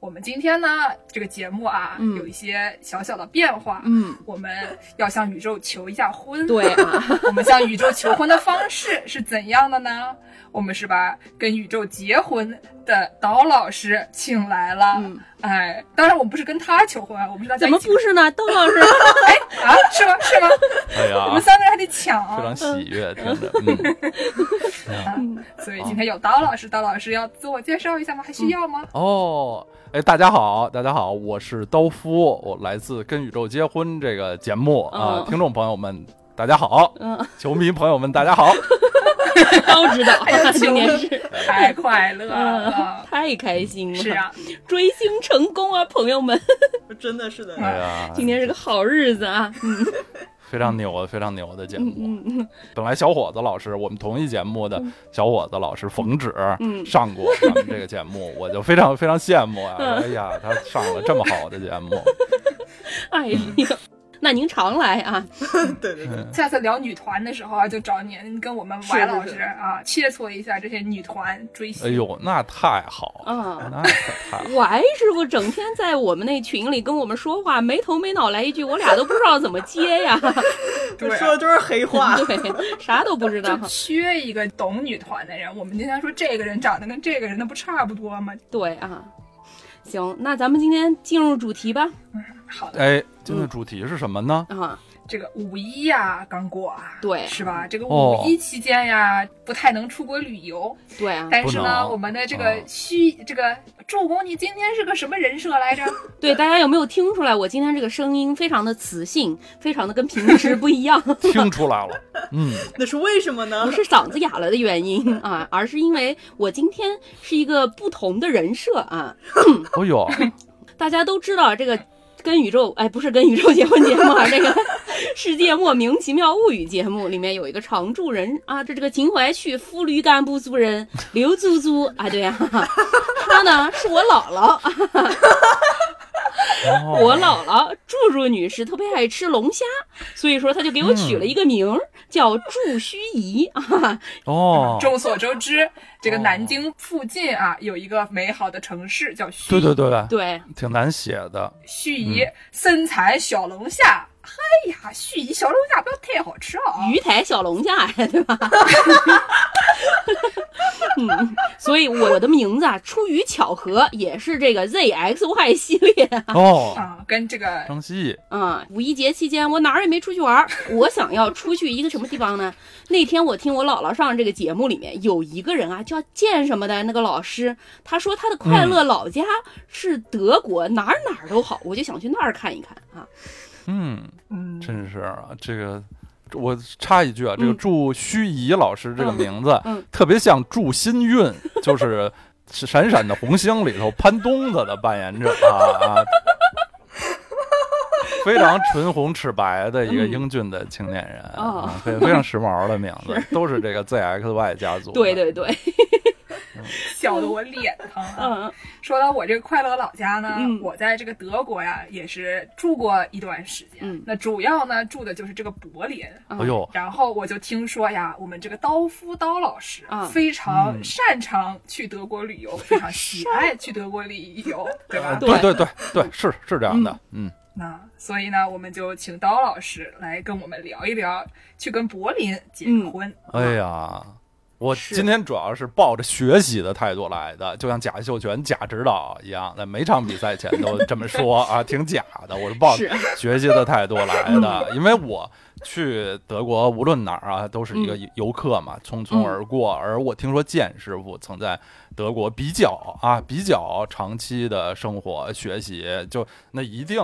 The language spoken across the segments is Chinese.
我们今天呢，这个节目啊，嗯有一些小小的变化。嗯，我们要向宇宙求一下婚。对啊， 我们向宇宙求婚的方式是怎样的呢？我们是把跟宇宙结婚的导老师请来了。嗯哎，当然我们不是跟他求婚啊，我们是大家怎么一起不是呢？邓老 师，啊？是吗？是吗？哎 我呀们，三个人还得抢非啊常！喜悦，听着。嗯，所以今天有导老师，导老师要自我介绍一下吗？还嗯需要吗？哦，哎，大家好，大家好，我是刀夫，我来自《跟宇宙结婚》这个节目啊哦，听众朋友们。大家好，嗯， 球迷朋友们，大家好。高 指导哎，今年 是，太快乐嗯了，，太开心嗯 了，是，啊，追星成功啊，朋友们，真的是的，哎呀，嗯 今天是个好日子 啊。非常牛，啊非常牛的节目。嗯嗯本来小伙子老师，我们同一节目的小伙子老师冯芷嗯上过咱们这个节目，我就非常非常羡慕啊！嗯哎呀，他上了这么好的 节目，哎呀，那您常来啊。 对对对，下次聊女团的时候啊，就找您跟我们是白是老师是啊切磋一下这些女团追星。哎呦，那太好了，啊那太好了。 Y 师傅整天在我们那群里跟我们说话，没头没脑来一句，我俩都不知道怎么接 呀。对啊说的都是黑 话，对，啥都不知道 就。缺一个懂女团的人。我们经常说这个人长得跟这个人，那不差不多吗？对啊，行，那咱们今天进入主题吧。好的，哎，今天的主题是什么呢？啊，这个五一呀、刚过啊，对是吧？这个哦五一期间呀、不太能出国旅游，对啊，但是嗯不呢，能我们的这个嗯虚、这个助攻，你今天是个什么人设来着？对，大家有没有听出来？我今天这个声音非常的磁性，非常的跟平时不一样，听出来 了，嗯，那是为什么呢 不？是嗓子哑了的原因啊，而是因为我今天是一个不同的人设啊。哦呦，大家都知道这个跟宇宙，哎，不是跟宇宙结婚节目啊，这个 《世界莫名其妙物语》节目里面有一个常驻人啊，这这个秦淮区夫驴干部族人刘猪猪啊， 对呀、她呢是我姥姥啊，哦我姥姥祝祝女士特别爱吃龙虾，所以说她就给我取了一个名儿、叫祝须姨啊，哦，众所周知，这个哦南京附近啊有一个美好的城市叫盱对对嗯对对，对，挺难写 的，盱眙，身材小龙虾。哎呀，盱眙小龙虾不要太好吃啊！鱼台小龙虾呀，对吧？ 嗯，所以我的名字啊，出于巧合，也是这个 ZXY 系列哦，啊，跟这个张希毅，啊。五一节期间，我哪儿也没出去玩儿，我想要出去一个什么地方呢？那天我听我姥姥上这个节目里面有一个人啊，叫建什么的那个老师，他说他的快乐嗯老家是德国，哪儿哪儿都好，我就想去那儿看一看啊。嗯，嗯，真是啊，这个。我插一句啊，这个嗯祝虚夷老师这个嗯名字嗯特别像祝新运， 就是《闪闪的红星》里头潘东子的扮演者 啊，啊非常唇红齿白的一个嗯英俊的青年人，哦啊非非常时髦的名 字，都是这个 ZXY 家族的。对对对，笑得我脸疼啊。嗯说到我这个快乐老家呢，嗯我在这个德国呀也是住过一段时间。嗯那主要呢住的就是这个柏林。哎呦，然后我就听说呀，我们这个刀夫刀老师啊非常嗯擅长去德国旅游，非常 喜爱去德国旅游，对吧？对对对对，是是这样的，嗯，那所以呢，我们就请刀老师来跟我们聊一聊，去跟柏林结婚。啊哎呀，我是今天主要是抱着学习的态度来的，就像贾秀全贾指导一样，在每场比赛前都这么说啊，挺假的，我是抱着是学习的态度来 的，因为我。去德国，无论哪儿啊，都是一个嗯游客嘛，匆匆而过。而我听说建师傅曾在德国比较啊，比较长期的生活学习，就那一定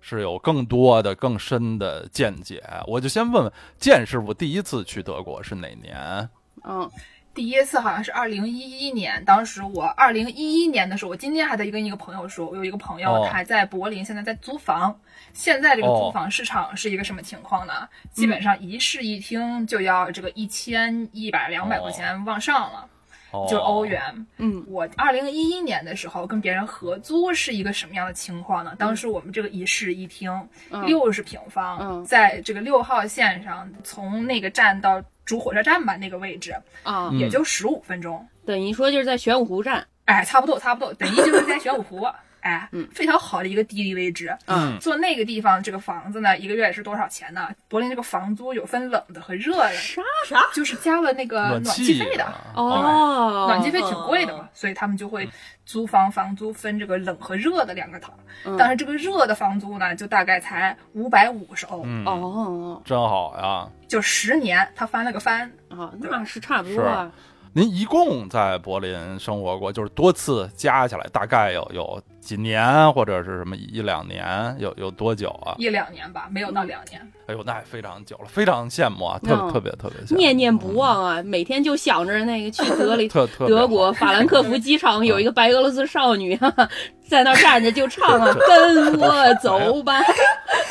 是有更多的、更深的见解。我就先问问建师傅，第一次去德国是哪年？嗯，第一次好像是二零一一年，当时我二零一一年的时候，我今天还在跟一个朋友说，我有一个朋友哦他在柏林，现在在租房。现在这个租房市场是一个什么情况呢？基嗯本上一室一厅就要这个一千一百两百块钱往上了，哦就是欧元。嗯，我二零一一年的时候跟别人合租是一个什么样的情况呢？嗯当时我们这个一室一厅嗯六十平方，嗯在这个六号线上，从那个站到主火车站吧那个位置，啊，嗯也就十五分钟，等于说就是在玄武湖站，哎，差不多差不多，等于就是在玄武 湖，哎，非常好的一个地理位置。嗯坐那个地方，这个房子呢，一个月是多少钱呢？柏林这个房租有分冷的和热的，啥啥？就是加了那个啊暖暖气气费的。啊哦，嗯暖气费挺贵的嘛，所以他们就会租房房租分这个冷和热的两个头儿，嗯但是这个热的房租呢，就大概才五百五十欧，嗯，哦真好呀！就十年他翻了个番，哦，那是差不多啊，您一共在柏林生活过，就是多次加起来，大概有有几年，或者是什么一两年，有有多久啊？一两年吧，没有到两年。哎呦，那也非常久了，非常羡慕啊，特嗯特别特别羡慕，念念不忘啊，每天就想着那个去德 里特特别德国好法兰克福机场有一个白俄罗斯少女， 哈哈，在那儿站着就唱 啊，跟我走吧，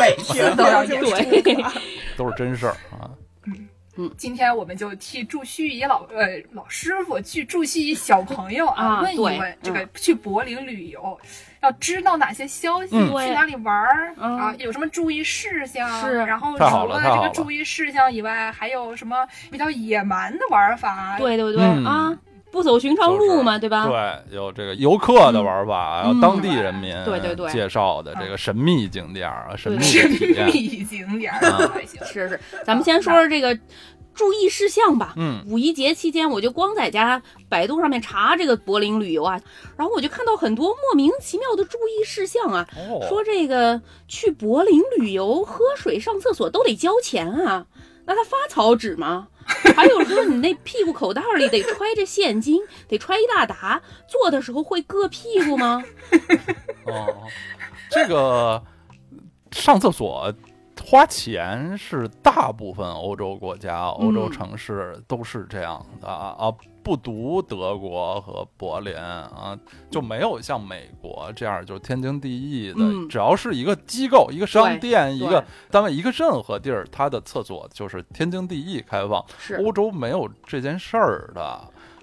每天都要有对哎都是真事儿啊。今天我们就替祝须臾老呃老师傅去祝须臾小朋友啊啊问一对嗯问这个去柏林旅游要知道哪些消息，嗯去哪里玩儿嗯啊，有什么注意事项？是然后除太好了太这好个了注意事项以外，还有什么比较野蛮的玩法？ 对对对嗯啊，不走寻常路嘛， 对吧？对，有这个游客的玩法，然嗯后当地人民对对对介绍的这个神秘景点儿、神秘神的体验，秘景点儿啊嗯还行。是是，咱们先说说这个注意事项吧。嗯，五一节期间，我就光在家百度上面查这个柏林旅游啊，然后我就看到很多莫名其妙的注意事项啊，哦说这个去柏林旅游，喝水、上厕所都得交钱啊，那他发草纸吗？还有说你那屁股口袋里得揣着现金，得揣一大沓，坐的时候会硌屁股吗？哦，这个上厕所花钱是大部分欧洲国家、欧嗯洲城市都是这样的啊啊，不独德国和柏林啊，就没有像美国这样就是天经地义的，嗯只要是一个机构、一个商店、一对个单位、一个任何地儿，它的厕所就是天经地义开放。是欧洲没有这件事儿的。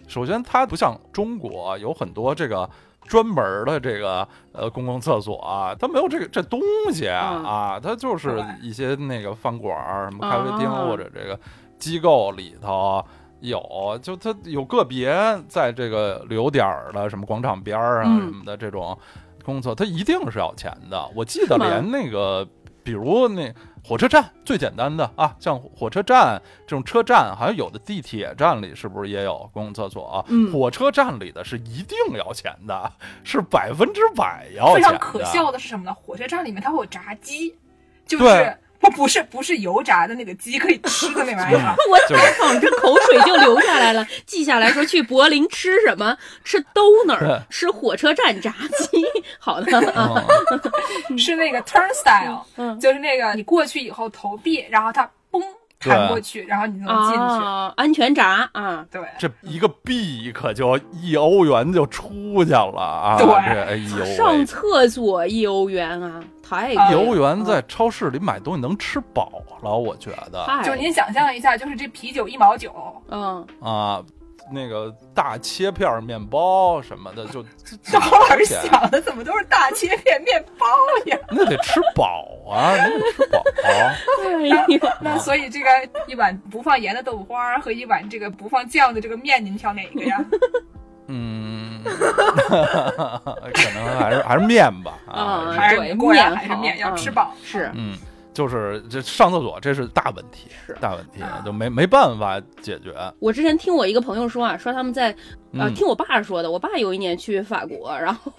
首先，它不像中国有很多这个专门儿的这个呃公共厕所、啊，它没有这个这东西啊,、嗯啊，它就是对一些那个饭馆儿、什么咖啡厅啊或者这个机构里头。有，就它有个别在这个旅游点儿的什么广场边儿啊嗯什么的这种公厕，它一定是要钱的。我记得是吗连那个，比如那火车站最简单的啊，像火车站这种车站，好像有的地铁站里是不是也有公共厕所啊？嗯火车站里的是一定要钱的， 是百分之百要非钱常的。可笑的是什么呢？火车站里面它会有炸鸡，就是对不不是不是油炸的那个鸡可以吃的那玩意 儿啊，我就当场这口水就流下来了，记下来说去柏林吃什么， 吃嗯兜那儿，吃火车站炸鸡。好的啊，嗯是那个 turnstile，、 嗯就是那个你过去以后投币，然后它嘣弹过去，然后你能进去。啊，安全闸啊，对，这一个币可就一欧元就出去了啊！对这哎呦喂，上厕所一欧元啊，啊太一贵了欧元在超市里买东西能吃饱了，我觉得太就是您想象一下，就是这啤酒一毛九，嗯，啊，那个大切片儿面包什么的，就就这老而板且想的怎么都是大切片面包呀？那得吃饱啊，那得吃饱、啊哎呦，那所以这个一碗不放盐的豆腐花儿和一碗这个不放酱的这个面，您挑哪个 呀？嗯， 可能还是还是面吧啊，嗯还是还对是果然面还是好面，要吃嗯饱。是嗯，就是这上厕所这是大问题是，大问题就没没办法解决。我之前听我一个朋友说啊，说他们在啊，听我爸说的，我爸有一年去法国，然后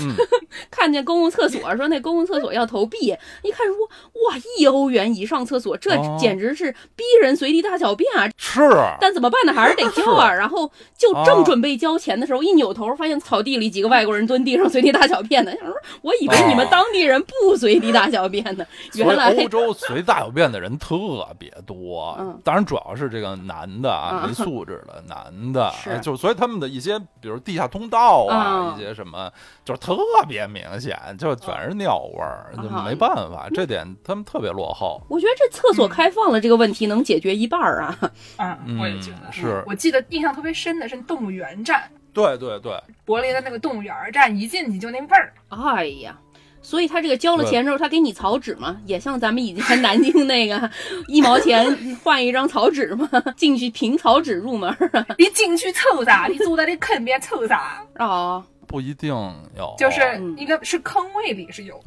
嗯 看见公共厕所，说那公共厕所要投币，一看说哇，一欧元一上厕所，这哦简直是逼人随地大小便啊！是，但怎么办呢？还是 得交啊。然后就哦正准备交钱的时候，一扭头发现草地里几个外国人蹲地上随地大小便呢。想 说我以为你们当地人不随地大小便呢，哦所原以来欧洲随大小便的人特别多，嗯当然主要是这个男的啊，嗯没素质的男的，哎是就所以他们的一些，比如地下通道啊，嗯一些什么，就是特别明显，就全是尿味儿，就啊没办法，这点他们特别落后。我觉得这厕嗯所开放了这个问题能解决一半儿啊。啊，我也觉嗯得是我记得印象特别深的是动物园站，对对对，柏林的那个动物园站，一进去就那味儿，哎呀，所以他这个交了钱之后，他给你草纸嘛，也像咱们以前南京那个一毛 钱换一张草纸嘛，进去凭草纸入门儿啊。你进去凑啥？你坐在那坑边凑啥？哦不一定有，就是嗯一个是坑位里是有，哦。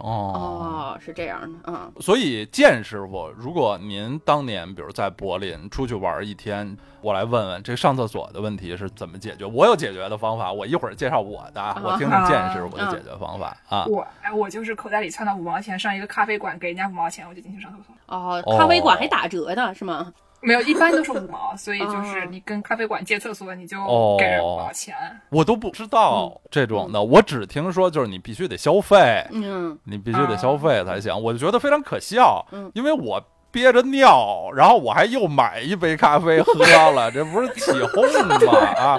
哦，是这样的啊、所以，建师傅，如果您当年比如在柏林出去玩一天，我来问问这上厕所的问题是怎么解决？我有解决的方法，我一会儿介绍我的，啊我听听建师傅的解决方法啊。嗯我哎我就是口袋里揣到五毛钱，上一个咖啡馆给人家五毛钱，我就进去上 厕所。哦，咖啡馆还打折呢，是吗？没有，一般都是五毛，所以就啊是你跟咖啡馆借厕所，你就哦给人五毛钱。我都不知道这种的，我只听说就是你必须得消费，嗯，啊你必须得消费才行，我就觉得非常可笑嗯，因为我。憋着尿，然后我还又买一杯咖啡喝了，这不是起哄吗？啊，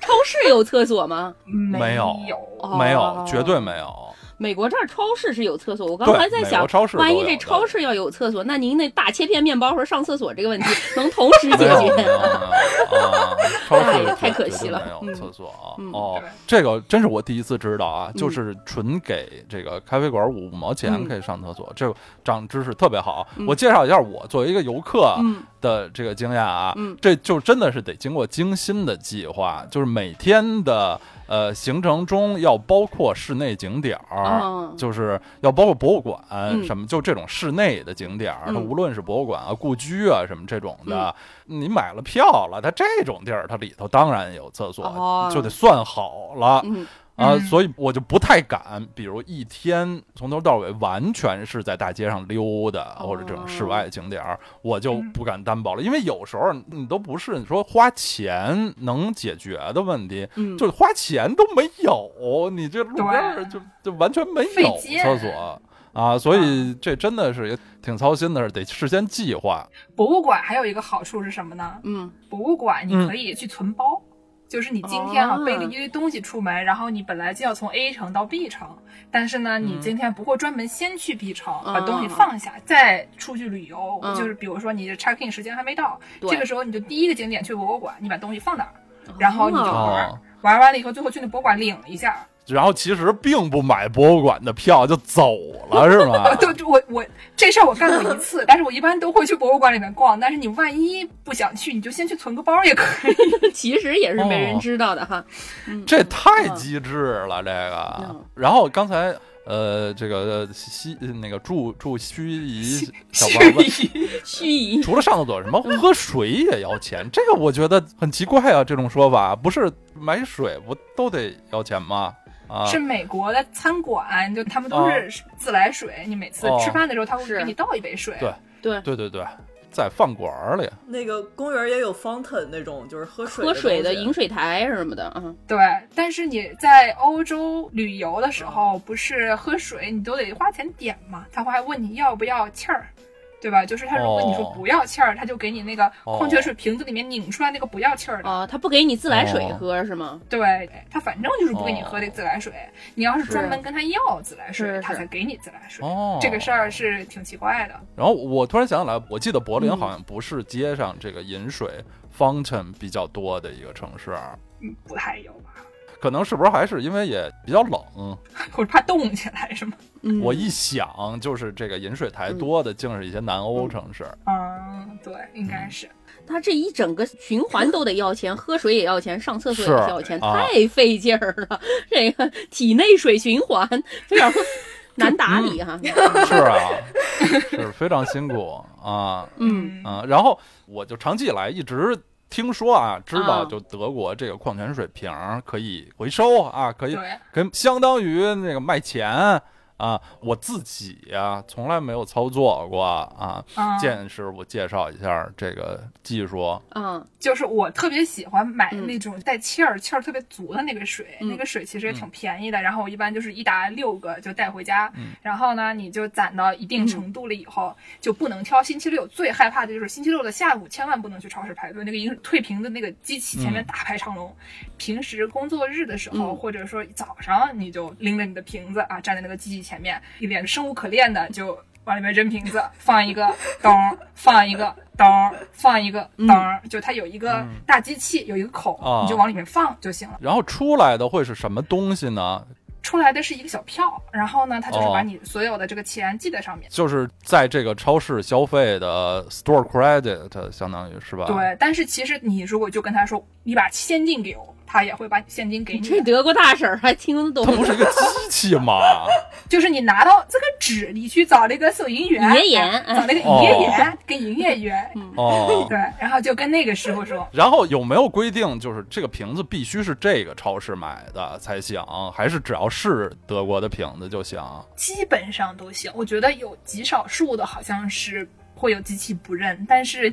超市有厕所吗？没有 哦没有，绝对没有。美国这儿超市是有厕所，我刚对才在美想国超市，都万一有这的超市要有厕所，那您那大切片面包和上厕所这个 问题能同时解没有没有没有决？啊！超市哎绝太可绝惜对了没有嗯厕所啊嗯哦对，这个真是我第一次知道啊，就嗯是纯给这个咖啡馆五毛钱嗯可以上厕所，这个长知识特别好。我介绍一下我作为一个游客嗯的这个经验啊嗯，这就真的是得经过精心的计划，就是每天的呃行程中要包括室内景点儿哦，就是要包括博物馆嗯什么，就这种室内的景点儿，它嗯无论是博物馆啊、故居啊什么这种的。你买了票了，它这种地儿它里头当然有厕所，哦就得算好了、嗯啊，嗯所以我就不太敢，比如一天从头到尾完全是在大街上溜达，哦或者这种室外景点儿，我就嗯不敢担保了，因为有时候你都不是你说花钱能解决的问题，嗯，就是花钱都没有，你这路边儿对就就完全没费有劲嗯厕所。啊，所以这真的是也挺操心的事，得事先计划。博物馆还有一个好处是什么呢？嗯博物馆你可以去存包，就是你今天啊哦背了一堆东西出门，然后你本来就要从 A 城到 B 城，但是呢，你今天不会专门先去 B 城、嗯把东西放下，再出去旅游。嗯就是比如说你的 check in 时间还没到，对这个时候你就第一个景点去博物馆，你把东西放哪儿，然后你就玩，哦玩完了以后，最后去那博物馆领一啊下。然后其实并不买博物馆的票就走 了，是吗？啊对，呃就我我这事儿我干过一 次，但是我一般都会去博物馆里面逛。但是你万一不想去，你就先去存个包也可以。其实也是没哦人知道的哈。嗯这太机智了，这个嗯。然后刚才呃，这个西那个祝祝须臾小王问，虚拟除了上厕所，什么喝水也要钱？这个我觉得很奇怪啊，这种说法不是买水不都得要钱吗？啊，是美国的餐馆，就他们都是自来水，你每次哦吃饭的时候，他会是给你倒一杯水。对对对对对，在饭馆儿里，那个公园也有 fountain 那种，就是喝水喝水的的东西饮水台什么的，嗯，对但是你在欧洲旅游的时候，不是喝水你都得花钱点嘛？他会还问你要不要气儿。对吧？就是他，如果你说哦不要气儿，他就给你那个哦矿泉水瓶子里面拧出来那个不要气儿的。哦，他不给你自来水哦喝是吗？对，他反正就是不给你喝这个自来水。哦你要是专门跟他要自来是水，是他才给你自来水。哦这个事儿是挺奇怪的。然后我突然想起来，我记得柏林好像不是街上这个饮水 fountain 比较多的一个城市，嗯，不太有吧？ 可能是不是还是因为也比较冷？我是怕冻起来是吗？嗯，我一想，就是这个饮水台多的，竟是一些南欧城市。嗯，对，应该是。他这一整个循环都得要钱，喝水也要钱，上厕所也是要钱，啊太费劲儿了。这个体内水循环非 常难打理哈。是啊， 是非常辛苦啊嗯嗯嗯啊！然后我就长期以来一直。听说啊，知道啊就德国这个矿泉水瓶儿可以回收啊，可以对，跟相当于那个卖钱啊。我自己呀、从来没有操作过啊。嗯，建师傅介绍一下这个技术，嗯，就是我特别喜欢买那种带气儿、气儿特别足的那个水，嗯那个水其实也挺便宜的。然后我一般就是一打六个就带回家，嗯然后呢，你就攒到一定程度了以后、就不能挑。星期六最害怕的就是星期六的下午，千万不能去超市排队，那个饮退瓶的那个机器前面嗯大排长龙。平时工作日的时候，嗯或者说早上，你就拎着你的瓶子啊，站在那个机器前面，一脸生无可恋的就往里面扔瓶子，放一 个咚儿，放一个咚儿，放一个咚儿，就它有一个大机器，有一个口，嗯哦你就往里面放就行了。然后出来的会是什么东西呢？出来的是一个小票，然后呢，它就是哦把你所有的这个钱记在上面。就是在这个超市消费的 store credit，相当于是吧？对，但是其实你如果就跟他说你把现金给我，他也会把现金给你的。这德国大婶儿还听得懂它，不是一个机器 吗？就是你拿到这个纸，你去找那个收银员，营业员嗯哎找那个营业员跟营业员，哦对，，然后就跟那个师傅说，然后有没有规定，就是这个瓶子必须是这个超市买的才行，还是只要是德国的瓶子就行？哦基本上都行。我觉得有极少数的好像是会有机器不认，但是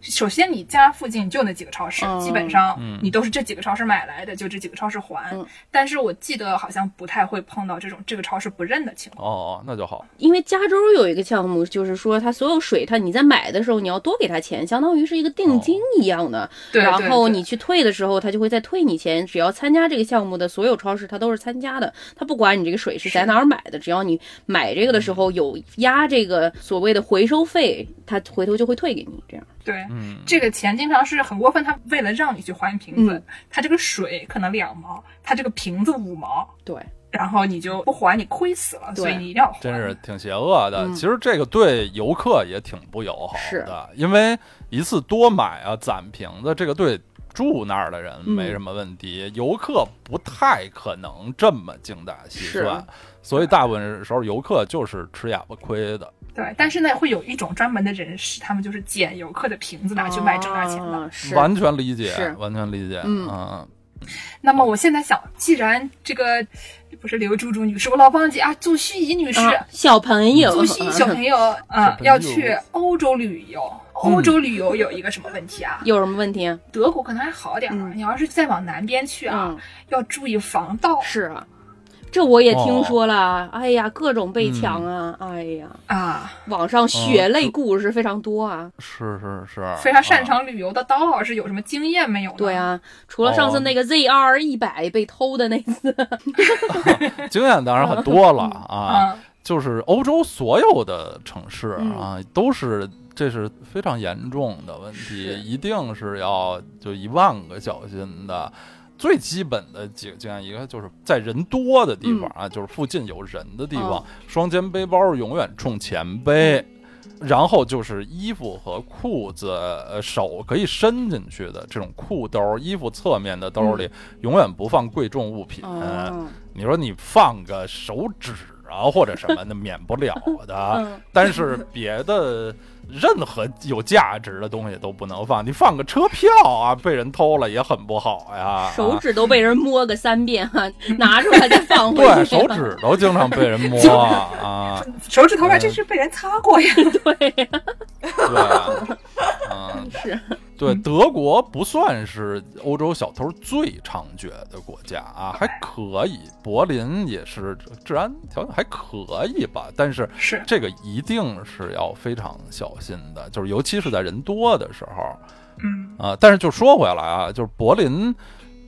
首先你家附近就那几个超市，嗯基本上嗯你都是这几个超市买来的，就这几个超市还。嗯但是我记得好像不太会碰到这种这个超市不认的情况。哦，那就好。因为加州有一个项目，就是说它所有水，它你在买的时候你要多给他钱，相当于是一个哦定金一样的。对，然后对你去退的时候，他就会再退你钱。只要参加这个项目的所有超市，它都是参加的，它不管你这个水是在哪儿买的，只要你买这个的时嗯候有压这个所谓的回收费，它回头就会退给你。这样，对。对嗯，这个钱经常是很过分，他为了让你去还瓶子，嗯他这个水可能两毛，他这个瓶子五毛，对，然后你就不还，你亏死了，对所以你一定要还。真是挺邪恶的。嗯其实这个对游客也挺不友好的，因为一次多买啊攒瓶子，这个对住那儿的人嗯没什么问题，游客不太可能这么精打细算是，所以大部分时候游客就是吃哑巴亏的。对，但是呢，会有一种专门的人士，他们就是捡游客的瓶子拿去卖挣大钱的。啊是完全理解是，完全理解。嗯嗯，那么我现在想，既然这个不是刘猪猪女士，我老忘记啊，祝希怡女士，啊小朋友，祝希怡 小朋友啊、朋友要去欧洲旅游。嗯欧洲旅游有一个什么问题啊？有什么问题啊？德国可能还好点儿，啊嗯你要是再往南边去啊，哦嗯，要注意防盗是啊，这我也听说了啊。哎呀，各种被抢啊，哎呀，啊。网上血泪故事非常多啊。是是是，非常擅啊长旅游的刀老师有什么经验没有呢？对，啊，除了上次那个 ZR 一百被偷的那次，啊经验当然很 多了啊，嗯，就是欧洲所有的城市嗯啊，都是这是非常严重的问题，是一定是要就一万个小心的。最基本的几个经验，一个就是在人多的地方啊，就是附近有人的地方，嗯哦双肩背包永远冲前背。然后就是衣服和裤子，呃，手可以伸进去的这种裤兜，衣服侧面的兜里永远不放贵重物品。嗯哦，你说你放个手指啊或者什么的，免不了的啊嗯。但是别的任何有价值的东西都不能放，你放个车票啊，被人偷了也很不好呀。手啊指都被人摸个三遍 啊，拿出来再放回去。对手指头经常被 人摸啊，手指头还真是被人擦过 呀。对，啊嗯，是，对，德国不算是欧洲小偷最猖獗的国家啊，还可以。柏林也是治安条件还可以吧，但是是，这个一定是要非常小心的，就是尤其是在人多的时候嗯，啊、但是就说回来啊，就是柏林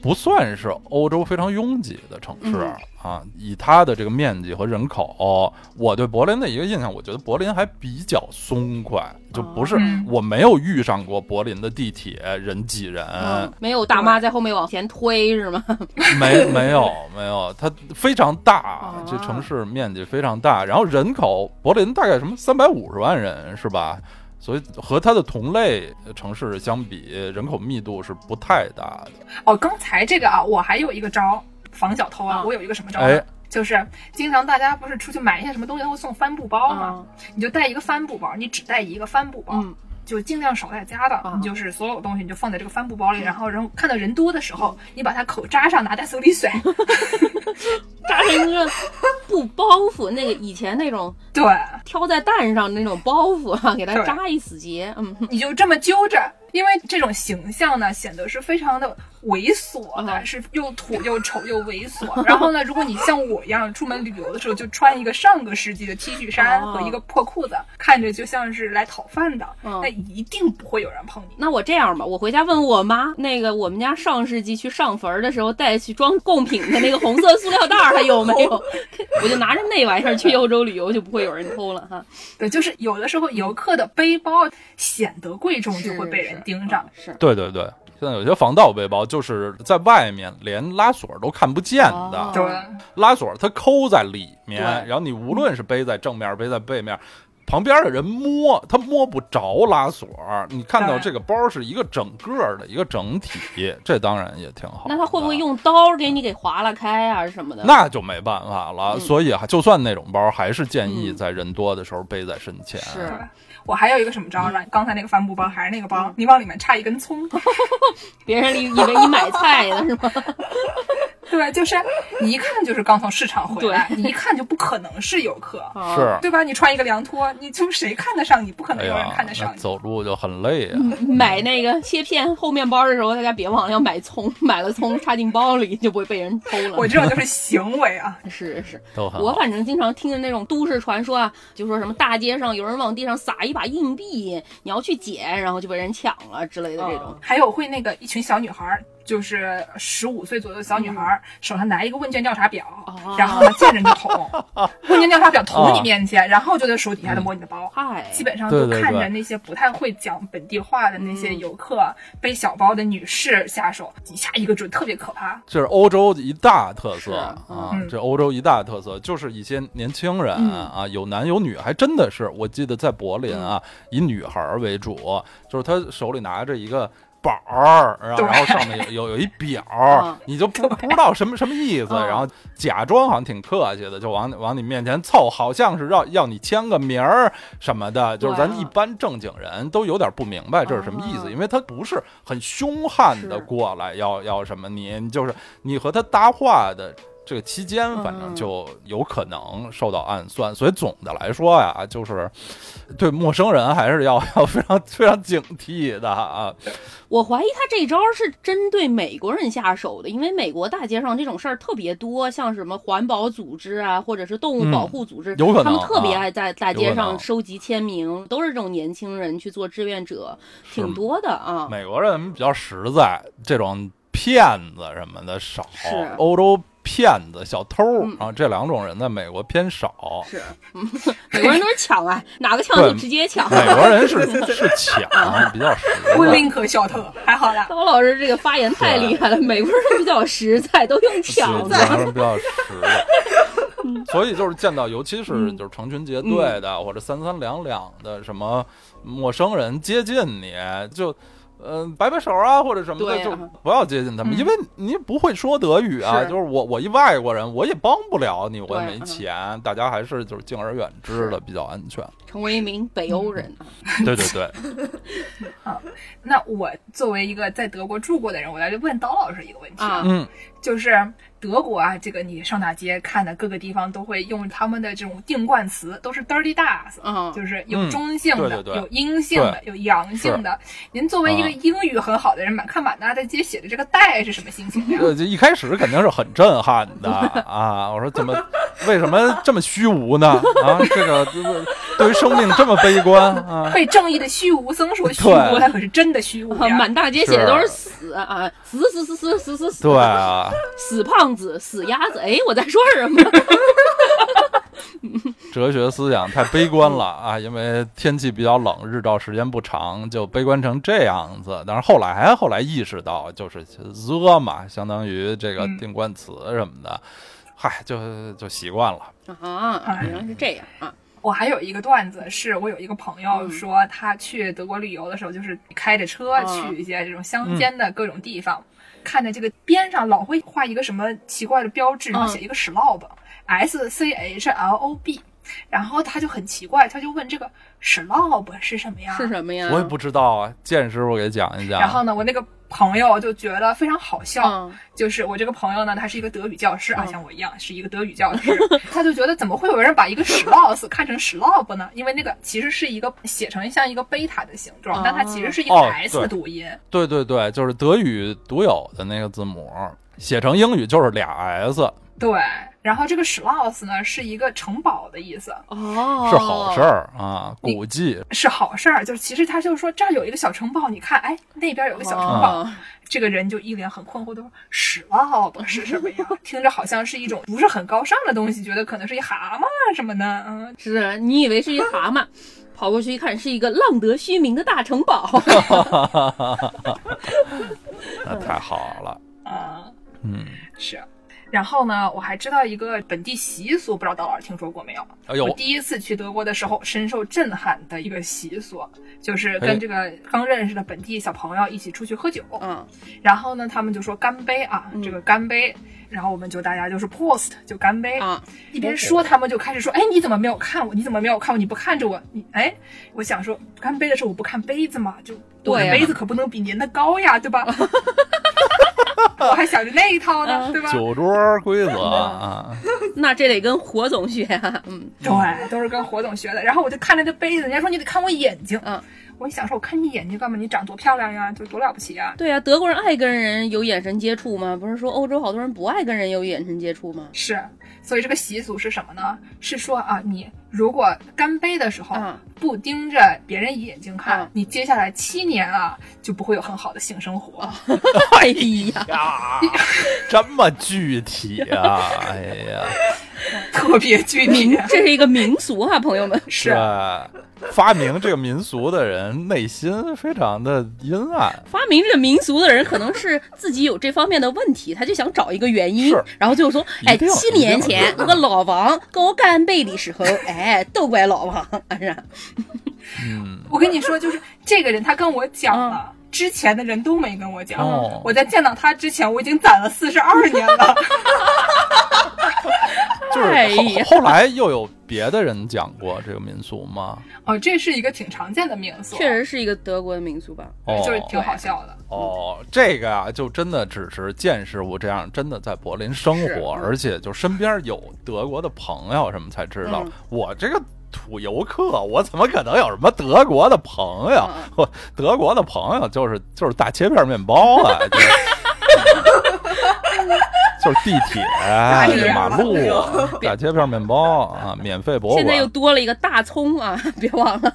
不算是欧洲非常拥挤的城市、嗯啊，以它的这个面积和人口，我对柏林的一个印象，我觉得柏林还比较松快，就不哦是、嗯我没有遇上过柏林的地铁人挤人，嗯，没有大妈在后面往前推是吗？没没有没有，它非常大啊，这城市面积非常大，然后人口柏林大概什么三百五十万人是吧？所以和它的同类城市相比，人口密度是不太大的。哦，刚才这个啊，我还有一个招防小偷啊，啊我有一个什么招呢哎？，就是经常大家哦不是出去买一些什么东西，他会送帆布包嘛，啊，你就带一个帆布包，你只带一个帆布包，嗯，就尽量少带夹的，啊嗯你就是所有东西你就放在这个帆布包里，然后然后看到人多的时候，你把它口扎上，拿在手里 甩。扎成一个布包袱，那个以前那种对，挑在蛋上那种包袱 啊，给它对扎一死结，嗯，你就这么揪着，因为这种形象呢，显得是非常的猥琐的，嗯是又土又丑又猥琐。然后呢，如果你像我一样出门旅游的时候，就穿一个上个世纪的 T 恤衫哦和一个破裤子，看着就像是来讨饭的，嗯那一定不会有人碰你。那我这样吧，我回家问我妈，那个我们家上世纪去上坟儿的时候带去装贡品的那个红色塑料袋儿还有没有？我就拿着那玩意儿去欧洲旅游，就不会有人偷了哈。对，就是有的时候游客的背包显得贵重，就会被人盯上。是，嗯是对对对，现在有些防盗背包就是在外面连拉锁都看不见的，哦对，拉锁它抠在里面，对然后你无论是背在正面、背在背面，旁边的人摸他摸不着拉锁。你看到对这个包是一个整个的一个整体，这当然也挺好。那他会不会？用刀给你给划拉开啊什么的？那就没办法了，嗯所以啊就算那种包，还是建议嗯在人多的时候背在身前。是我还有一个什么嗯招呢？刚才那个帆布包还是那个包，你往里面插一根葱。别人以以为你买菜的是吗？对，就是你一看就是刚从市场回来，你一看就不可能是游客，啊是，对吧？你穿一个凉拖，你就谁看得上你？不可哎能有人呀看得，上那你。走路就很累啊。买那个切片厚面包的时候，大家别忘了要买葱，买了葱插进包里就不会被人偷了。我这种就是行为啊，是是，都很好我反正经常听着那种都市传说啊，就说什么大街上有人往地上撒一把硬币，你要去捡，然后就被人抢了之类的这种。还有会那个一群小女孩儿，就是十五岁左右的小女孩儿，手上拿一个问卷调查表，哦然后呢见人就捅，问卷调查表捅你啊面前，然后就在手底下就摸你的包。嗨，基本上嗯对都对看对着那些不太会讲本地话的那些游客背小包的女士下手，一下一个准，特别可怕。这是欧洲一大特色是啊嗯！这欧洲一大特色就是一些年轻人嗯啊，有男有女，还真的是我记得在柏林啊，嗯以女孩儿为主，就是他手里拿着一个。板儿，然后对然后上面有有有一 表嗯，你就不不知道什么什么意思，嗯然后假装好像挺客气的，就往往你面前凑，好像是要要你签个名儿什么的，就是对啊咱一般正经人都有点不明白这是什么意思，啊因为他不是很凶悍的是过来要要什么你，你就是你和他搭话的这个期间，反正嗯就有可能受到暗算。所以总的来说呀，就是对陌生人还是要要非常非常警惕的啊。我怀疑他这招是针对美国人下手的，因为美国大街上这种事儿特别多，像什么环保组织啊，或者是动物保护组织，嗯有可能他们特别啊爱在大有街可能上收集签名，都是这种年轻人去做志愿者，挺多的啊。美国人比较实在，这种骗子什么的少是。欧洲骗子、小偷嗯啊，这两种人在美国偏少。是，嗯美国人都是抢啊，哪个抢就对直接抢。美国人是是 抢，比较实不在。林可小特，还好啦。高老师这个发言太厉害了，美国人比较实在，都用抢对的。还是比较实的。嗯所以就是见到，尤其是就是成群结队的，或者三三两两的什么陌生人接近你，就。嗯、摆摆手啊，或者什么的，对啊嗯就不要接近他们，因为你不会说德语啊。是就是我，我一外国人，我也帮不了你，我也对没嗯钱，大家还是就是敬而远之的比较安 全。成为一名北欧人啊，对对对，那我作为一个在德国住过的人，我来问刀老师一个问题，啊嗯，就是德国啊，这个你上大街看的各个地方都会用他们的这种定冠词，都是 dirty d a s 嗯就是有中性的，嗯对对对有阴性的，有阳性的。您作为一个啊英语很好的人，满看满大街写的这个带是什么心情啊呀？ 呃，这一开始肯定是很震撼的啊！我说怎么，为什么这么虚无呢？啊，这个这个对于生命这么悲观啊！被正义的虚无僧说虚无，对他可是真的虚无啊嗯呀。 满大街写的都是死啊，死死死死死死死，对啊，死胖子，死鸭 子。哎，我在说什么？哲学思想太悲观了啊！因为天气比较冷，日照时间不长，就悲观成这样子。但是后来哎后来意识到，就是 the 嘛，相当于这个嗯定冠词什么的，嗨，就就习惯了。啊，原来是这样啊，我还有一个段子，是我有一个朋友嗯说，他去德国旅游的时候，就是开着车去一些这种乡间的各种地方，看着这个边上老嗯会画一个什么奇怪的标志，然后写一个 slob，S C H L O B。然后他就很奇怪，他就问这个 schlaup 是什么呀？是什么呀？我也不知道啊，剑师傅给讲一嗯讲。然后呢，我那个朋友就觉得非常好笑，嗯就是我这个朋友呢，他是一个德语教师啊，嗯像我一样是一个德语教师， 他就觉得怎么会有人把一个 schloss 看成 schlop 呢？因为那个其实是一个写成像一个贝塔的形状，但它其实是一个哦 s 对的读音。对对对，就是德语独有的那个字母，写成英语就是俩 S，对，然后这个 schloss 呢是一个城堡的意思，哦，是好事。儿啊，古迹。 是好事儿。就是其实他就说这儿有一个小城堡，你看，哎，那边有个小城堡，哦，这个人就一脸很困惑的说：“屎了不是什么呀？” 听着好像是一种不是很高尚的东西，觉得可能是一蛤蟆什么的。嗯，是你以为是一蛤 蟆，跑过去一看是一个浪得虚名的大城堡。 那太好了，啊，嗯，是。然后呢，我还知道一个本地习俗，不知道刀老师听说过没有？哎呦我，第一次去德国的时候，深受震撼的一个习俗，就是哎跟这个刚认识的本地小朋友一起出去喝酒。嗯，然后呢，他们就说干杯啊，嗯这个干杯。然后我们就大家就是 post 就干杯啊，一边说他们就开始说，哎，你怎么没有看我？你怎么没有看我？你不看着我？你哎，我想说干杯的时候我不看杯子嘛，就我的对呀杯子可不能比您的高呀，对 吧？我还想着那一套呢，嗯对吧？酒桌规则 啊，那这得跟火总学啊。嗯，对，都是跟火总学的。然后我就看着这杯子，人家说你得看我眼睛，嗯，我一想说，我看你眼睛干嘛？你长多漂亮呀，就多了不起啊呀。对呀、德国人爱跟人有眼神接触吗？不是说欧洲好多人不爱跟人有眼神接触吗？是，所以这个习俗是什么呢？是说啊，你如果干杯的时候、嗯不盯着别人眼睛看，嗯你接下来七年啊就不会有很好的性生活。 哎呀，呀，这么具体啊，哎呀， 特别具体 民。这是一个民俗啊，朋友们。是啊这发明这个民俗的人内心非常的阴暗，发明这个民俗的人，可能是自己有这方面的问题，他就想找一个原因是，然后就说：“哎，一定七年前我老王跟我干杯的时候，哎，都怪老王，啊是吧嗯，我跟你说，就是这个人他跟我讲嗯了。之前的人都没跟我讲，哦我在见到他之前，我已经攒了四十二年 了。就是哎呀后后来又有别的人讲过这个民俗吗？哦，这是一个挺常见的民俗，确实是一个德国的民俗吧？哦，就是挺好笑的。哦，这个啊，就真的只是见识我这样真的在柏林生是嗯活，而且就身边有德国的朋友什么才知道。嗯我这个土游客，我怎么可能有什么德国的朋友？嗯我德国的朋友就是就是大切片面包 啊，就是就是地铁、铁马路、大切片面包啊，免费博物现在又馆。多了一个大葱啊， 别忘 了，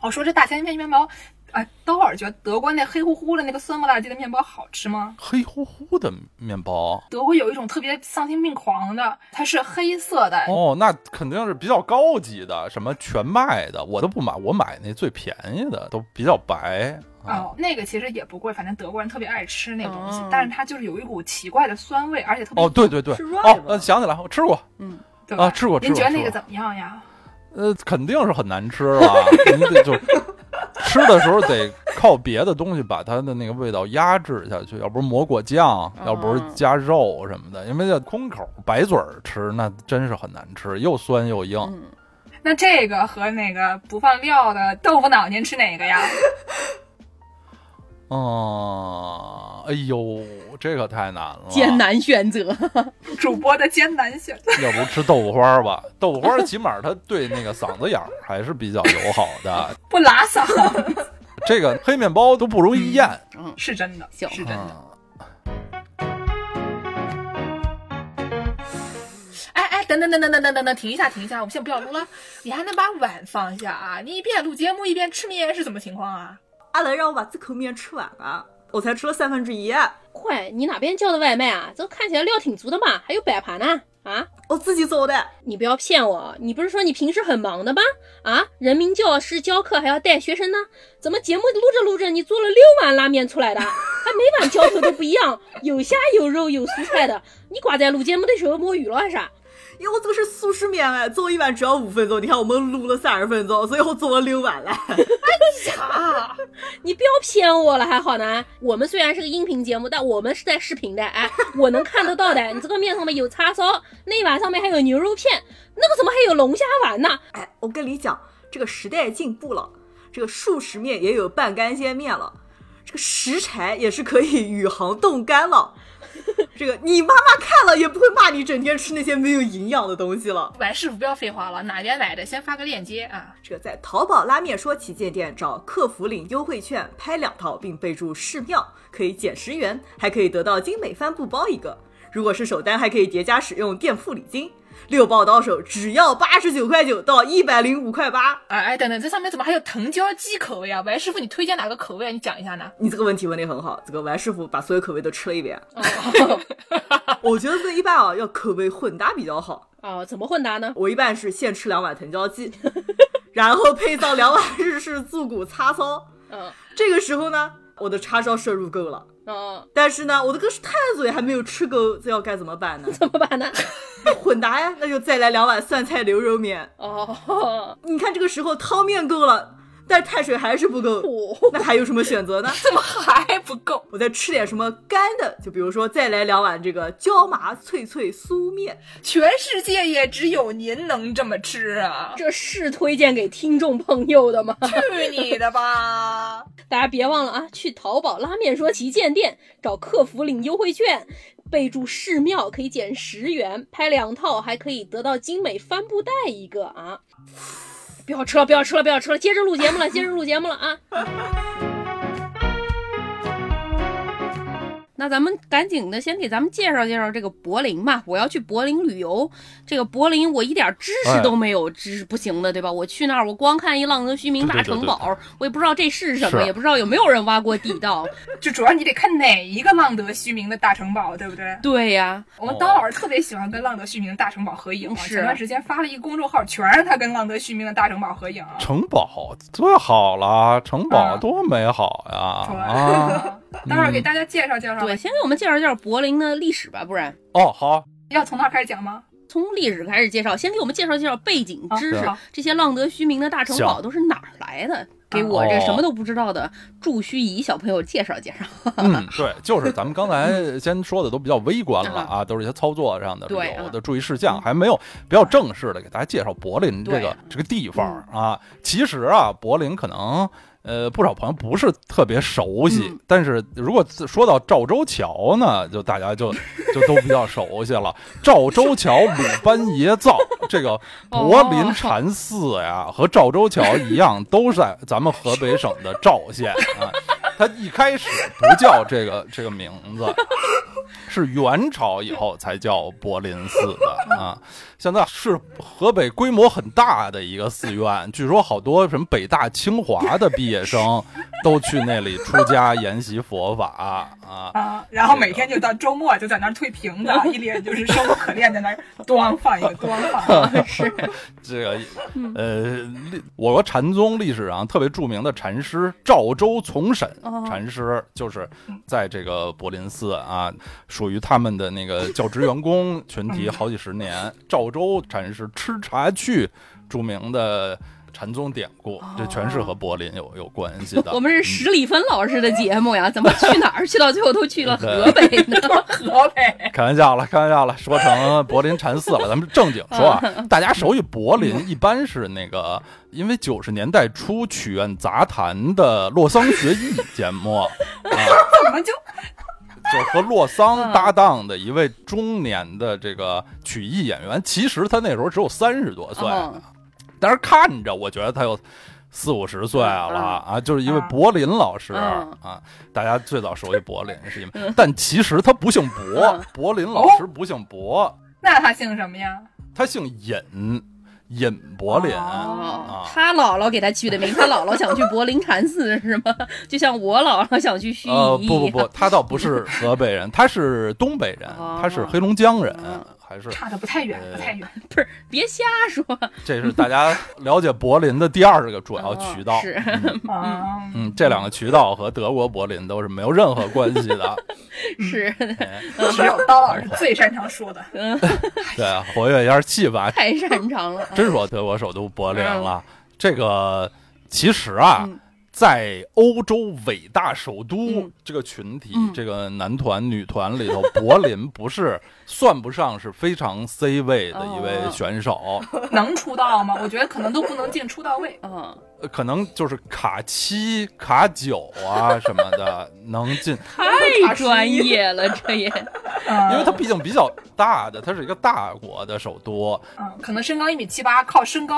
哦，说这大千面面包，哎，等会儿觉得德国那黑乎乎的那个酸不拉几的面包好吃吗？黑乎乎的面包德国有一种特别丧心病狂的，它是黑色的，哦，那肯定是比较高级的，什么全麦的，我都不买，我买那最便宜的，都比较白啊。哦，那个其实也不贵，反正德国人特别爱吃那东西，哦但是它就是有一股奇怪的酸味，而且特别哦，对对对，是 rye 哦吗，呃，想起来，我吃过，对啊吃过吃您觉得过那个吃过怎么样呀？呃，肯定是很难吃了， 你得就吃的时候得靠别的东西把它的那个味道压制下去，要不是抹果酱，要不是嗯加肉什么的，因为这空口白嘴儿吃，那真是很难吃，又酸又硬。嗯那这个和那个不放料的豆腐脑，您吃哪个呀？ 嗯，哎呦，这个太难了，艰难选择。 主播的艰难选择。要不吃豆腐花儿吧？豆腐花儿起码它对那个嗓子眼儿还是比较友好的。不拉嗓这个黑面包都不容易咽。嗯，是真的，行是真的。啊，哎哎，等等等等等等等等，停一下，停一下，我们先不要录了，你还能把碗放下啊？你一边录节目一边吃面是怎么情况啊？阿兰让我把这口面吃完了，我才吃了三分之一，快，你哪边叫的外卖啊？这看起来料挺足的嘛，还有摆盘呢啊！我自己做的。你不要骗我，啊你不是说你平时很忙的吗？啊，人民教师教课还要带学生呢，怎么节目录着录着你做了六碗拉面出来的？还每碗浇头都不一样，有虾有肉有蔬菜的，你挂在录节目的时候摸鱼了还是啥？因为我这个是速食面哎，做一碗只要五分钟。你看我们录了三十分钟，所以我做了六碗了。啊！你不要偏我了，还好呢。我们虽然是个音频节目，但我们是在视频的，哎，我能看得到的。你这个面上面有叉烧，那碗上面还有牛肉片，那个怎么还有龙虾丸呢？哎，我跟你讲，这个时代进步了，这个速食面也有半干鲜面了，这个食材也是可以宇航冻干了。这个你妈妈看了也不会骂你整天吃那些没有营养的东西了。完事不要废话了，哪家买的先发个链接啊。这个在淘宝拉面说旗舰店找客服领优惠券，拍两套并备注“试妙”，可以减十元，还可以得到精美帆布包一个。如果是首单，还可以叠加使用店铺礼金，六包到手只要八十九块九到一百零五块八。哎哎，等等，这上面怎么还有藤椒鸡口味啊？白师傅，你推荐哪个口味啊？你讲一下呢？你这个问题问得很好，这个王师傅把所有口味都吃了一遍。哦 我觉得这一般啊，要口味混搭比较好。哦，怎么混搭呢？我一般是先吃两碗藤椒鸡， 然后配上两碗日式猪骨叉烧。嗯这个时候呢，我的叉烧摄入够了，嗯，但是呢，我这个碳水还没有吃够，这要该怎么办呢？ 怎么办呢？混搭呀，那就再来两碗酸菜牛肉面。哦， 你看这个时候汤面够了，但是碳水还是不够，我那还有什么选择呢？怎么还不够？我再吃点什么干的，就比如说再来两碗这个椒麻脆脆酥面。全世界也只有您能这么吃啊！这是推荐给听众朋友的吗？去你的吧！大家别忘了啊，去淘宝拉面说旗舰店找客服领优惠券，备注“寺庙”可以减十元，拍两套还可以得到精美帆布袋一个啊！不要吃了，不要吃了，不要吃了，接着录节目了，接着录节目了啊！那咱们赶紧的，先给咱们介绍介绍这个柏林吧。我要去柏林旅游，这个柏林我一点知识哎都没有，知识不行的，对吧？我去那儿，我光看一浪得虚名大对对对城对堡，我也不知道这是什么，是也不知道有没有人挖过地道。就主要你得看哪一个浪得虚名的大城堡，对不对？对呀、我们当老师特别喜欢跟浪得虚名的大城堡合影啊。是前段时间发了一个公众号，全是他跟浪得虚名的大城堡合影啊。城堡最好了，城堡啊多美好呀！出来啊，了，待会儿给大家介绍介绍吧对，。先给我们介绍介绍柏林的历史吧，不然哦，好，要从哪儿开始讲吗？从历史开始介绍，先给我们介绍介绍背景啊知识，好这些浪得虚名的大城堡行都是哪儿来的？给我这哦什么都不知道的祝须仪小朋友介绍介绍。嗯，对，就是咱们刚才先说的都比较微观了啊，都是一些操作上的对旅游啊的注意事项，还没有比较正式的给大家介绍柏林这对个啊这个地方啊。其实啊，柏林可能。呃，不少朋友不是特别熟悉，嗯但是如果说到赵州桥呢，就大家就就都比较熟悉了。赵州桥鲁班爷造，这个柏林禅寺呀，和赵州桥一样，都是在咱们河北省的赵县啊。它一开始不叫这个这个名字，是元朝以后才叫柏林寺的啊。现在是河北规模很大的一个寺院，据说好多什么北大、清华的毕业生都去那里出家研习佛法啊。啊，然后每天就到周末就在那儿推瓶子，一脸就是生无可恋，在那儿咣放 一个，咣放一个。是，这个呃，历我国禅宗历史上特别著名的禅师赵州从审哦禅师，就是在这个柏林寺啊，属于他们的那个教职员工群体好几十年。赵州禅师吃茶去，著名的。禅宗典故，这全是和柏林有有关系的。嗯我们是史里芬老师的节目呀，怎么去哪儿去到最后都去了河北 呢？河北开玩笑了，开玩笑了，说成柏林禅寺了。咱们正经说嗯啊，大家熟悉柏林，一般是那个，因为九十年代初曲苑杂谈的洛桑学艺节目啊，怎么就就和洛嗯桑搭档的一位中年的这个曲艺演员，其实他那时候只有三十多 岁，嗯但是看着我觉得他有四五十岁了啊，就是因为柏林老师嗯啊，大家最早熟悉柏林是因为，但其实他不姓柏嗯，柏林老师不姓柏，那他姓什么呀？他姓尹，尹柏林。哦啊，他姥姥给他取的名，他姥姥想去柏林禅寺是吗？就像我姥姥想去盱眙呃，一不不样 不，他倒不是河北人，他是东北人哦，他是黑龙江人嗯，还是差的不太远，不太远。别瞎说，这是大家了解柏林的第二个主要渠道。哦是嗯啊，嗯，这两个渠道和德国柏林都是没有任何关系 的。是哎只有刀老师最擅长说的。对，啊活跃一下气氛。哎太擅长了。真说德国首都柏林了，嗯这个其实啊，在欧洲伟大首都嗯这个群体，嗯这个男团女团里头，柏林不是算不上是非常 C 位的一哦位选手，能出道吗？我觉得可能都不能进出道位。嗯，呃可能就是卡七、卡九啊什么 的能进，太专业了，这 也因为嗯它毕竟比较大的，它是一个大国的首都，嗯，可能身高一米七八，靠身高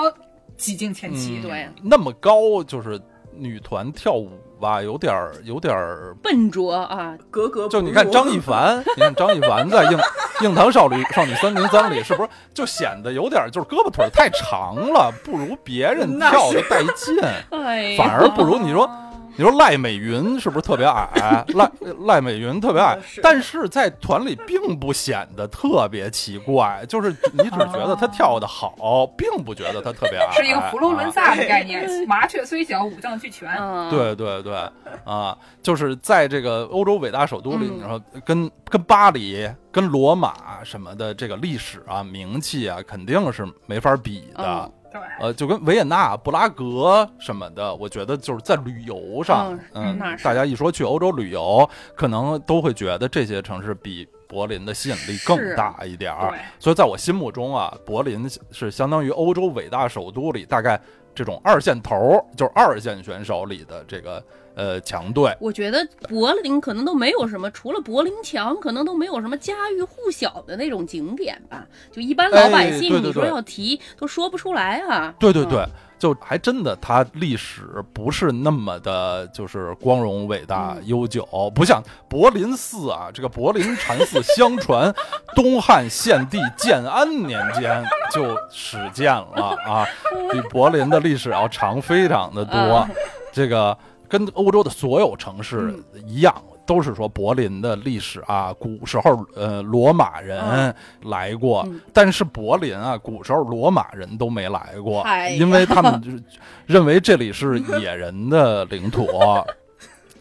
挤进前七。嗯对那么高就是女团跳舞吧，有点儿有点儿笨拙啊，格格不入。就你看张一凡，你看张一凡在硬硬糖少女少女三零三里，是不是就显得有点就是胳膊腿儿太长了，不如别人那跳是的带劲，哎呀，反而不如你说。你说赖美云是不是特别矮？赖赖美云特别矮呃是，但是在团里并不显得特别奇怪，就是你只觉得她跳的好，并不觉得她特别矮，是一个佛罗伦萨的啊概念，麻雀虽小，五脏俱全。嗯，对对对，啊，就是在这个欧洲伟大首都里，嗯然后跟跟巴黎、跟罗马什么的这个历史啊、名气啊，肯定是没法比的嗯。对，呃，就跟维也纳、布拉格什么的，我觉得就是在旅游上，嗯嗯，那是大家一说去欧洲旅游，可能都会觉得这些城市比柏林的吸引力是更大一点儿对。所以在我心目中啊，柏林是相当于欧洲伟大首都里大概这种二线头儿，就是二线选手里的这个呃强队。我觉得柏林可能都没有什么，除了柏林墙，可能都没有什么家喻户晓的那种景点吧。就一般老百哎对姓，对你说对要提都说不出来啊。对对嗯对，，就还真的，它历史不是那么的，就是光荣、伟大、嗯悠久，不像柏林寺啊，这个柏林禅寺，相传东汉献帝建安年间就始建了啊，比柏林的历史要长非常的多啊。这个跟欧洲的所有城市嗯一样。都是说柏林的历史啊，古时候呃罗马人嗯来过，嗯但是柏林啊，古时候罗马人都没来过，哎呀因为他们就是认为这里是野人的 领土，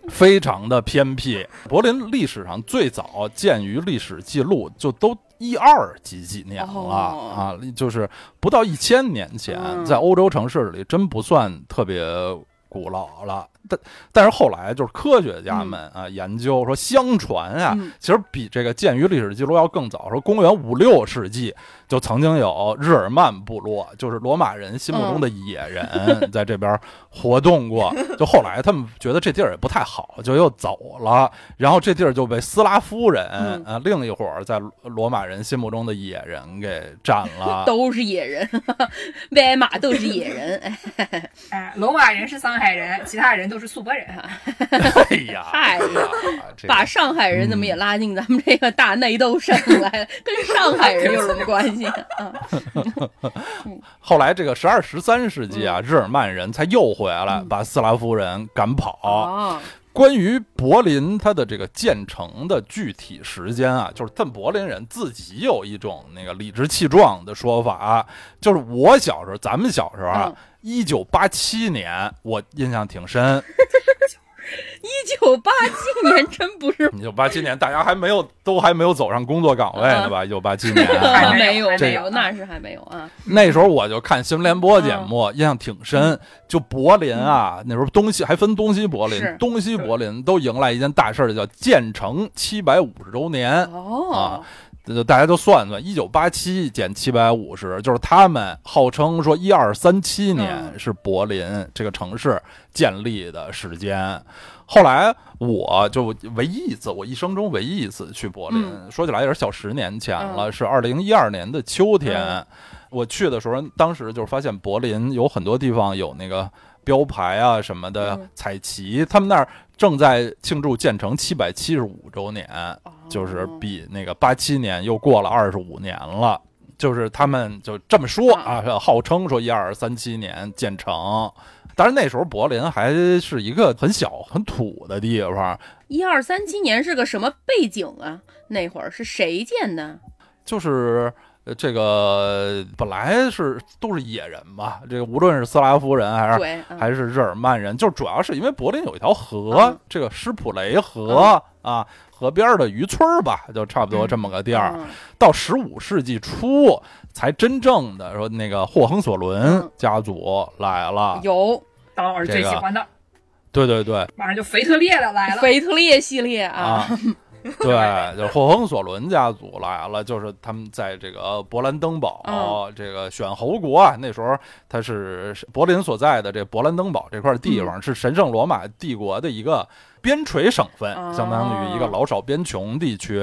非常的偏僻。柏林历史上最早鉴于历史记录，就都一二几几年了、哦啊，就是不到一千年前，嗯在欧洲城市里真不算特别古老了。但但是后来就是科学家们啊、研究说，相传啊，嗯其实比这个鉴于历史记录要更早，说公元五六世纪就曾经有日耳曼部落，就是罗马人心目中的野人， 在这边活动过。就后来他们觉得这地儿也不太好，就又走了。然后这地儿就被斯拉夫人，嗯呃，另一伙儿在罗马人心目中的野人给占了。都是野人，外马都是野人。哎，哎，罗马人是上海人，其他人都是苏泊人。哎呀，嗨这个把上海人怎嗯么也拉进咱们这个大内斗上来了？跟上海人有什么关系啊？后来这个十二、十三世纪啊，日耳曼人才又回来，嗯把斯拉夫人赶跑。哦，关于柏林它的这个建成的具体时间啊，就是他们柏林人自己有一种那个理直气壮的说法啊，就是我小时候，咱们小时候啊嗯，一九八七年，我印象挺深。一九八七年真不是 一九八七年，大家还没有都还没有走上工作岗位呢嗯吧？一九八七年 还啊，没有还没没有，有那是还没有啊。那时候我就看新闻联播节嗯目，印象挺深。就柏林啊，那时候东西还分东西柏林是，东西柏林都迎来一件大事儿，叫建成七百五十周年。哦，这就大家就算算，一九八七减七百五十，就是他们号称说一二三七年嗯是柏林这个城市建立的时间。后来我就唯一一次，我一生中唯一一次去柏林，嗯说起来也是小十年前了，嗯是二零一二年的秋天。嗯我去的时候，当时就是发现柏林有很多地方有那个标牌啊什么的嗯彩旗，他们那儿正在庆祝建成七百七十五周年。哦就是比那个八七年又过了二十五年了。就是他们就这么说啊，嗯号称说一二三七年建成，但是那时候柏林还是一个很小很土的地方，一二三七年是个什么背景啊？那会儿是谁建的？就是呃这个本来是都是野人嘛，这个无论是斯拉夫人还是对，嗯还是日耳曼人，就主要是因为柏林有一条河，嗯这个施普雷河、啊，河边儿的渔村儿吧，就差不多这么个地儿。嗯到十五世纪初才真正的说那个霍亨索伦嗯家族来了，有当老师最喜欢的，对对对马上就腓特烈的来了，腓特烈系列啊 啊，。对，就是霍亨索伦家族来了，就是他们在这个勃兰登堡、嗯这个选侯国啊，那时候它是柏林所在的这勃兰登堡这块嗯地方、是神圣罗马帝国的一个边陲省份，哦相当于一个老少边穷地区。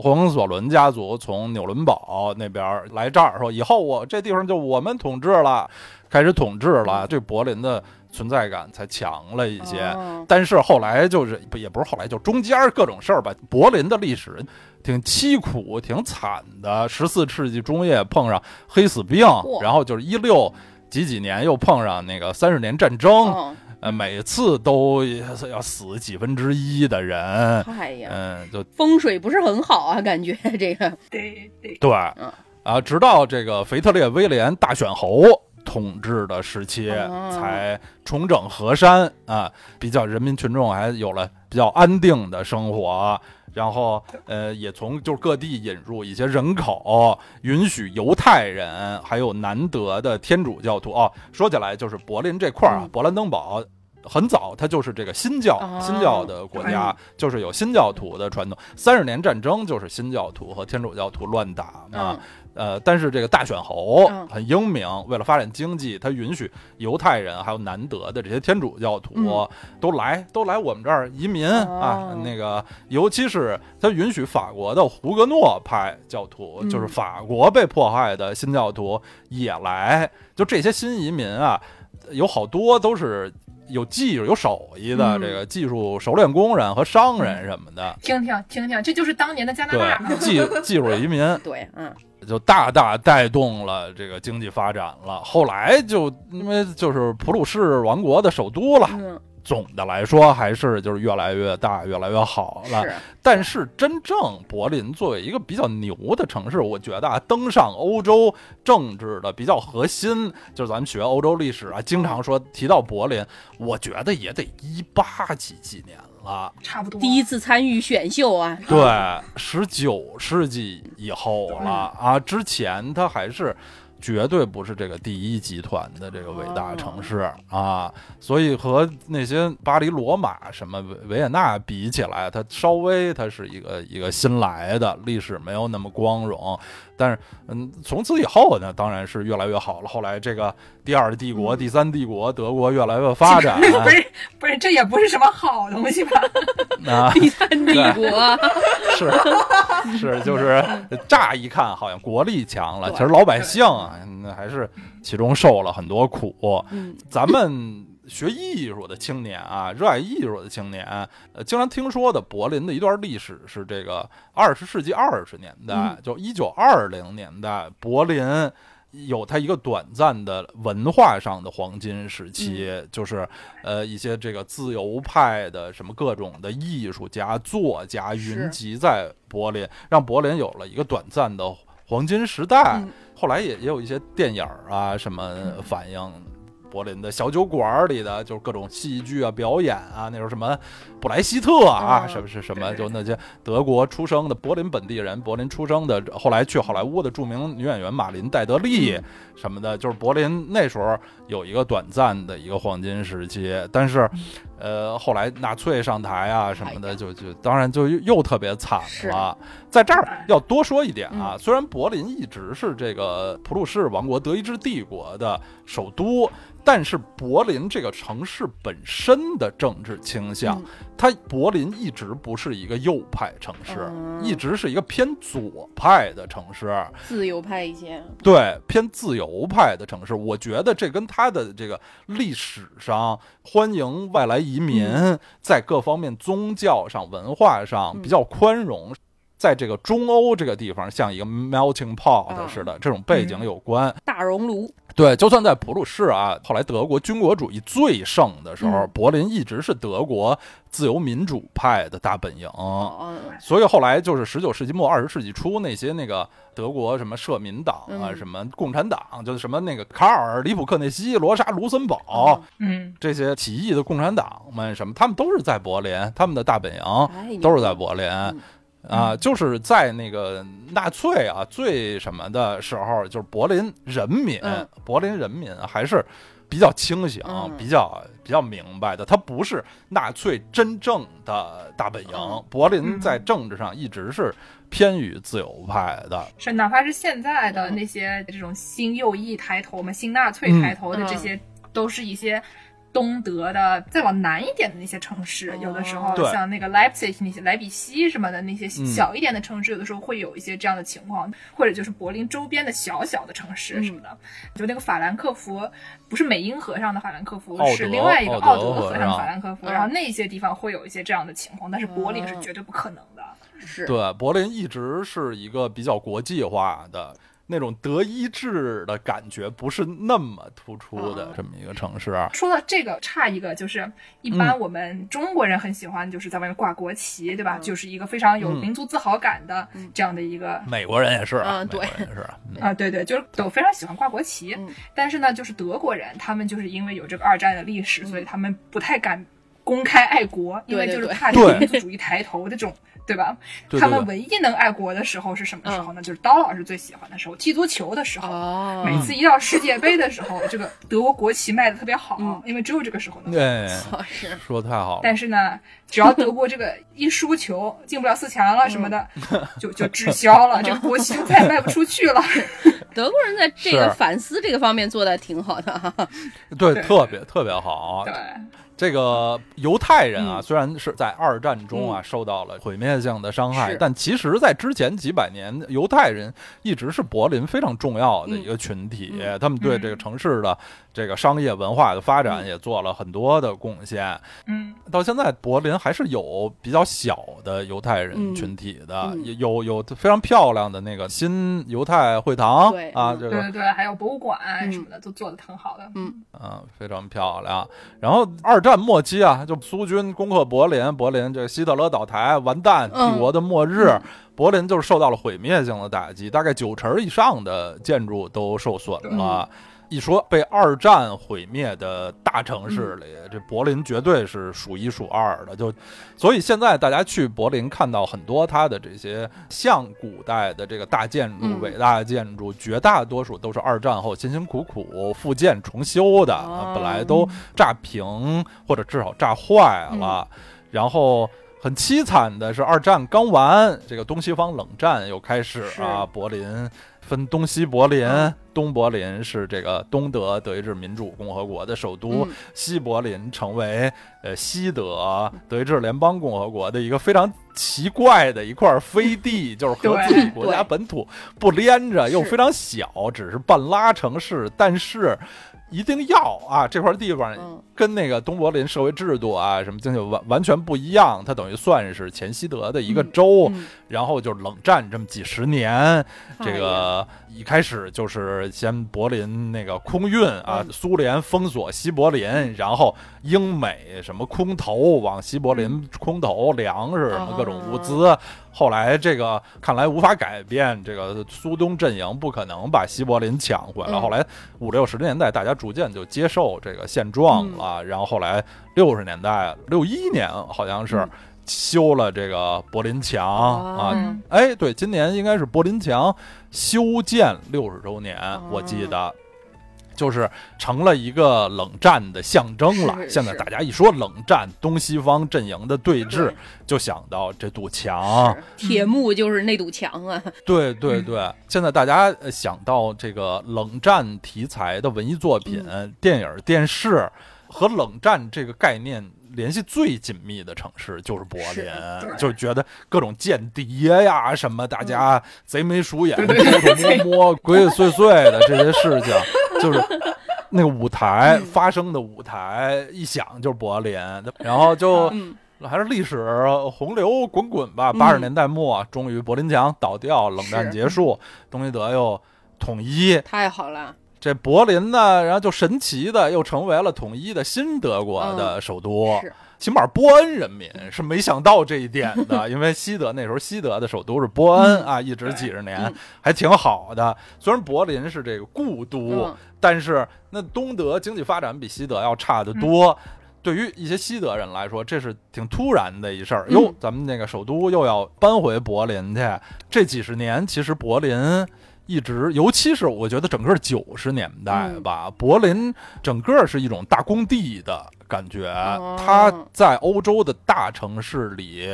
霍亨索伦家族从纽伦堡那边儿来这儿说，以后我这地方就我们统治了，开始统治了，对柏林的存在感才强了一些。嗯哦但是后来就是不也不是后来，就中间各种事儿吧。柏林的历史挺凄苦、挺惨的。十四世纪中叶碰上黑死病，然后就是一六几几年又碰上那个三十年战争，哦，呃，每次都要死几分之一的人。哎呀，嗯，就风水不是很好啊，感觉 这个得得对嗯啊，直到这个腓特烈威廉大选侯统治的时期，哦才重整河山啊，比较人民群众还有了比较安定的生活。然后，呃，也从就是各地引入一些人口，允许犹太人还有南德的天主教徒哦。说起来，就是柏林这块儿啊，嗯勃兰登堡很早它就是这个新教、哦新教的国家，就是有新教徒的传统。三十年战争就是新教徒和天主教徒乱打嘛。嗯呃，但是这个大选侯嗯很英明，为了发展经济，他允许犹太人还有南德的这些天主教徒、嗯都来，都来我们这儿移民、啊哦。那个，尤其是他允许法国的胡格诺派教徒，嗯就是法国被迫害的新教徒也来。就这些新移民啊，有好多都是有技术、有手艺的，嗯这个技术熟练工人和商人什么的。听听听听，这就是当年的加拿大嘛对，技技术移民，对，嗯，就大大带动了这个经济发展了。后来就因为就是普鲁士王国的首都了，嗯，总的来说还是就是越来越大，越来越好了。是，但是真正柏林作为一个比较牛的城市，我觉得啊，登上欧洲政治的比较核心，就是咱们学欧洲历史啊，经常说提到柏林，我觉得也得一八几几年了。差不多。第一次参与选秀 啊，对，十九世纪以后了啊，之前它还是绝对不是这个第一集团的这个伟大城市啊，所以和那些巴黎、罗马什么维维也纳比起来，它稍微它是一个一个新来的，历史没有那么光荣，但是嗯，从此以后呢，当然是越来越好了。后来这个第二帝国、第三帝国，德国越来越发展不是不是，这也不是什么好东西吧？啊，第三帝国， 是是， 就是乍一看好像国力强了，对其实老百姓啊，那还是其中受了很多苦。嗯，咱们学艺术的青年啊，热爱艺术的青年，呃，经常听说的柏林的一段历史是这个二十世纪二十年代嗯，就一九二零年代，柏林。有它一个短暂的文化上的黄金时期，嗯就是呃一些这个自由派的什么各种的艺术家、作家云是集在柏林，让柏林有了一个短暂的黄金时代。嗯后来也也有一些电影儿啊什么反映。柏林的小酒馆儿里的就是各种戏剧啊、表演啊，那时候什么布莱希特啊，嗯什么是什么，对对就那些德国出生的柏林本地人，柏林出生的，后来去好莱坞的著名女演员马琳·戴德嗯利什么的，就是柏林那时候有一个短暂的一个黄金时期，但是，呃，后来纳粹上台啊什么嗯哎的，呀就就当然就又又特别惨是哎嗯了。在这儿要多说一点啊，虽然柏林一直是这个普鲁士王国德意志帝国的首都，但是柏林这个城市本身的政治倾向，嗯它柏林一直不是一个右派城市，嗯一直是一个偏左派的城市。自由派一些，对，偏自由派的城市，我觉得这跟它的这个历史上欢迎外来移民，在各方面宗教上、文化上嗯比较宽容，在这个中欧这个地方像一个 melting pot 啊似的、这种背景有关。大熔炉，对，就算在普鲁士啊，后来德国军国主义最盛的时候，柏林一直是德国自由民主派的大本营。哦，所以后来就是十九世纪末二十世纪初那些那个德国什么社民党啊，嗯什么共产党，就是什么那个卡尔、里普克内西、罗莎、卢森堡、嗯，这些起义的共产党们什么，他们都是在柏林，他们的大本哎嗯营呦都是在柏林。啊，就是在那个纳粹啊最什么的时候，就是柏林人民，嗯柏林人民还是比较清醒、嗯比较比较明白的。他不是纳粹真正的大本营，嗯柏林在政治上一直是偏于自由派的。嗯是哪怕是现在的那些这种新右翼抬头嘛，新纳粹抬头的嗯这些，都是一些。东德的再往南一点的那些城市，有的时候哦对像那个 Leipzig 那些莱比锡什么的那些嗯小一点的城市，有的时候会有一些这样的情况，或者就是柏林周边的小小的城市嗯什么的。就那个法兰克福，不是美英河上的法兰克福奥，德是另外一个奥奥德德河河上上的法兰克福，嗯然后那些地方会有一些这样的情况，但是柏林哦是绝对不可能的。是，对，柏林一直是一个比较国际化的那种德意志的感觉，不是那么突出的嗯这么一个城市。啊说到这个，差一个就是，一嗯般我们中国人很喜欢，就是在外面挂国旗，对嗯吧？就是一个非常有嗯民族自豪感的这样的一个美国人也是啊，嗯美国对人也是啊，嗯啊，对对，就是我非常喜欢挂国旗嗯。但是呢，就是德国人，他们就是因为有这个二战的历史，所以他们不太敢公开爱国，因为嗯对就是对怕对民族主义抬头这种，对吧？对对他们对唯一能爱国的时候是什么时候呢？就是刀老师最喜欢的时候，踢足球的时候。嗯哦，每次一到世界杯的时候，这个德国国旗卖的特别好，嗯因为只有这个时候能哎，哦 是，说得太好了。但是呢，只要德国这个一输球，进不了四强了什么的，嗯就就滞销了，这个国 旗就再也卖不出去了。德国人在这个是啊反思这个方面做的挺好 的哈、哈。对，对特别特别好啊对。，这个犹太人啊，嗯虽然是在二战中啊、受到了毁灭性的伤害是，但其实，在之前几百年，犹太人一直是柏林非常重要嗯的一个群体。他们对这个城市的这个商业文化的发嗯展也做了很多的贡献。嗯，到现在，柏林还是有比较小的犹太人嗯群体的，嗯有有有非常漂亮的那个新犹太会堂对啊，嗯这对个对对，还有博物馆啊什么的都做的挺好的。嗯，非常漂亮。然后二战末期啊，就苏军攻克柏林，柏林这希特勒倒台，完蛋，嗯帝国的末日，柏林就是受到了毁灭性的打击，大概九成以上的建筑都受损了。一说被二战毁灭的大城市里，这柏林绝对是数一数二的。就所以现在大家去柏林看到很多它的这些像古代的这个大建筑、嗯伟大的建筑，绝大多数都是二战后辛辛苦苦复建重修的，哦本来都炸平或者至少炸坏了，嗯然后。很凄惨的是，二战刚完，这个东西方冷战又开始啊。是柏林分东西柏林，嗯东柏林是这个东德德意志民主共和国的首都，嗯西柏林成为呃西德德意志联邦共和国的一个非常奇怪的一块飞地，就是和自己国家本土不连着，又是非常小，只是半拉城市，但是。一定要啊！这块地方嗯跟那个东柏林社会制度啊，什么经济完完全不一样，它等于算是前西德的一个嗯州，嗯然后就冷战这么几十年，这哎个一开始就是先柏林那个空运啊，嗯苏联封锁西柏林，然后英美什么空投往西柏嗯林空投粮食什么各种物资。哦后来这个看来无法改变，这个苏东阵营不可能把西柏林抢回来。嗯后来五六十年代，大家逐渐就接受这个现嗯状了。然后后来六十年代，六一年好像是。嗯修了这个柏林墙、啊，哦嗯哎，对，今年应该是柏林墙修建六十周年，哦我记得。就是成了一个冷战的象征了。是是现在大家一说冷战，东西方阵营的对峙对，就想到这堵墙。是铁幕就是那堵墙啊， 对嗯对对，现在大家呃想到这个冷战题材的文艺作品、嗯电影、电视和冷战这个概念联系最紧密的城市就是柏林，是就觉得各种间谍呀什么，大家贼眉鼠眼、偷嗯对对偷摸摸、鬼鬼祟祟的这些事情，就是那个舞嗯台、发生的舞台一响就是柏林，然后就。嗯还是历史洪流滚滚吧。八十嗯年代末，终于柏林墙倒掉，冷战是结束，东西德又统一。太好了，这柏林呢，然后就神奇的又成为了统一的新德国的首都。嗯是起码波恩人民是没想到这一点的，因为西德那时候西德的首都是波嗯恩啊，一直几十年还挺好的。虽然柏林是这个故都嗯，但是那东德经济发展比西德要嗯差得多。对于一些西德人来说，这是挺突然的一事儿。哟嗯，咱们那个首都又要搬回柏林去，这几十年其实柏林。一直，尤其是我觉得整个九十年代嗯吧，柏林整个是一种大工地的感觉。哦它在欧洲的大城市里，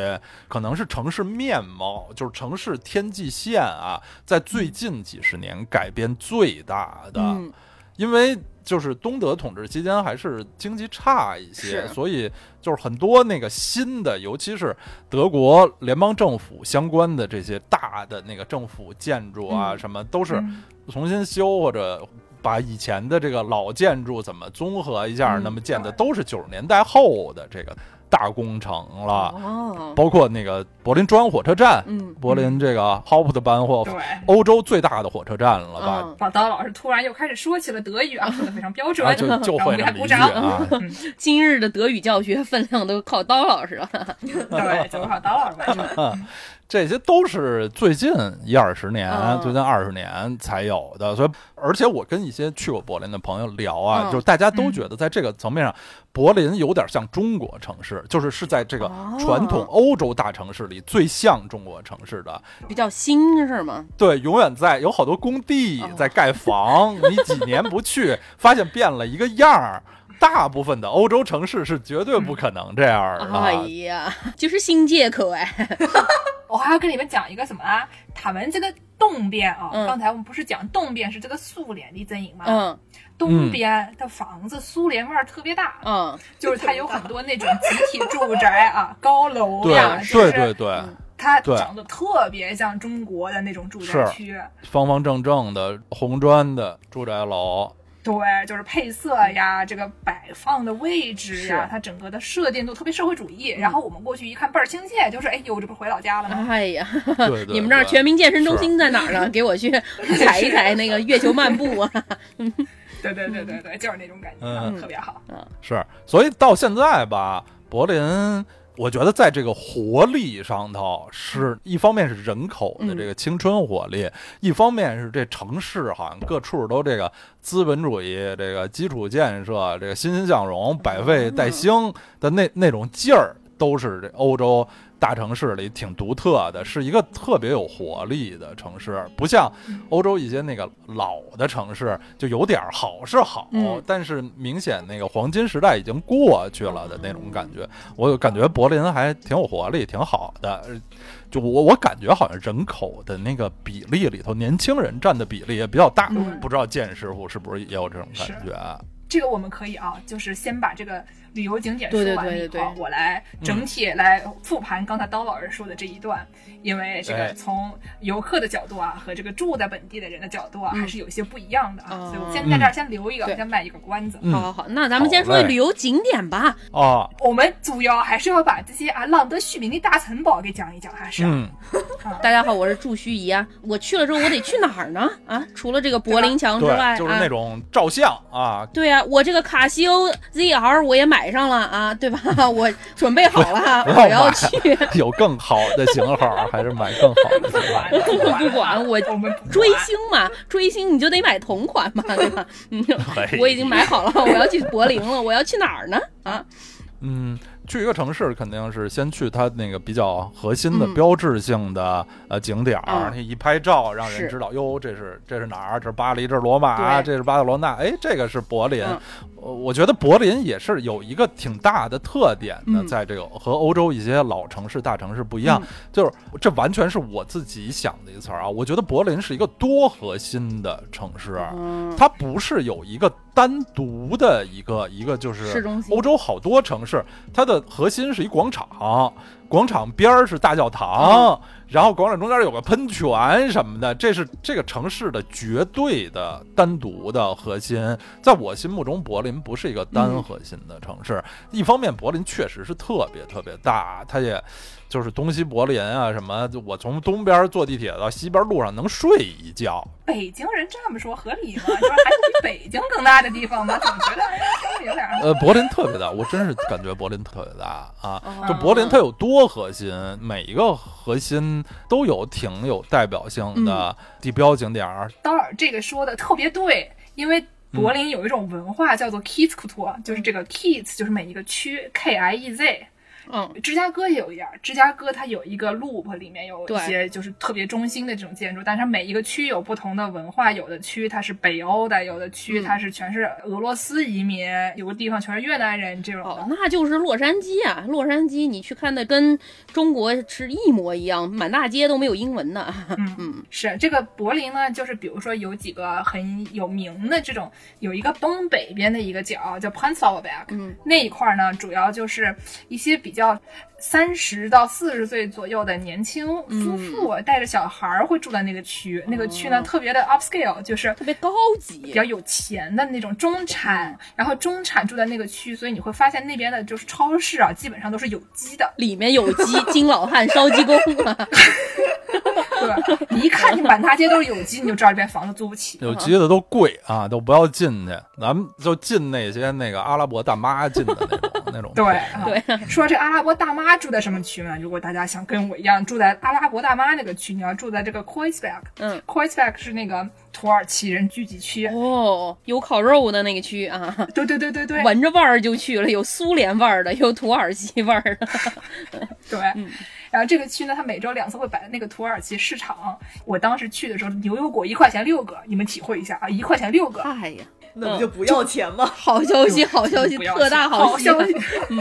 可能是城市面貌，就是城市天际线啊，在最近几十年改变最大的。嗯，因为就是东德统治期间还是经济差一些，是所以就是很多那个新的，尤其是德国联邦政府相关的这些大的那个政府建筑啊，嗯什么都是嗯重新修或者。把以前的这个老建筑怎么综合一下，嗯那么建的都是九十年代后的这个大工程了，哦，包括那个柏林中央火车站，嗯，柏林这个 Hauptbahnhof，对。欧洲最大的火车站了吧？嗯宝刀老师突然又开始说起了德语啊，说的非常标准，啊，就就让我们会给那他么鼓一句掌。啊，嗯，今日的德语教学分量都靠刀老师了。 对，就靠刀老师完成。这些都是最近一二十年、嗯最近二十年才有的，所以而且我跟一些去过柏林的朋友聊啊，嗯就是大家都觉得在这个层面上，柏林有点像中国城市，就是是在这个哦传统欧洲大城市里最像中国城市的。比较新是吗？对，永远在有好多工地哦在盖房，你几年不去，发现变了一个样儿。大部分的欧洲城市是绝对不可能这样儿的。啊哎呀，就是新界口哎，我还要跟你们讲一个什么啊？他们这个东边啊，嗯刚才我们不是讲东边是这个苏联的阵营吗？嗯东边的房子苏联味儿特别大，嗯，就是它有很多那种集体住宅啊、高楼对呀，就对是对对，它对长得特别像中国的那种住宅区。方方正正的红砖的住宅 楼，对，就是配色呀，这个摆放的位置呀是，它整个的设定都特别社会主义。嗯然后我们过去一看倍儿亲切，就是哎呦，这不是回老家了吗？哎呀，对 对对你们这儿全民健身中心在哪儿呢？给我去 踩一踩那个月球漫步 啊！对对对对对，就是那种感觉，嗯特别好。是，所以到现在吧，柏林。我觉得在这个活力上头，是一方面是人口的嗯这个青春活力，一方面是这城市好像各处都这个资本主义、这个基础建设、这个欣欣向荣、百废嗯待兴的那那种劲儿，都是这欧洲大城市里挺独特的，是一个特别有活力的城市，不像欧洲一些那个老的城市，就有点儿好是好，嗯但是明显那个黄金时代已经过去了的那种感觉。我有感觉柏林还挺有活力，挺好的。呃就我我感觉好像人口的那个比例里头，年轻人占的比例也比较大。嗯不知道剑师傅是不是也有这种感觉？啊这个我们可以啊，就是先把这个旅游景点说对完了对对以对后，我来整体来复盘刚才刀老师说的这一段，因为这哎个从游客的角度啊，和这个住在本地的人的角度啊，嗯还是有些不一样的啊，哦所以我先在这儿先留一个，对先卖一个关子。好嗯好好，那咱们先说好嘞旅游景点吧。啊，我们主要还是要把这些啊浪得虚名的大城堡给讲一讲，还是啊、嗯，大家好，我是祝须姨啊。我去了之后，我得去哪儿呢？啊，除了这个柏林墙之外对，就是那啊。种照相啊，对啊，我这个卡西欧 ZR 我也买上了啊，对吧？ 我准备好了啊，不要我要买去。 有更好的型号，还是买更好的型 号？不管不管我我们不管追星嘛，追星你就得买同款嘛，对吧？嗯 哎，我已经买好了，我要去柏林了，我要去哪儿呢？啊，嗯，去一个城市肯定是先去它那个比较核心的嗯标志性的、呃景点儿，嗯那一拍照让人是知道，哟，这是这是哪儿？这是巴黎，这是罗马，对这是巴塞罗那，哎，这个是柏林。嗯呃我觉得柏林也是有一个挺大的特点的，嗯在这个和欧洲一些老城市、大城市不一样，就是这完全是我自己想的一词儿啊。我觉得柏林是一个多核心的城市，嗯，它不是有一个单独的一个一个就是市中心欧洲好多城市，它的的核心是一广场，广场边儿是大教嗯堂，然后广场中间有个喷泉什么的，这是这个城市的绝对的单独的核心。在我心目中，柏林不是一个嗯单核心的城市。一方面，柏林确实是特别特别大，它也就是东西柏林啊什么，就我从东边坐地铁到西边路上能睡一觉，北京人这么说合理吗？就是还有比北京更大的地方吗？总觉得哎听着有点儿呃，柏林特别大，我真是感觉柏林特别大啊！哦就柏林它有多核心，每一个核心都有挺有代表性的地标景点儿。当然，这个说的特别对，因为柏林有一种文化叫做 Kiezkultur，、就是这个 Kiez 就是每一个区 K I E Z。嗯，芝加哥也有一点儿，芝加哥它有一个 loop，里面有一对些就是特别中心的这种建筑，但是它每一个区有不同的文化，有的区它是北欧的，有的区嗯它是全是俄罗斯移民，有的地方全是越南人这种的。哦，那就是洛杉矶啊，洛杉矶，你去看那跟中国是一模一样，满大街都没有英文的。是这个柏林呢，就是比如说有几个很有名的这种，有一个东北边的一个角叫 Prenzlauer Berg，嗯，那一块儿呢，主要就是一些比较三十到四十岁左右的年轻夫妇啊带着小孩儿会住在那个区，那个区呢特别的 upscale，就是 特别高级比，较有钱的那种中产，然后中产住在那个区，所以你会发现那边的就是超市啊，基本上都是有机的，里面有 鸡，金老汉烧鸡公啊，对，你一看你满大街都是有机，你就知道这边房子租不 起。有机的都贵啊，都不要进去，咱们就进那些那个阿拉伯大妈进的那种那种。对，啊嗯对，说这阿拉伯大妈住在什么区呢？如果大家想跟我一样住在阿拉伯大妈那个区，你要住在这个 k o i s b e c k 嗯 k o i s b e c k 是那个土耳其人聚集区。哦，有烤肉的那个区啊，对对对对对，闻着味儿就去了，有苏联味儿的，有土耳其味儿的，对。嗯然后这个区呢，它每周两次会摆那个土耳其市场。我当时去的时候，牛油果一块钱六个，你们体会一下啊，一块钱六个，哎呀， 哎那不就不要钱吗？好消息，好消息，嗯不要特大钱好息啊，消息。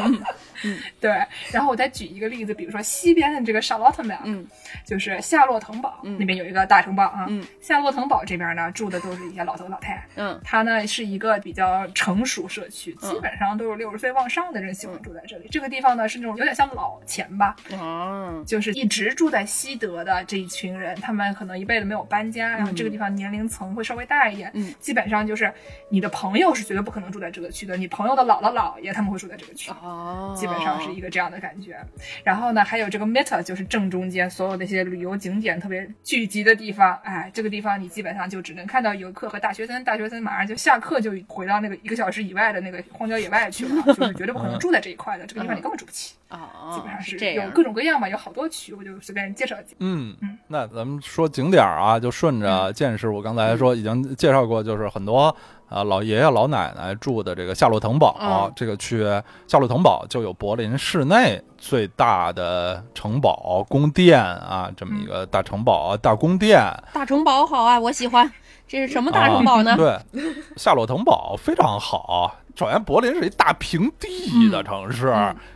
对。然后我再举一个例子，比如说西边的这个 Charlottenburg，嗯，就是夏洛滕堡、那边有一个大城堡啊。嗯夏洛滕堡这边呢，住的都是一些老头老太太。 嗯，它呢是一个比较成熟社区，嗯基本上都是六十岁往上的人喜欢住在这里。这个地方呢是那种有点像老钱吧，啊，就是一直住在西德的这一群人，他们可能一辈子没有搬家，然后这个地方年龄层会稍微大一点。嗯基本上就是你的朋友是绝对不可能住在这个区的，你朋友的姥姥姥爷他们会住在这个区。哦，基本上是一个这样的感觉。然后呢，还有这个 Meta，就是正中间所有那些旅游景点特别聚集的地方。哎，这个地方你基本上就只能看到游客和大学生，大学生马上就下课就回到那个一个小时以外的那个荒郊野外去了，就是绝对不嗯可能住在这一块的。这个地方你根本住不起，啊，基本上是这有样，各种各样吧，有好多区，我就随便介绍几个。嗯嗯，那咱们说景点儿啊，就顺着见识，我刚才说已经介绍过，就是很多啊老爷爷老奶奶住的这个夏洛滕堡、嗯这个区，夏洛滕堡就有柏林市内最大的城堡宫殿啊，这么一个大城堡、啊大宫殿。大城堡好啊，我喜欢，这是什么 大城堡呢？啊对，夏洛滕堡非常好。首先，柏林是一大平地嗯的城市，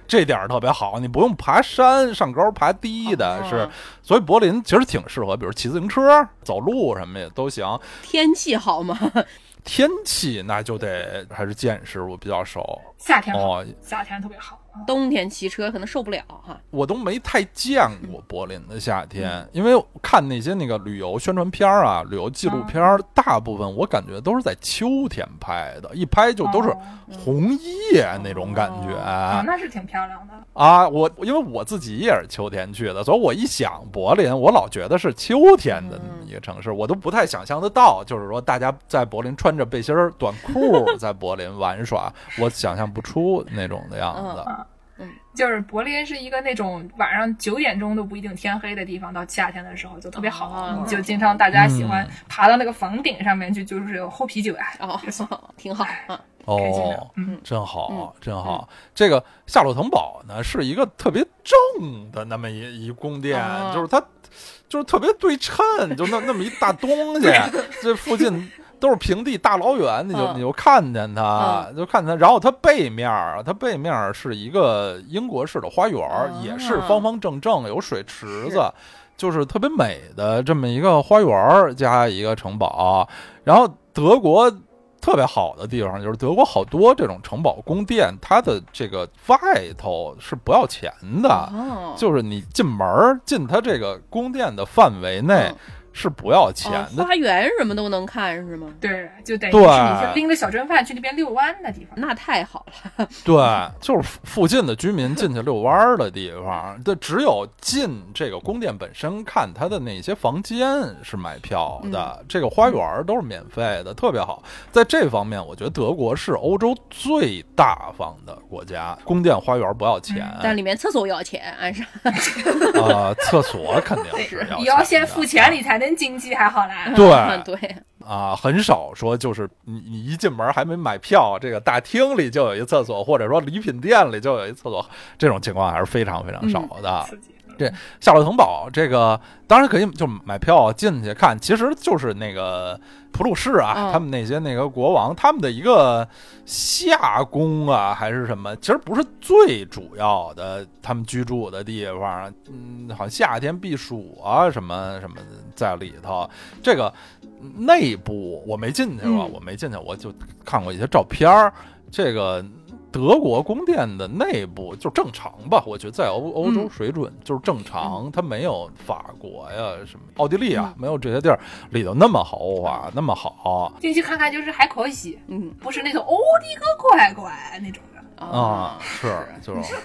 这点儿特别好，你不用爬山、上高爬低的，是哦。所以柏林其实挺适合，比如骑自行车、走路什么也都行。天气好吗？ 天气那就得还是见识我比较熟夏嗯天好，哦，夏天特别好啊。冬天骑车可能受不了哈。我都没太见 过柏林的夏嗯天，因为我看那些那个旅游宣传片儿啊、旅游纪录片儿，大部分我感觉都是在秋天拍的，一拍就都是哦红叶那种感觉啊，那是挺漂亮的。啊。我因为我自己也是秋天去的，所以我一想柏林，我老觉得是秋天的那么一个城市，我都不太想象得到，就是说大家在柏林穿着背心儿、短裤 在柏林玩耍，我想象不出那种的样子。就是柏林是一个那种晚上九点钟都不一定天黑的地方，到夏天的时候就特别好，哦你就经常大家喜嗯欢爬到那个房顶上面去，就是有喝啤酒呀、哦， 挺好啊。嗯开心的哦，嗯真好，真好。嗯这个夏洛滕堡呢，是一个特别正的那么一一宫殿，哦就是它就是特别对称，就那那么一大东西，这附近。都是平地，大老远你就、嗯你就看见它，就看见它。然后它背面儿，它背面儿是一个英国式的花园儿，哦也是方方正正，有水池子是，就是特别美的这么一个花园儿加一个城堡。然后德国特别好的地方，就是德国好多这种城堡宫殿，它的这个外头是不要钱的，哦就是你进门儿进它这个宫殿的范围内嗯是不要钱哦的。花园什么都能看是吗？对，就等于是对你是拎着小蒸饭去那边遛弯的地方。那太好哎了，对，就是附附近的居民进去遛弯儿的地方，这只有进这个宫殿本身看它的那些房间是买票的，这个花园儿都是免费的，特别好。在这方面，我觉得德国是欧洲最大方的国家，宫殿花园不要钱嗯啊、但里面厕所要钱，按上厕所肯定是对 要你要先的付钱，你才能经济还好啦。嗯 对对，啊，很少说就是你你一进门还没买票，这个大厅里就有一厕所，或者说礼品店里就有一厕所，这种情况还是非常非常少的。嗯刺激。这夏洛滕堡这个当然可以就买票进去看，其实就是那个普鲁士啊，嗯他们那些那个国王他们的一个夏宫啊还是什么，其实不是最主要的他们居住的地方，嗯，好像夏天避暑啊什么什么在里头，这个内部我没进去过，嗯我没进去，我就看过一些照片儿，这个。德国宫殿的内部就正常吧，我觉得在欧欧洲嗯水准就是正常，它没有法国呀、什么奥地利啊，嗯没有这些地儿里头那么豪华，那么哦好进去看看就是还可以，嗯不是那种欧的哥乖乖那种的。哦啊、是就是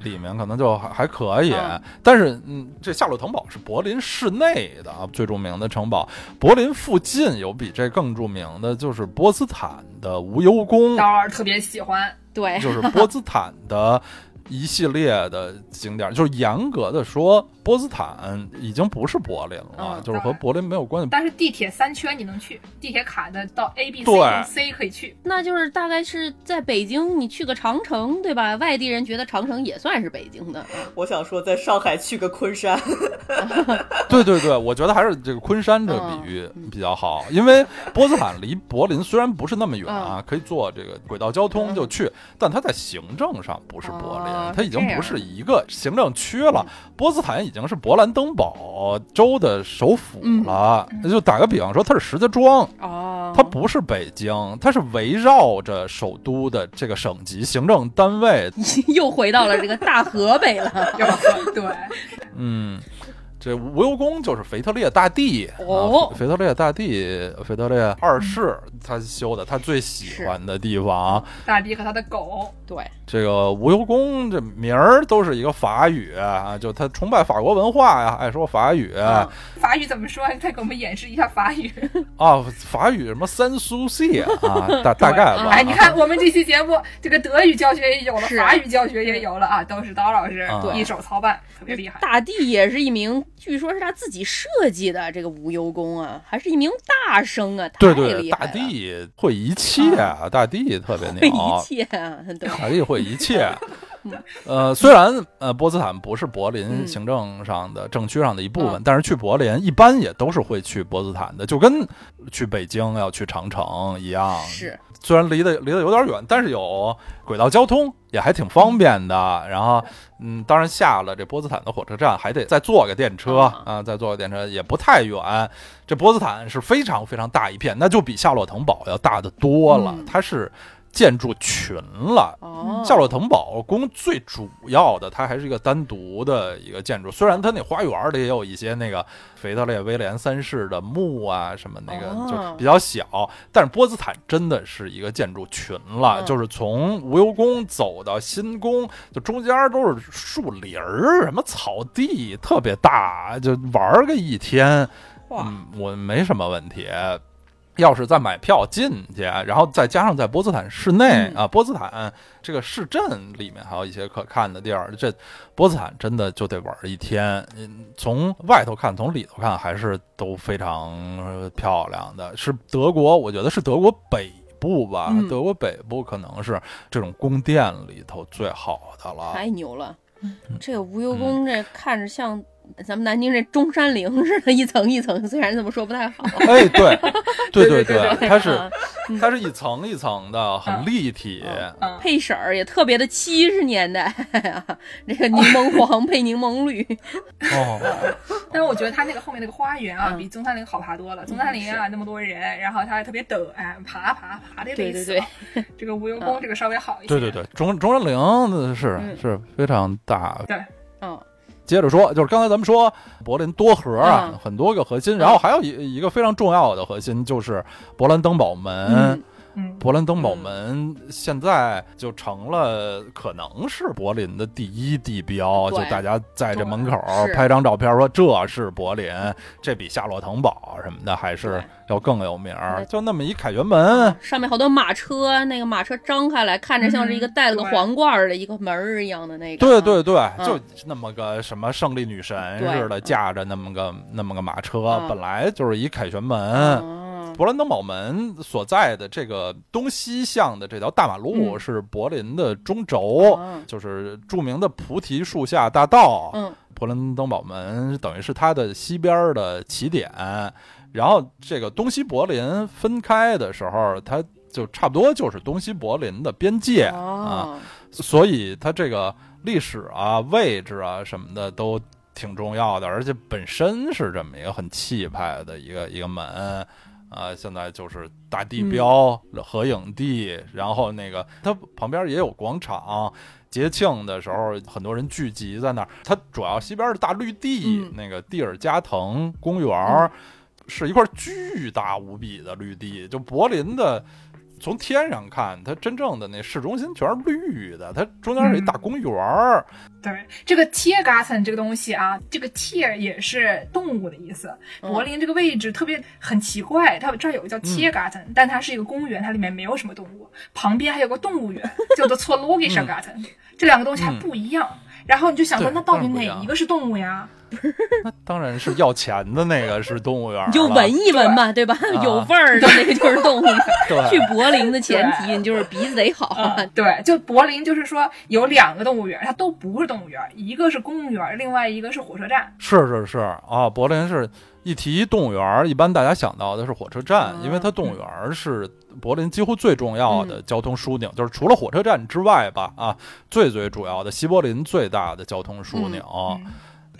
里面可能就还还可以，嗯但是嗯，这夏洛滕堡是柏林市内的啊，最著名的城堡，柏林附近有比这更著名的就是波茨坦的无忧哦宫，刀儿特别喜欢，对，就是波茨坦的一系列的景点儿，就是严格的说，波茨坦已经不是柏林了，嗯就是和柏林没有关系。但是地铁三圈你能去，地铁卡的到 A、B、C 对跟 C 可以去。那就是大概是在北京，你去个长城，对吧？外地人觉得长城也算是北京的， 我想说，在上海去个昆山，对对对，我觉得还是这个昆山这个嗯比喻比较好，因为波茨坦离柏林虽然不是那么远嗯啊，可以坐这个轨道交通就去，但它在行政上不是柏哦林，它已经这样嗯不是一个行政区了。波茨坦已经是勃兰登堡州的首府嗯了。就打个比方说，它是石家庄，哦它不是北京，它是围绕着首都的这个省级行政单位。又回到了这个大河北 了。有对，嗯，这无忧宫就是腓特烈大帝哦啊，腓特烈大帝，腓特烈二世他修的，他最喜欢的地方。啊大迪和他的狗，对，这个无忧宫这名儿都是一个法语啊，就他崇拜法国文化呀，爱说法语。嗯法语怎么说？你再给我们演示一下法语。啊，法语什么三苏系啊，大大概吧。哎，你看我们这期节目，这个德语教学也有了，是法语教学也有了啊，都是刀老师啊一手操办，特别厉害。大帝也是一名，据说是他自己设计的这个无忧宫啊，还是一名大生啊，对太对，厉害了大帝会一切，啊大帝特别会牛。 一切啊，对，法律会一切。啊 呃，虽然呃波茨坦不是柏林行政上的政区上的一部分，嗯但是去柏林一般也都是会去波茨坦的，就跟去北京要去长城一样。是，虽然离得离得有点远，但是有轨道交通也还挺方便的。然后，嗯，当然下了这波茨坦的火车站，还得再坐个电车啊啊、再坐个电车也不太远。这波茨坦是非常非常大一片，那就比夏洛滕堡要大得多了，嗯它是建筑群了。哦，夏洛滕堡宫最主要的，它还是一个单独的一个建筑。虽然它那花园里也有一些那个腓特烈威廉三世的墓啊，什么那个哦就比较小，但是波茨坦真的是一个建筑群了，嗯就是从无忧宫走到新宫，就中间都是树林儿，什么草地，特别大，就玩儿个一天。哇嗯，我没什么问题。要是再买票进去，然后再加上在波茨坦市内、嗯啊，波茨坦这个市镇里面还有一些可看的地儿，这波茨坦真的就得玩一天。嗯，从外头看，从里头看还是都非常呃漂亮的，是德国，我觉得是德国北。部吧，嗯德国北部可能是这种宫殿里头最好嗯的了。太牛了！这个无忧宫这看着像咱们南京这中山陵似的，一层一层，虽然这么说不太好，哎，对，对对对，它是啊它是一层一层的，很立体。嗯，配色儿也特别的七十年代啊，这个柠檬 黄配柠檬绿，哦，但是我觉得它那个后面那个花园啊，嗯比中山陵好爬多了。中山陵啊，那么多人，然后它还特别陡，哎，爬爬爬的累死了。这个无忧宫这个稍微好一些。对对对，中中山陵是嗯是非常大。对，嗯，接着说，就是刚才咱们说柏林多核啊，嗯很多个核心，嗯然后还有一一个非常重要的核心就是勃兰登堡门。嗯嗯，勃兰登堡门现在就成了可能是柏林的第一地标，就对大家在这门口对是拍张照片，说这是柏林，这比夏洛滕堡什么的还是对要更有名儿。对就那么一凯旋门，嗯上面好多马车，那个马车张开来，看着像是一个嗯带了个对皇冠儿的一个门儿一样的那个。对对对，嗯就那么个什么胜利女神对似的，驾着那么个那么个马车，嗯本来就是一凯旋门。嗯，勃兰登堡门所在的这个东西向的这条大马路嗯是柏林的中轴，嗯就是著名的菩提树下大道。嗯勃兰登堡门等于是它的西边的起点，然后这个东西柏林分开的时候，它就差不多就是东西柏林的边界、啊。哦，所以它这个历史啊、位置啊什么的都挺重要的，而且本身是这么一个很气派的一个一个门啊、现在就是大地标、合影地，然后那个它旁边也有广场。节庆的时候，很多人聚集在那儿。它主要西边是大绿地，嗯那个蒂尔加滕公园儿、是一块巨大无比的绿地，就柏林的从天上看，它真正的那市中心全是绿的，它中间是一大公园儿。对，这个 Tiergarten 这个东西啊，这个 Tier 也是动物的意思。嗯柏林这个位置特别很奇怪，它这儿有个叫嗯 Tiergarten，、但它是一个公园，它里面没有什么动物，旁边还有个动物园叫做 Zoologischer Garten，、这两个东西还不一样。然后你就想说，嗯对那到底当然不一哪样一个是动物 呀？那当然是要钱的那个是动物园儿了，啊你就闻一闻吧，对吧？有味儿的那个就是动物园。去 对，柏林的前提，你就是鼻子得好啊。对，就柏林就是说有两个动物园，它都不是动物园，一个是公园，另外一个是火车站。是是是啊，柏林是一提动物园儿，一般大家想到的是火车站，嗯因为它动物园儿是柏林几乎最重要的交通枢纽，就是除了火车站之外吧，啊，最最主要的西柏林最大的交通枢纽。嗯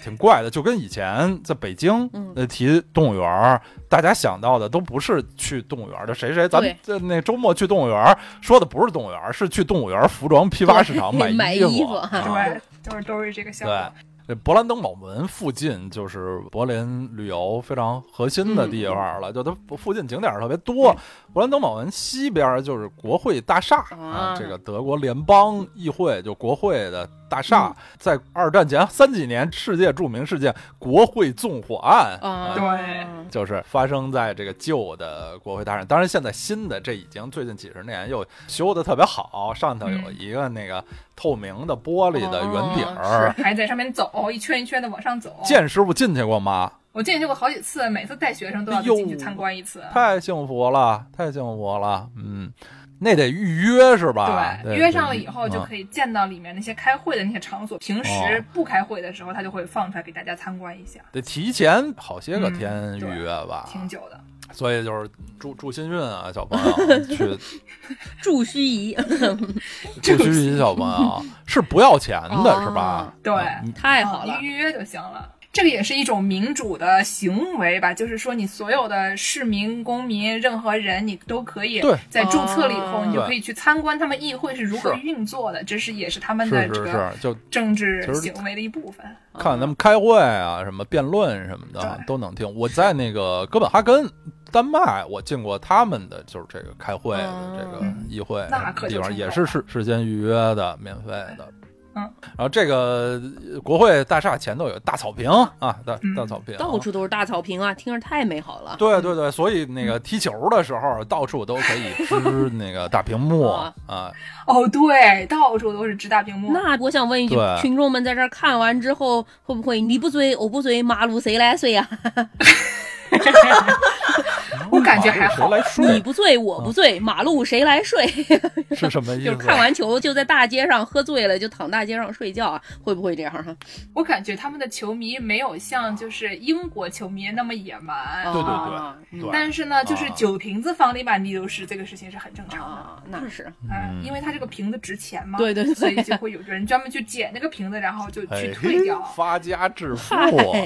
挺怪的，就跟以前在北京嗯呃提动物园儿，大家想到的都不是去动物园儿的谁谁，咱们这那周末去动物园儿说的不是动物园儿，是去动物园儿服装批发市场对 买衣衣服啊对，就是都是这个效对果。，这勃兰登堡门附近就是柏林旅游非常核心的地方了，就它附近景点儿特别多。勃兰登堡门西边儿就是国会大厦啊啊这个德国联邦议会就国会的大厦，在二战前三几年世界著名事件国会纵火案啊，对就是发生在这个旧的国会大厦。当然，现在新的这已经最近几十年又修的特别好，上头有嗯一个那个透明的玻璃的圆顶哦儿是。还在上面走，一圈一圈的往上走。建师傅进去过吗？我进去过好几次，每次带学生都要哎呦进去参观一次。太幸福了，太幸福了，嗯，那得预约是吧？对，约上了以后就以。可以见到里面那些开会的那些场所。平哦时不开会的时候，他就会放出来给大家参观一下，嗯得提前好些个嗯天预对约吧，挺久啊的。所以就是祝祝新运啊，小朋友 去祝须仪， 祝新运小朋友是不要钱的，哦是吧？对嗯太好了你。预约就行了。这个也是一种民主的行为吧，就是说你所有的市民、公民、任何人，你都可以对在注册了以后，哦你就可以去参观他们议会是如何是运作的，这是也是他们的是这是个是，就政治其实行为的一部分。看他们开会啊，什么辩论什么的对都能听。我在那个哥本哈根。丹麦，我进过他们的就是这个开会的哦这个议会嗯那可地就方，挺也好是了事事先预约的，免费的。嗯，然后这个呃国会大厦前头有大草坪啊，大嗯大草坪，到处都是大草坪啊，听着太美好了。对对对，所以那个踢球的时候，到处都可以支那个大屏幕啊啊，哦，对，到处都是直大屏幕。那我想问一句对，群众们在这儿看完之后，会不会你不追我不追，马路谁来睡呀、啊我感觉还马路好谁来你睡？嗯不醉我不醉，马路谁来睡？是什么意就是思？看完球就在大街上喝醉了就躺大街上睡觉啊，会不会这样哈？我感觉他们的球迷没有像就是英国球迷那么野蛮，对啊对啊哦对但是呢，就是啊酒瓶子放了一把泥流失，这个事情是很正常哦的。啊，那是嗯，因为它这个瓶子值钱嘛，对对对所以就会有人专门去捡那个瓶子，然后就 哎去退掉。发家致富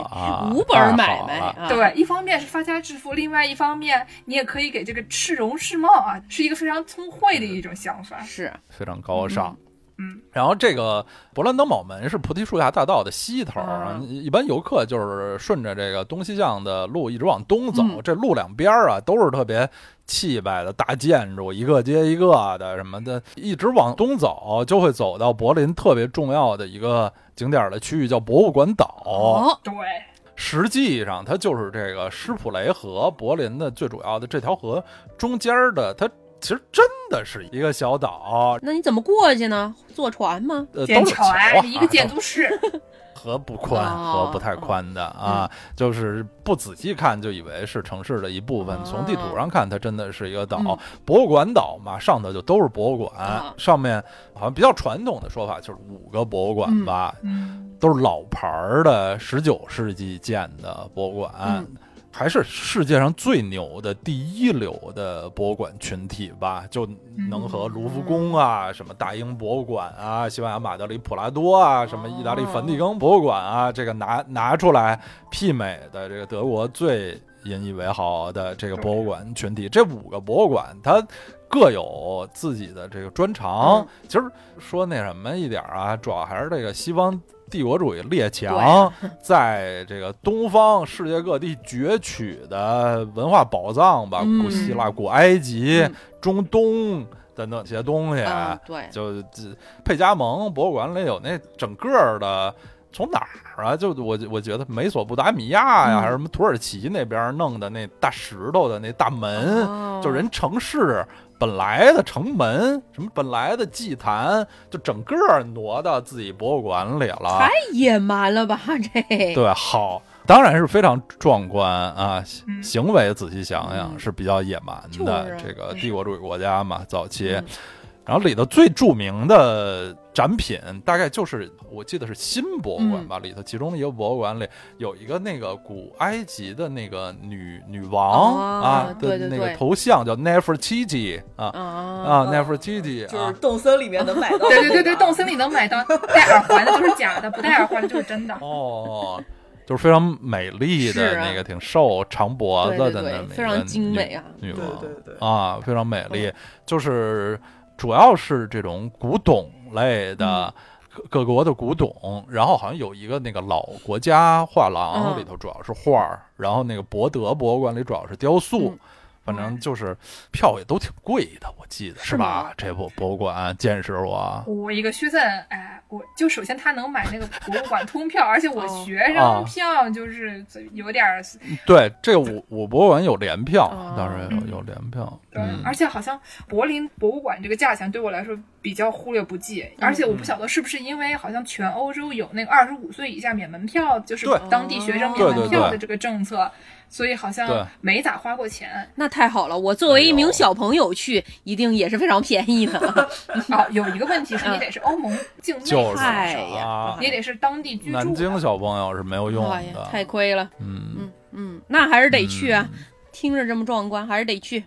啊，无本儿太买好卖了啊，对，一方面是发家致富，另外一方面你也可以给这个市容市貌啊，是一个非常聪慧嗯的一种想法。是非常高尚。嗯，然后这个勃兰登堡门是菩提树下大道的西头儿，啊啊嗯一般游客就是顺着这个东西向的路一直往东走，嗯这路两边儿啊都是特别气派的大建筑，一个接一个的什么的，一直往东走就会走到柏林特别重要的一个景点儿的区域，叫博物馆岛。哦，对，实际上，它就是这个施普雷河，柏林的最主要的这条河中间儿的，它其实真的是一个小岛，那你怎么过去呢？坐船吗？呃，建都是桥啊桥，一个建筑 师，河不宽，哦河不太宽的啊，就是不仔细看就以为是城市的一部分，哦从地图上看它真的是一个岛，嗯博物馆岛嘛，上头就都是博物馆，啊上面好像比较传统的说法就是五个博物馆吧，嗯，都是老牌儿的十九世纪建的博物馆。嗯还是世界上最牛的第一流的博物馆群体吧，就能和卢浮宫嗯啊、什么大英博物馆啊、西班牙马德里普拉多啊、什么意大利梵哦蒂冈博物馆啊，这个拿拿出来媲美的这个德国最引以为豪的这个博物馆群体。这五个博物馆，它各有自己的这个专长。嗯其实说那什么一点儿啊，主要还是这个西方帝国主义列强对 在这个东方世界各地攫取的文化宝藏吧，嗯古希腊、古埃及、嗯中东的那些东西。啊，对，就这佩加蒙博物馆里有那整个儿的，从哪儿啊？就我我觉得美索不达米亚呀，嗯还是什么土耳其那边弄的那大石头的那大门，哦就人城市本来的城门，什么本来的祭坛，就整个儿挪到自己博物馆里了。太野蛮了吧？这对，好，当然是非常壮观啊！嗯行为仔细想想嗯是比较野蛮就是啊的，这个嗯帝国主义国家嘛，早期。嗯然后里头最著名的展品，大概就是我记得是新博物嗯馆吧，里头其中一个博物馆里有一个那个古埃及的那个女女王、哦啊对对的那个对头像叫 Nefertiti 啊啊，啊 Nefertiti 就是啊，动森里面能买到的。对对对对，动森里能买到戴耳环的就是假的，不戴耳环的就是真的。哦，就是非常美丽的是啊那个，挺瘦长脖对子对的那对么一个非常精女美啊嗯女王对对对啊，非常美丽，就是主要是这种古董类的。嗯各各国的古董，然后好像有一个那个老国家画廊嗯里头主要是画儿，然后那个博德博物馆里主要是雕塑，嗯反正就是票也都挺贵的，我记得是是吗吧？这博博物馆见识我，我一个学生，哎，我就首先他能买那个博物馆通票，而且我哦学啊生票就是有点儿，对，这个我我博物馆有联票哦，当然有有联票。对嗯，而且好像柏林博物馆这个价钱对我来说比较忽略不计，嗯而且我不晓得是不是因为好像全欧洲有那个二十五岁以下免门票，就是对当地学生免对对门票对的这个政策，所以好对像没咋花过钱。那太好了！我作为一哎名呦小朋友去，一定也是非常便宜的。啊，有一个问题是你得是欧盟境内的嗯就是哎学生呀你得是当地居南住京的。小朋友是没有用哎呀，嗯太的，亏了。嗯，嗯嗯，那还是得去啊！听着这么壮观，还是得去。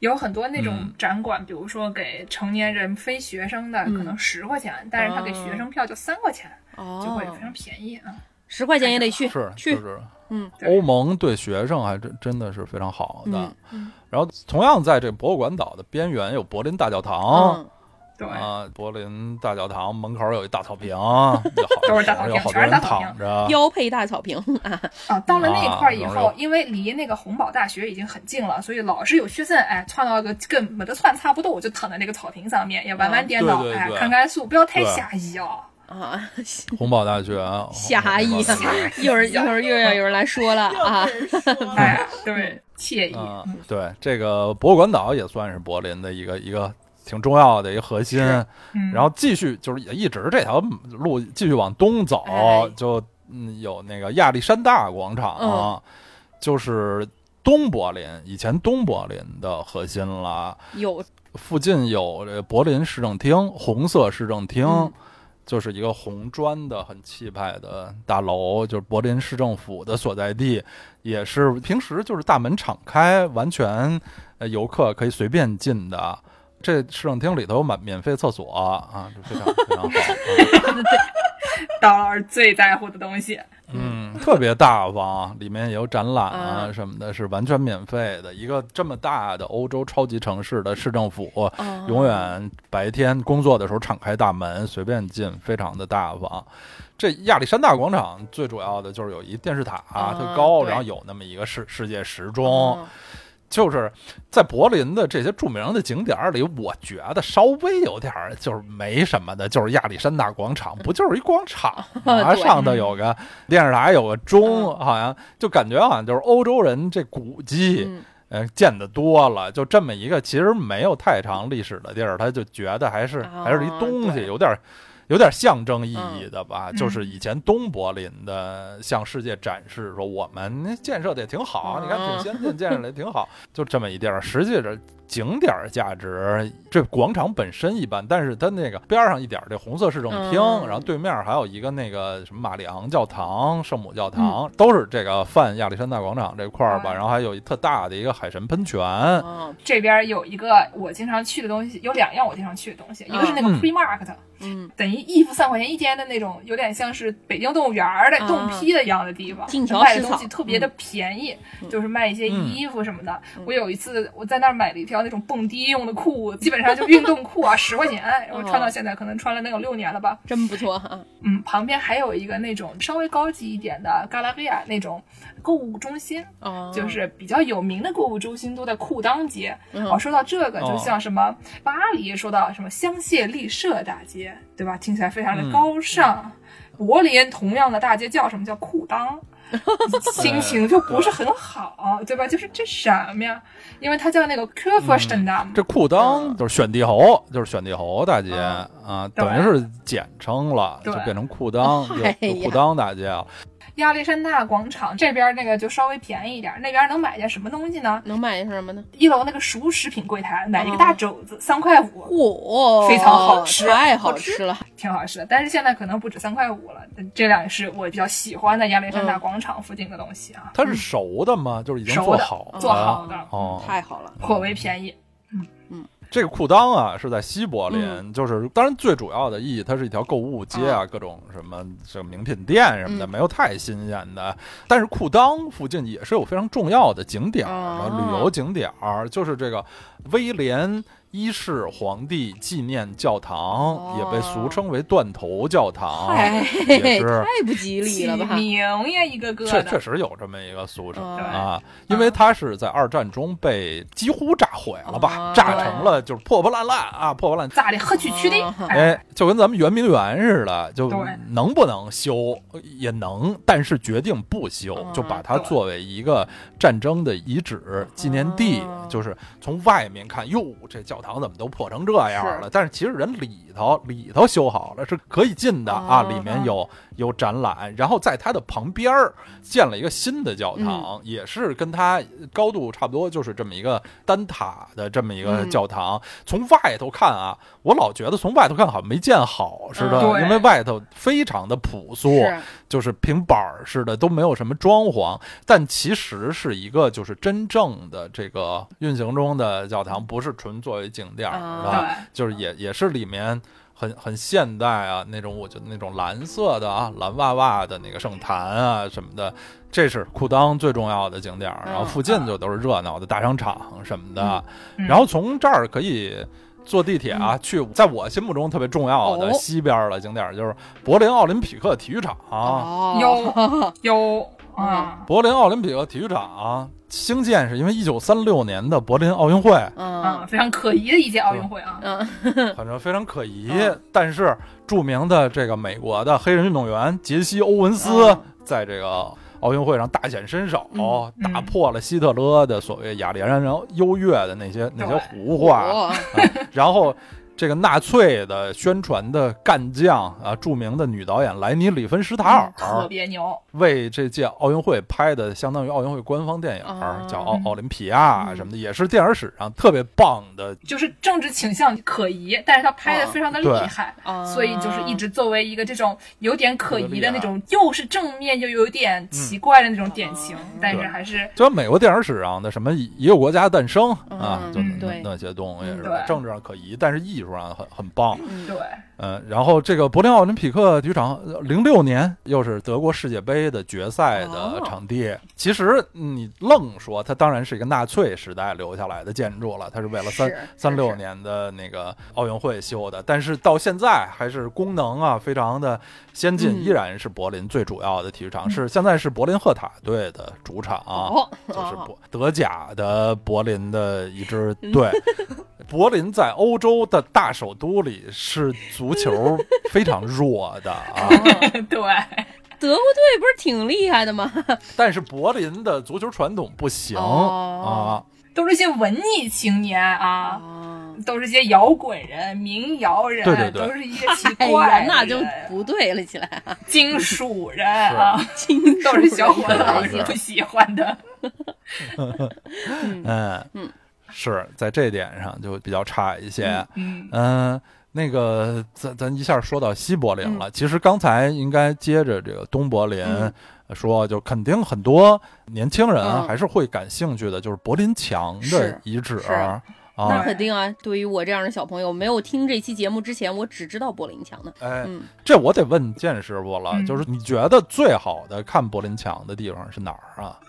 有很多那种嗯展馆，比如说给成年人非学生的，嗯可能十块钱，但是他给学生票就三块钱，就会哦非，常便宜啊。十块钱也得去，是去就。是，嗯，欧盟对学生还真真的是非常好的嗯。然后同样在这博物馆岛的边缘有柏林大教堂嗯，对，啊，柏林大教堂门口有一大 草坪，有好都是大草坪有好多全是人大草坪躺着，嗯腰配大草坪 啊，到了那一块儿以啊后，然后因为离那个红堡大学已经很近了，所以老是有学生哎窜到个跟没得窜差不多，我就躺在那个草坪上面，也玩玩电脑，哦对嗯对哎对，看看书，不要太狭义啊。啊， 红堡大学，狭义红堡大学。一会儿一会儿 又要有人来说了啊要。跟人说哎，对，惬意。啊，嗯对，这个博物馆岛也算是柏林的一个一个挺重要的一个核心。嗯，然后继续就是也一直这条路继续往东走，哎就嗯有那个亚历山大广场，嗯就是东柏林以前东柏林的核心了。有附近有这柏林市政厅，红色市政厅，嗯就是一个红砖的很气派的大楼，就是柏林市政府的所在地，也是平时就是大门敞开，完全呃游客可以随便进的。这市政厅里头有免免费厕所啊，就非常非常好，当老师最在乎的东西，嗯，特别大方，里面也有展览啊啊什么的，是完全免费的。一个这么大的欧洲超级城市的市政府，哦永远白天工作的时候敞开大门，随便进，非常的大方。这亚历山大广场最主要的就是有一电视塔、啊特高，对然后有那么一个世世界时钟，哦就是在柏林的这些著名的景点儿里，我觉得稍微有点儿就是没什么的，就是亚历山大广 场，不就是一广场吗？对嗯上头有个电视台，有个钟，好像就感觉好像就是欧洲人这古迹。嗯呃，见得多了，就这么一个其实没有太长历史的地儿，他就觉得还是、还是一哦东西，对有点儿有点儿象征意义的吧。嗯就是以前东柏林的向世界展示说，我们建设的也挺好，你看挺哦先进，建设的也挺好，就这么一地儿。实际的景点儿价值，这广场本身一般，但是它那个边儿上一点儿这红色市政厅，嗯然后对面儿还有一个那个什么玛丽昂教堂、圣母教嗯堂，都是这个泛亚历山大广场这块儿吧。啊然后还有一特大的一个海神喷泉，嗯哦，这边有一个我经常去的东西，有两样我经常去的东西，一个是那个嗯 Primark，、嗯，等于衣服三块钱一天的那种，有点像是北京动物园儿的啊动批的一样的地方，进桥卖的食东西草特别的便宜，就是卖一些衣服什么的。我有一次我在那儿买了一条那种蹦迪用的裤，基本上就运动裤啊，十块钱，我穿到现在可能穿了能有六年了吧。真不错啊，嗯，旁边还有一个那种稍微高级一点的 Galleria 那种购物中心，哦，就是比较有名的购物中心都在裤裆街。嗯哦，说到这个，哦就像什么巴黎，说到什么香榭丽舍大街，对吧？听起来非常的高尚。柏林同样的大街叫什么叫裤裆，心情就不是很好，对吧？就是这什么呀？因为它叫那个 k u r f u r s t e n d a m 这裤裆就是选帝侯，就是选帝侯大街嗯啊，嗯对等于是简称了，就对变成裤裆，就哎就呀裤裆大街了。亚历山大广场这边那个就稍微便宜一点，那边能买点什么东西呢？能买些什么呢？一楼那个熟食品柜台买一个大肘子，三块五，嚯，非常好吃太好好吃吃了，挺好吃的，但是现在可能不止三块五了。但这两是我比较喜欢的亚历嗯山大广场附近的东西啊，它是熟的吗？就是已经熟做的好做好嗯嗯的哦太好了，颇为便宜。嗯这个裤裆啊是在西柏林，嗯就是当然最主要的意义，它是一条购物街啊，各种什么这个名品店什么的，嗯没有太新鲜的。但是裤裆附近也是有非常重要的景点儿、啊哦旅游景点儿，就是这个威廉。一世皇帝纪念教堂、哦也被俗称为断头教堂，太哦也是哎太不吉利了起？吧名呀，一个个确的，确实有这么一个俗称哦啊，因为它是在二战中被几乎炸毁了吧哦，炸成了就是破破烂烂啊，破破烂。咋的，呵去去的哦，哎，哎，就跟咱们圆明园似的，就对能不能修也能，但是决定不修，就把它对作为一个战争的遗址纪念地哦，就是从外面看，哟，这教堂怎么都破成这样了？是但是其实人里头里头修好了是可以进的啊，哦里面有有展览，然后在它的旁边儿建了一个新的教嗯堂，也是跟它高度差不多，就是这么一个单塔的这么一个嗯教堂。从外头看啊，我老觉得从外头看好像没建好似的，嗯对因为外头非常的朴素，是就是平板儿似的，都没有什么装潢。但其实是一个就是真正的这个运行中的教堂，不是纯作为景点儿，啊是对吧？就是也也是里面很很现代啊，那种我觉得那种蓝色的啊，蓝哇哇的那个圣坛啊什么的，这是裤裆最重要的景点儿。嗯然后附近就都是热闹的大商场什么的，啊嗯然后从这儿可以。坐地铁啊，去在我心目中特别重要的嗯哦西边儿的景点儿就是柏林奥林匹克体育场。啊哦，嗯有有啊，柏林奥林匹克体育场兴建是因为一九三六年的柏林奥运会，啊，嗯非常可疑的一届奥运会啊，嗯反正非常可疑。嗯但是著名的这个美国的黑人运动员杰西·欧文斯嗯在这个奥运会上大显身手，嗯打破了希嗯特勒的所谓雅利安人优越的那些那些胡话，哇然后。这个纳粹的宣传的干将啊，著名的女导演莱尼·里芬施塔尔，嗯特别牛。为这届奥运会拍的相当于奥运会官方电影，哦叫《奥奥林匹亚》啊什么的，也是电影史上特别棒的。就是政治倾向可疑，但是他拍嗯的非常的厉害，哦对所以就是一直作为一个这种有点可疑的那种，又是正面又有嗯点奇怪的那种嗯典型，但是还是就美国电影史上的什么一个国家诞生啊，嗯就那对那些东西是吧对政治上可疑，但是艺术上很很棒。对，嗯，然后这个柏林奥林匹克体育场，零六年又是德国世界杯的决赛的场地。其实你愣说，它当然是一个纳粹时代留下来的建筑了，它是为了三是三六是年的那个奥运会修的，但是到现在还是功能啊非常的先进，嗯依然是柏林最主要的体育场，是现在是柏林赫塔队的主场。啊哦，就是哦嗯柏德甲的柏林的一支队。柏林在欧洲的大首都里是足球非常弱的啊，哦 对，德国队不是挺厉害的吗？但是柏林的足球传统不行啊哦。都是一些文艺青年啊，哦，都是一些摇滚人、民谣人，对对对都是一些 奇 哎怪呀，的人、那就不对了起来，金属人啊， 金属都是小伙子人老是师不喜欢的。嗯嗯是在这点上就比较差一些。嗯，嗯，那个，咱咱一下说到西柏林了。其实刚才应该接着这个东柏林嗯说，就肯定很多年轻人啊嗯还是会感兴趣的，就是柏林墙的是遗址是啊。那肯定啊！对于我这样的小朋友，没有听这期节目之前，我只知道柏林墙的。哎，嗯这我得问建师傅了，嗯就是你觉得最好的看柏林墙的地方是哪儿啊？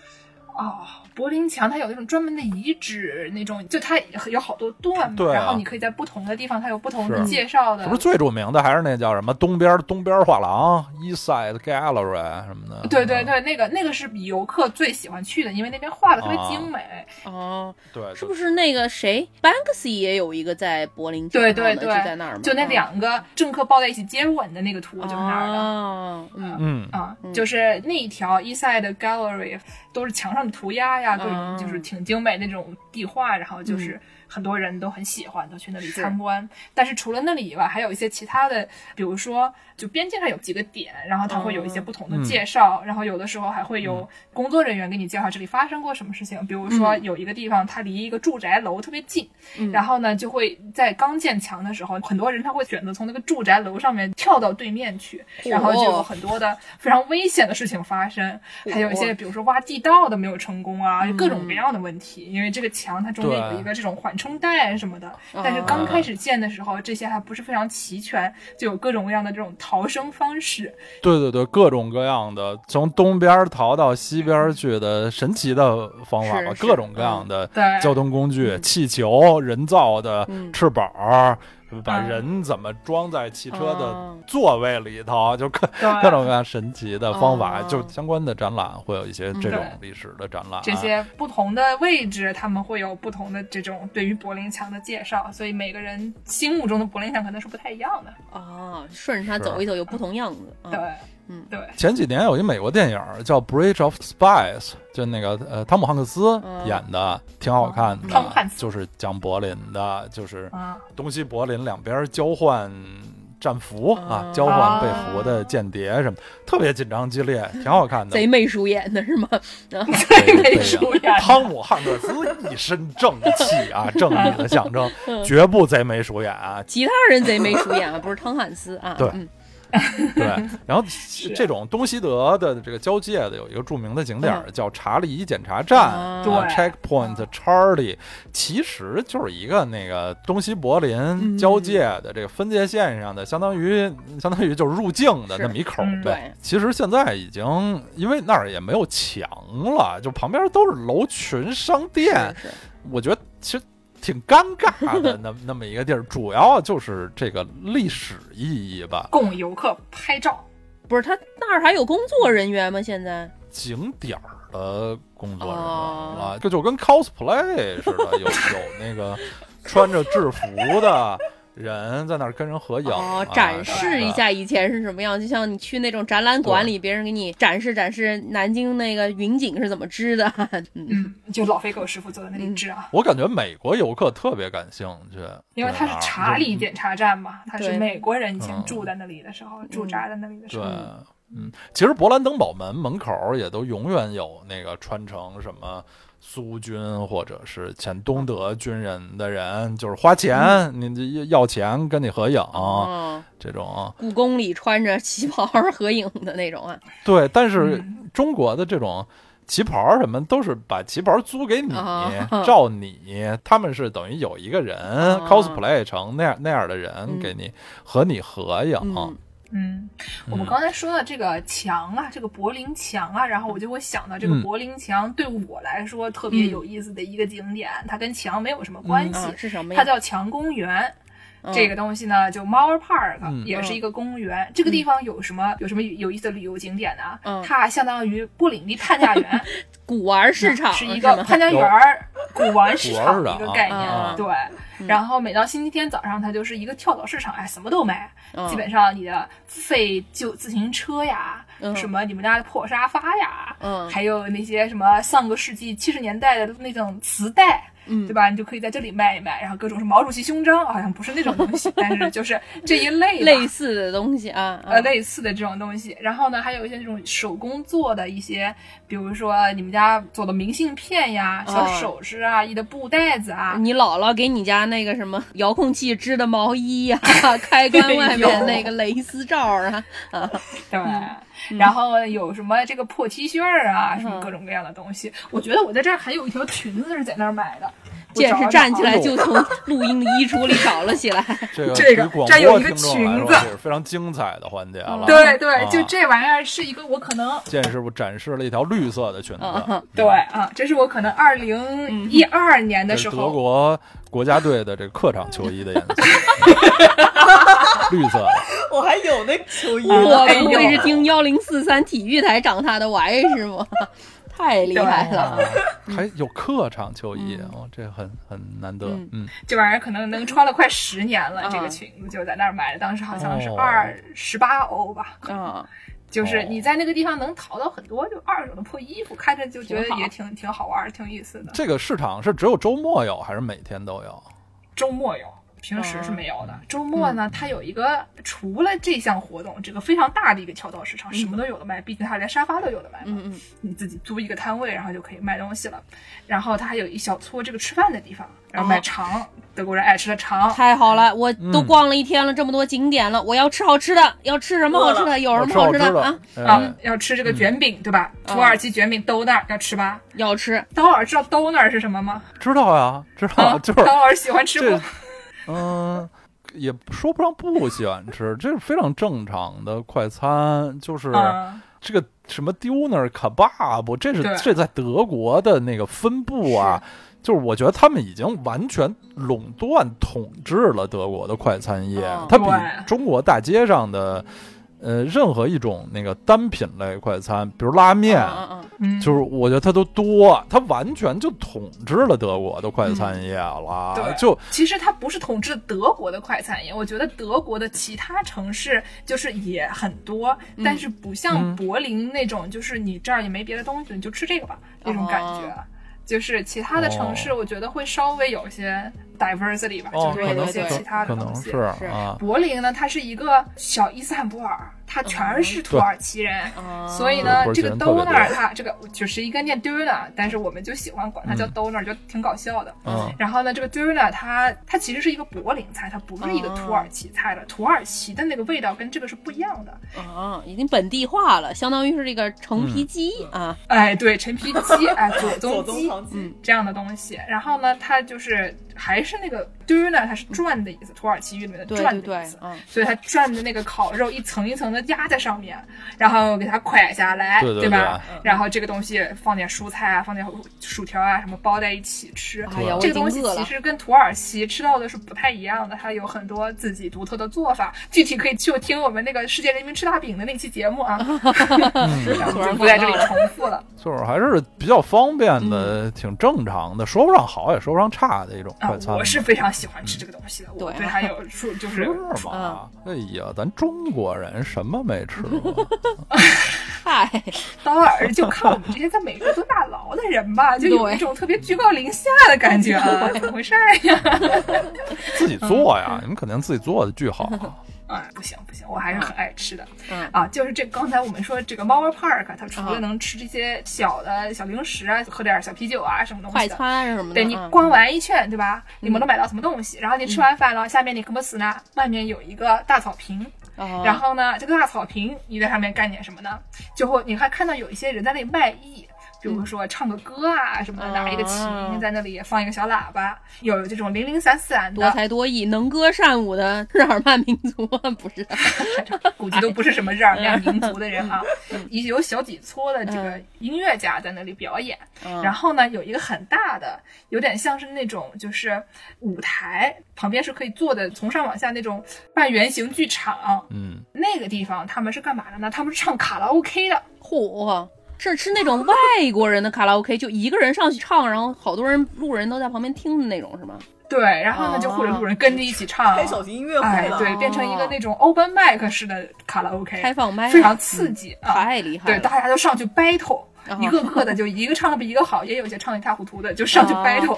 哦，柏林墙它有那种专门的遗址，那种就它有好多段嘛，对啊然后你可以在不同的地方，它有不同的是介嗯绍的。是不是最著名的还是那叫什么东边东边画廊 （East Side Gallery） 什么的？对对对，那个那个是游客最喜欢去的，因为那边画的特别啊精美。哦，对，是不是那个谁，Banksy 也有一个在柏林墙对上对的，对，就在那儿嘛，就那两个政客抱在一起接吻的那个图，就嗯，是那儿的。哦嗯，嗯，啊，就是那一条 East Side Gallery 都是墙上的涂鸦呀，各嗯种就是挺精美那种壁画，然后就是很多人都很喜欢，都去那里是参观。但是除了那里以外，还有一些其他的，比如说就边境上有几个点，然后它会有一些不同的介绍，然后有的时候还会有工作人员给你介绍这里发生过什么事情。比如说有一个地方，它离一个住宅楼特别近，嗯然后呢就会在刚建墙的时候，很多人他会选择从那个住宅楼上面跳到对面去，然后就有很多的非常危险的事情发生，还有一些比如说挖地道的没有成功啊，嗯各种各样的问题。因为这个墙它中间对有一个这种缓冲带什么的，啊但是刚开始建的时候，这些还不是非常齐全，就有各种各样的这种逃生方式。对对对，各种各样的，从东边逃到西边去的神奇的方法吧，是是各种各样的嗯对嗯交通工具，气球、人造的嗯翅膀儿，把嗯人怎么装在汽车的哦座位里头，就各对各种各样神奇的方法，哦就相关的展览会有一些这种嗯历史的展览啊，这些不同的位置，他们会有不同的这种对于柏林墙的介绍，所以每个人心目中的柏林墙可能是不太一样的。哦，顺着它是走一走，有不同样子。嗯对，嗯对，前几年有一美国电影叫《Bridge of Spies》，就那个呃汤姆汉克斯嗯演的，挺好看的，汤姆汉斯就是讲柏林的，就是啊， 东西柏林两边交换战俘哦啊啊，交换被俘的间谍什么，特别紧张激烈，挺好看的贼。媚叔演的是吗？ 啊最对美对术对呀，汤姆汉克斯一身正气啊，正义的象 征，嗯绝不贼眉鼠眼啊，其他人贼媚叔演啊，不是汤汉斯啊。对嗯对， 然后这种东西德的这个交界的有一个著名的景点儿叫查理伊检查站，嗯啊嗯啊对，Checkpoint Charlie，其实就是一个那个东西柏林交界的这个分界线上的，相当于嗯相当于就是入境的是那么一口嗯呗对。其实现在已经因为那儿也没有墙了，就旁边都是楼群、商店，是是我觉得其实挺尴尬的那 那么一个地儿，主要就是这个历史意义吧。供游客拍照。不是他那儿还有工作人员吗？现在景点儿的工作人员啊哦了，这就跟 cosplay 似的，有有那个穿着制服的，人在那儿跟人合影、哦啊，展示一对下以前是什么样，就像你去那种展览馆里，别人给你展示展示南京那个云景是怎么织的。 嗯，嗯，就老肥狗师傅坐在那里嗯治啊，我感觉美国游客特别感兴趣，因为他是查理检查站嘛，他是对嗯美国人以前啊嗯住在那里的时候，驻扎在那里的时对候，哪儿。对嗯，其实勃兰登堡门门口也都永远有那个穿成什么苏军或者是前东德军人的人，就是花钱，你这要钱跟你合影、嗯哦，这种。故宫里穿着旗袍儿合影的那 种啊，对，但是嗯中国的这种旗袍儿什么都是把旗袍儿租给你哦， 照你，他们是等于有一个人哦 cosplay 成那样那样的人给你和你合影。嗯嗯，我们嗯刚才说的这个墙啊，这个柏林墙啊，然后我就会想到这个嗯柏林墙对我来说特别嗯有意思的一个景点，它跟墙没有什么嗯关系，啊是什么它呀？叫墙公园。嗯这个东西呢，就 Mower Park，、嗯也是一个公园。这个地方有什么有什么有意思的旅游景点呢、嗯它相当于布林地盼假园，古玩市场是一吗个潘家园儿古玩市场的一嗯个概念。古玩儿市场啊对，然后每到星期天早上，它就是一个跳蚤市场，哎，什么都卖。嗯基本上你的废旧自行车呀，嗯什么你们家的破沙发呀，嗯还有那些什么上个世纪七十年代的那种磁带。嗯对吧？你就可以在这里卖一卖，然后各种什么毛主席胸章，好像不是那种 东西，但是就是这一类吧类似的东西啊，呃啊类似的这种东西。然后呢，还有一些这种手工做的一些，比如说你们家做的明信片呀、小哦嗯首饰啊、一的布袋子啊。你姥姥给你家那个什么遥控器织的毛衣 呀、开关外面那个蕾丝罩儿啊，对，嗯嗯然后有什么这个破 T 恤儿啊，什么各种各样的东西。我觉得我在这儿还有一条裙子是在那儿买的，我见找识找站起啊来就从录音的衣橱里找了起来。这个 这对个于广这有播一个听众来裙说，子嗯这是非常精彩的环节了。对对，啊就这玩意儿是一个我可能剑师傅展示了一条绿色的嗯裙子，对啊，这是我可能二嗯零一二年的这时是德候，国国家队的这客场球衣的颜色， 绿色的。 我还有那球衣哎呢，哎我不会是听幺零四三体育台长大的歪是吗？ 太厉害啊了！还有客场球衣嗯哦，这很很难得。嗯嗯，这玩意儿可能能穿了快十年了。这啊个裙子就在那儿买的，当时好像是哦二十八欧吧，啊，就是哦你在那个地方能淘到很多就二手的破衣服，看着就觉得也挺挺好玩儿，挺有意思的。这个市场是只有周末有，还是每天都有？周末有，平时是没有的。周末呢，它有一个除了这项活动，这个非常大的一个跳蚤市场，什么都有的卖，毕竟它连沙发都有的卖嘛。嗯嗯你自己租一个摊位，然后就可以卖东西了。然后它还有一小撮这个吃饭的地方，然后卖肠，德国人爱吃的肠。太好了！我嗯都逛了一天了，这么多景点了，我要吃好吃的，要吃什么好吃的？有什么好好吃吃的啊的？，啊哎，要吃这个卷饼，对吧？土耳其卷饼兜那儿要吃吧？要吃刀老师知道兜那儿是什么吗？知道呀，知啊道，哦就 是刀老师喜欢吃这不？，嗯。也说不上不喜欢吃，这是非常正常的快餐，就是嗯，这个什么 Doner Kebab，这是对这在德国的那个分布啊，就是我觉得他们已经完全垄断统治了德国的快餐业哦，它比对中国大街上的呃任何一种那个单品类快餐，比如拉面。嗯嗯嗯就是我觉得它都多，它完全就统治了德国的快餐业了，嗯对就其实它不是统治德国的快餐业，我觉得德国的其他城市就是也很多，但是不像柏林那种，就是你这儿也没别的东西，你就吃这个吧，这种感觉。就是其他的城市，我觉得会稍微有一些 diversity 吧，哦，就是可有能一些对其他可的能东西。是啊，柏林呢，它是一个小伊斯坦布尔，它全是土耳其人，嗯，所以呢土，耳其这个人特别 donor 多它这个就是应该念 donor，但是我们就喜欢管它叫 donor，就挺搞笑的。嗯然后呢，这个 doner 它它其实是一个柏林菜，它不是一个土耳其菜了。土耳其的那个味道跟这个是不一样 的。啊，已经本地化了，相当于是这嗯个橙皮鸡啊，哎，对，陈皮鸡，哎，左左宗宗鸡棠鸡。这样的东西。然后呢，它就是还是那个 doner，它是转的意思，土耳其语里面的对转对的对意思，。嗯所以它转的那个烤肉一层一层个压在上面，然后给它蒯下来，对对对吧？嗯然后这个东西放点蔬菜啊，放点薯条啊什么包在一起吃。哎呀，我这已个经东西饿其了。实跟土耳其吃到的是不太一样的，它有很多自己独特的做法。具体可以去听我们那个世界人民吃大饼的那期节目啊，嗯然后就不在这里重复了。就是还是比较方便的，挺正常的，说不上好也说不上差的一种啊快，餐。我是非常喜欢吃这个东西的，我对嗯对它有数就是是吗？哎呀，咱中国人什么没吃过？啊嗨，当然就看我们这些在美国做大牢的人吧，就有对嗯一种特别居高临下的感觉啊， 怎么回事儿呀？自己做呀，你们肯定自己做的巨好。啊，不行不行，我还是很爱吃的。嗯啊，就是这刚才我们说这个猫 o Park，它除了能吃这些小的小零食啊，喝点小啤酒啊什么东快西的。餐什么的。对你嗯逛完一圈，对吧？你们能买到什么东西？然后你吃完饭了，下面你可不死呢？外面有一个大草坪，哦然后呢，这个大草坪你在上面干点什么呢？就会你还看到有一些人在那里卖艺，比如说唱个歌啊什么的，嗯拿一个琴在那里放一个小喇叭，有这种零零散散多的，才多艺、能歌善舞的日耳曼民族啊 不是？估计都不是什么日嗯耳曼民族的人啊，也 有小几撮的这个嗯音乐家在那里表演。然后呢，有一个很大的，有点像是那种就是舞台旁边是可以坐的，从上往下那种半圆形剧场。嗯，那个地方他们是干嘛的呢？他们是唱卡拉 OK 的。嚯！是吃那种外国人的卡拉 OK，就一个人上去唱，然后好多人路人都在旁边听的那种，是吗？对，然后呢，就或者路人跟着一起唱，开小型音乐哎会，了，对，变成一个那种 open mic 式的卡拉 OK，开放麦啊哎非常刺激啊！太厉害对，了！大家就上去 battle，啊一个个的就一个唱的比一个好，也有些唱的一塌糊涂的，就上去啊 battle，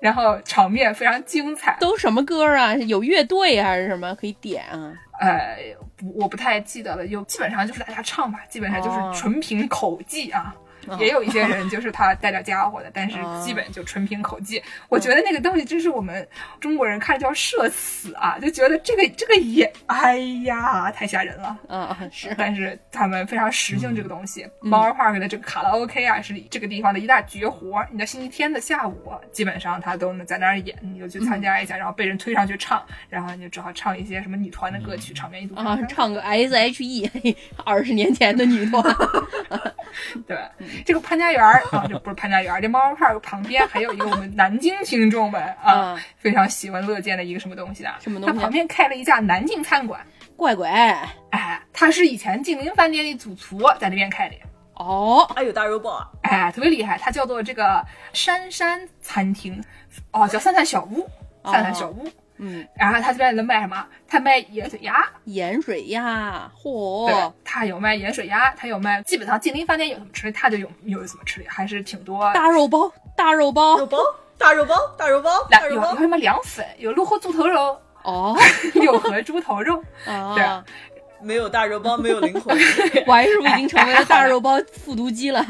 然后场面非常精彩。都什么歌啊？有乐队还是什么可以点啊？呃，不我不太记得了，有基本上就是大家唱吧，基本上哦就是纯凭口技啊。也有一些人就是他带着家伙的，但是哦基本就纯凭口技。我觉得那个东西真是我们中国人看着就要社死啊，就觉得这个这个也，哎呀，太吓人了。啊啊是但是他们非常实嗯行这个东西。猫儿 park 的这个卡拉 OK 啊，是这个地方的一大绝活儿。你在星期天的下午，基本上他都能在那儿演，你就去参加一下，然后被人推上去唱，然后你就只好唱一些什么女团的歌曲，场面一度啊，唱个 S H E，二 十年前的女团，对，这个潘家园儿啊，这不是潘家园儿，这猫儿 park 旁边还有一个我们南京听众们啊嗯非常喜闻乐见的一个什么东西啊？什么东西它旁边开了一家南京餐馆，怪怪哎，它是以前晋林饭店的主厨在那边开的。哦，哎呦大肉包啊，哎，特别厉害，它叫做这个杉杉餐厅，哦，叫散散小屋，哦散散小屋。嗯，然后它这边能卖什么？它卖盐水鸭，盐水鸭，对嚯，，哦它有卖盐水鸭，它有卖，基本上晋林饭店有什么吃的，它就有有什么吃的，还是挺多。大肉包，大肉肉包，包，大肉包，大肉包，凉大有肉有啊包，什么凉粉，有泸州猪头肉， 哦有和猪头肉，啊，没有大肉包，没有灵魂。王师傅已经成为了大肉包复读机了，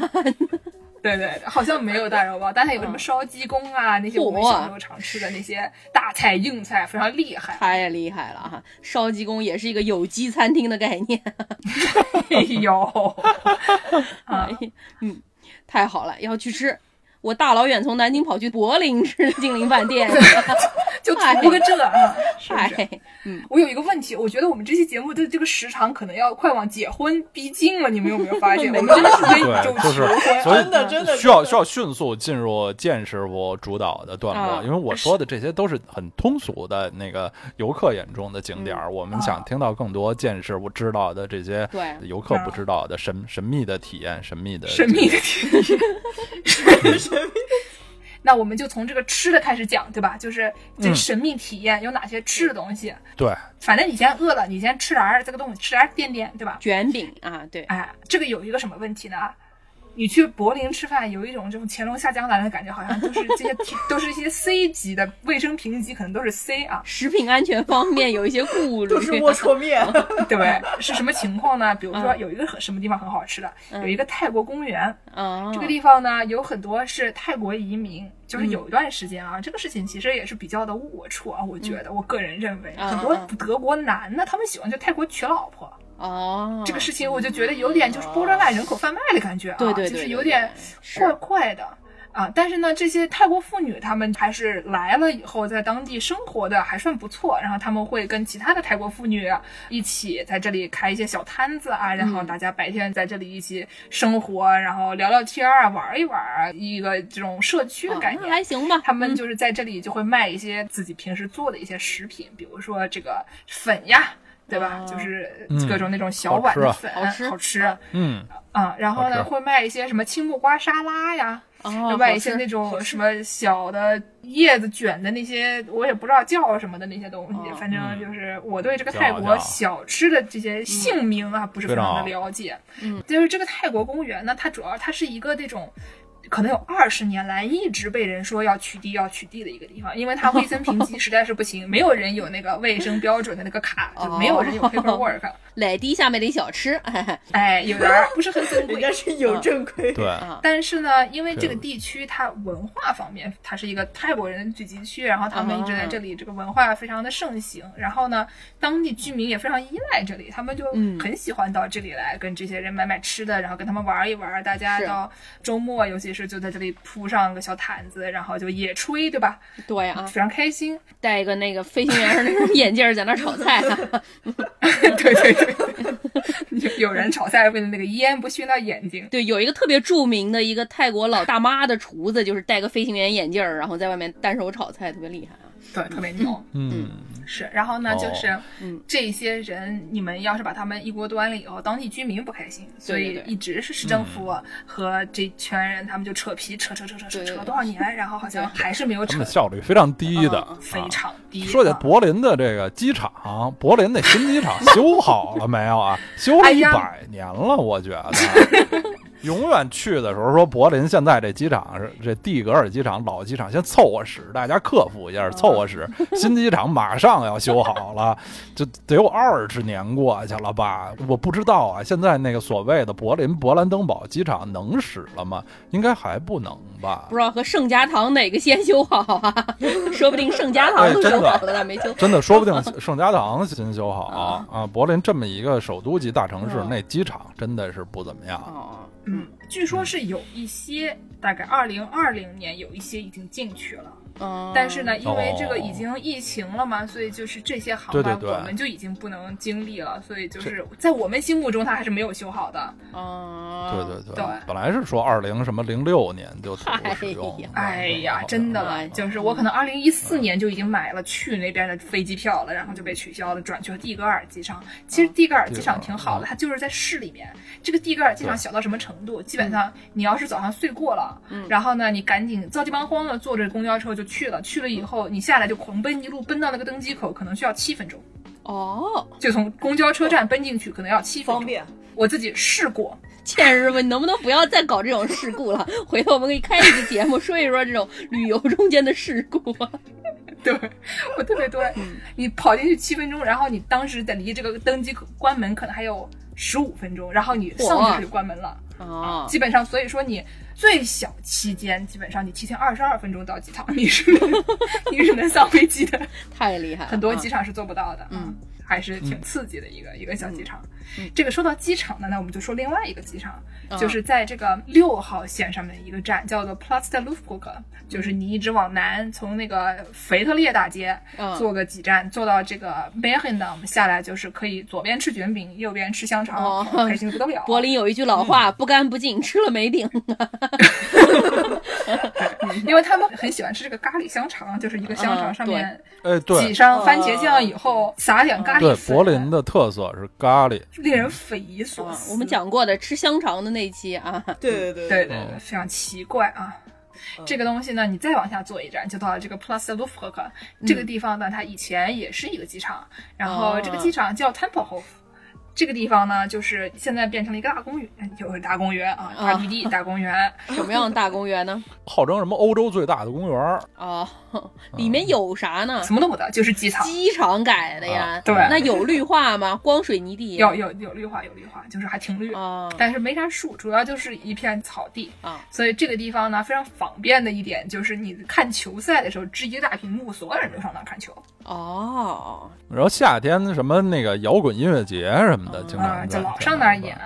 对对，好像没有大肉包，但它有嗯什么烧鸡公啊，那些我们嚯小时候常吃的那些大菜硬菜，非常厉 害。太厉害了哈！烧鸡公也是一个有机餐厅的概念， 哎呦，啊哎，嗯，太好了，要去吃。我大老远从南京跑去柏林吃金陵饭 店，就哎图个这啊，是不是？哎，我有一个问题，我觉得我们这期节目的这个时长可能要快往结婚逼近了，你们有没有发现？我们真的是在对，一就求是婚。所以真的真的需要需真要迅速进入剑师傅主导的段落，啊因为我说的这些都是很通俗的那个游客眼中的景点儿，我们想听到更多剑师傅知道的这些对游客不知道的神神秘的体验、神秘的神秘的 体验， 那我们就从这个吃的开始讲，对吧？就是这嗯神秘体验有哪些吃的东西？对反正你先饿了，你先吃点儿这个东西，吃点儿垫垫，对吧？卷饼啊，对，哎，这个有一个什么问题呢？你去柏林吃饭，有一种这种乾隆下江南的感觉，好像都是这些 都是一些 C 级的卫生评级，可能都是 C 啊。食品安全方面有一些顾虑，都是龌龊面，对，是什么情况呢？比如说嗯有一个很什么地方很好吃的，有一个泰国公园， 啊，这个地方呢有很多是泰国移民，嗯就是有一段时间啊，这个事情其实也是比较的龌龊啊，我觉得，我个人认为，嗯很多嗯德国男呢，他们喜欢去泰国娶老婆。哦，这个事情我就觉得有点就是 borderline 人口贩卖的感觉啊，嗯对对对就是对有点对是怪怪的。啊，但是呢，这些泰国妇女她们还是来了以后，在当地生活的还算不错，然后她们会跟其他的泰国妇女一起在这里开一些小摊子啊，然后嗯大家白天在这里一起生活，然后聊聊天儿啊，玩一玩啊，一个这种社区的哦概那念。还行吧。他们就是在这里就会卖一些自己平时做的一些食品，比如说这个粉呀，对吧？哦就是嗯各种那种小碗的好粉，好吃好吃啊、嗯，然后好呢，吃会卖一些什么青木瓜沙拉呀，哦，卖好一些吃那种什么小的叶子卷的那些，我也不知道叫什么的那些东西。哦反正嗯就是我对这个叫泰国叫小吃的这些姓名啊，不是非常的非了解。嗯，就是这个泰国公园呢，它主要它是一个那种。可能有二十年来一直被人说要取缔要取缔的一个地方，因为它卫生评级实在是不行，没有人有那个卫生标准的那个卡，就没有 人有嗯哦 paperwork，来滴下面的小吃， 哎，哎，有点儿不是很正规人。家是有正规，对，但是呢，因为这个对地区它文化方面，它是一个泰国人的聚集区，然后他们啊一直在这里，这个文化非常的盛行。然后呢，当地居民也非常依赖这里，他们就嗯很喜欢到这里来跟这些人买买吃的，然后跟他们玩一玩。大家是到周末，尤其是就在这里铺上个小毯子，然后就野炊，对吧？对啊，非常开心。 戴一个那个飞行员儿那种眼镜儿在那儿炒菜，啊对对对， 有有人炒菜为了那个烟不熏到眼睛。对，有一个特别著名的一个泰国老大妈的厨子，就是戴个飞行员眼镜儿，然后在外面单手炒菜，特别厉害啊。对，特别牛。嗯，是，然后呢，哦就是嗯这些人，你们要是把他们一锅端了以后，当地居民不开心，所对以对对一直是嗯市政府和这圈人，他们就扯皮，扯扯扯扯扯对对扯对了多少年，然后好像还是没有他扯们的，效率非常低的。嗯非啊常低。说起啊柏林的这个机场，柏林那新机场修好了没有啊？修哎了一呀百年了，我觉得。永远去的时候说柏林现在这机场是这蒂格尔机场老机场，先凑合使，大家克服一下，凑合使。新机场马上要修好了，就得有二十年过去了吧？我不知道啊，现在那个所谓的柏林勃兰登堡机场能使了吗？应该还不能吧不？知道和盛家堂哪个先修好啊？ 说不定盛家堂哎都修好了，但没修好。真的，说不定圣家堂新修好啊柏林这么一个首都级大城市嗯，那机场真的是不怎么样。哦，嗯，据说是有一些，大概二零二零年有一些已经进去了，嗯 但是呢，因为这个哦已经疫情了嘛，所以就是这些航对对班对我们就已经不能经历了，所以就是在我们心目中它还是没有修好的。哦，对对对本来是说二零什么零六年就投入使用哎呀，哎呀，真的，就是我可能二零一四年就已经买了去那边的飞机票了，然后就被取消了，转去了蒂格尔机场。其实蒂格尔机场挺好的，它就是在市里面。这个蒂格尔机场对小到什么程度？基本上你要是早上睡过了，然后呢，你赶紧着急忙慌的坐着公交车就去了，去了以后你下来就狂奔，一路奔到那个登机口，可能需要七分钟。哦，就从公交车站奔进去，可能要七分方钟。便。我自己试过，倩师傅，你能不能不要再搞这种事故了？回头我们可以开一期节目，说一说这种旅游中间的事故啊。对，我 特别多。嗯你跑进去七分钟，然后你当时在离这个登机口关门可能还有十五分钟，然后你啊上去就关门了。哦，基本上，所以说你最小期间，基本上你提前二十二分钟到机场，你是能 你是能上飞机的。太厉害了啊，很多机场是做不到的，啊嗯，还是挺刺激的一个、一个小机场。这个说到机场呢，那我们就说另外一个机场，嗯就是在这个六号线上面一个站叫做 Platz der Luftbrücke，就是你一直往南，从那个腓特烈大街嗯坐个几站，坐到这个 b e r g e n d a m 下来，就是可以左边吃卷饼，右边吃香肠，哦开心的不得了。柏林有一句老话，不干不净，吃了没顶。因为他们很喜欢吃这个咖喱香肠，就是一个香肠嗯哦上面哎，挤对上番茄酱以后，撒点咖喱对，粉，柏林的特色是咖喱，令人匪夷 所啊思。我们讲过的吃香肠的那期 啊，对对对对对对，嗯非常奇怪啊。这个东西呢，你再往下坐一站，就到了这个 Plus l u f t h 这个地方呢，它以前也是一个机场，然后哦这个机场叫 Tempelhof。这个地方呢，就是现在变成了一个大公园，就是大公园啊，啊大绿地大公园。什么样的大公园呢？号称什么欧洲最大的公园儿。哦，嗯里面有啥呢什？么都不得，就是机场。机场改的呀啊，对那有绿化吗？光水泥地有有有绿化，有绿化，就是还挺绿，啊但是没啥树，主要就是一片草地。啊，所以这个地方呢，非常方便的一点就是，你看球赛的时候，支一个大屏幕，所有人都上那儿看球。哦，然后夏天什么那个摇滚音乐节什么的，经啊，常就在老上那儿在演。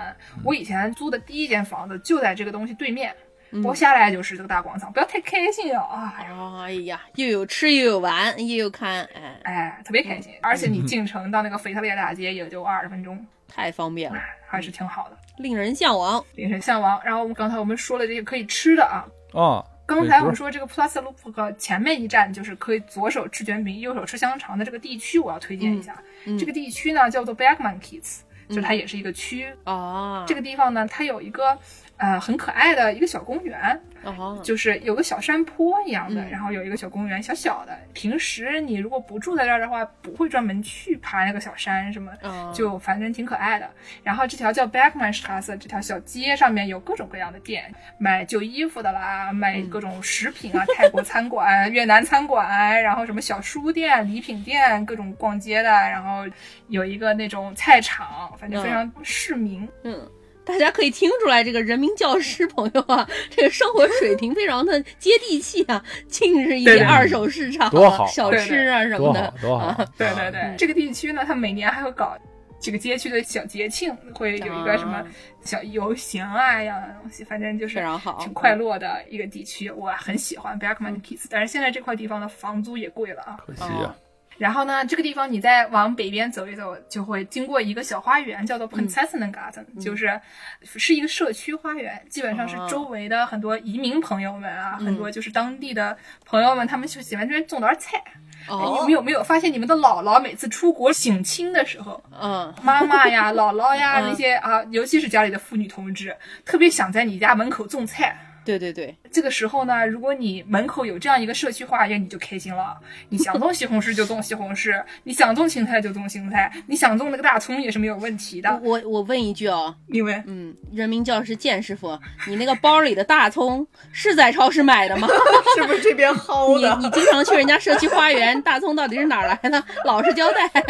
我以前租的第一间房子就在这个东西对面，嗯剥下来就是这个大广场，不要太开心啊！哎呀哎呀，又有吃又有玩又有看，哎，哎，特别开心。 而且你进城到那个腓特烈大街也就二十分钟，太方便了，还是挺好的，令人向往。令人向往。然后我们刚才我们说了这些可以吃的啊，啊，刚才我们说这个 Plus Loop 前面一站就是可以左手吃卷饼，右手吃香肠的这个地区，我要推荐一下。嗯嗯嗯这个地区呢叫做 Bergman Kids，、就它也是一个区。啊，这个个地方呢，它有一个呃很可爱的一个小公园，哦，就是有个小山坡一样的，嗯然后有一个小公园，小小的。平时你如果不住在这儿的话，不会专门去爬那个小山什么。啊就反正挺可爱的。然后这条叫 Beckman Straße 这条小街上面有各种各样的店，卖旧衣服的啦，卖各种食品啊，泰国餐馆、 越南餐馆，然后什么小书店、礼品店，各种逛街的。然后有一个那种菜场，反正非常市民。嗯。大家可以听出来，这个人民教师朋友啊， 这个生活水平非常的接地气啊，尽是一对些对二手市场啊、多好小吃啊什么多好的，多好，对对对，嗯这个地区呢，它每年还会搞。这个街区的小节庆会有一个什么啊小游行啊一样的东西，反正就是非常好，嗯挺快乐的一个地区，我很喜欢 Berkman Kids，但是现在这块地方的房租也贵了啊。可惜啊，然后呢，这个地方你再往北边走一走，就会经过一个小花园，叫做嗯 p r i n c e s s e n Garten，、就是是一个社区花园，基本上是哦周围的很多移民朋友们啊，嗯很多就是当地的朋友们，他们就喜欢这边种点菜。哎你哦们，有没有发现，你们的姥姥每次出国省亲的时候，嗯，妈妈 呀、姥姥呀嗯那些啊，尤其是家里的妇女同志，特别想在你家门口种菜。对对对，这个时候呢，如果你门口有这样一个社区花园，你就开心了。你想种西红柿就种西红柿，你想种芹菜就种芹菜，你想种那个大葱也是没有问题的。我我问一句哦，因为嗯，人民教师建师傅，你那个包里的大葱是在超市买的 吗？是不是这边薅你的？你经常去人家社区花园，大葱到底是哪儿来的？老实交代。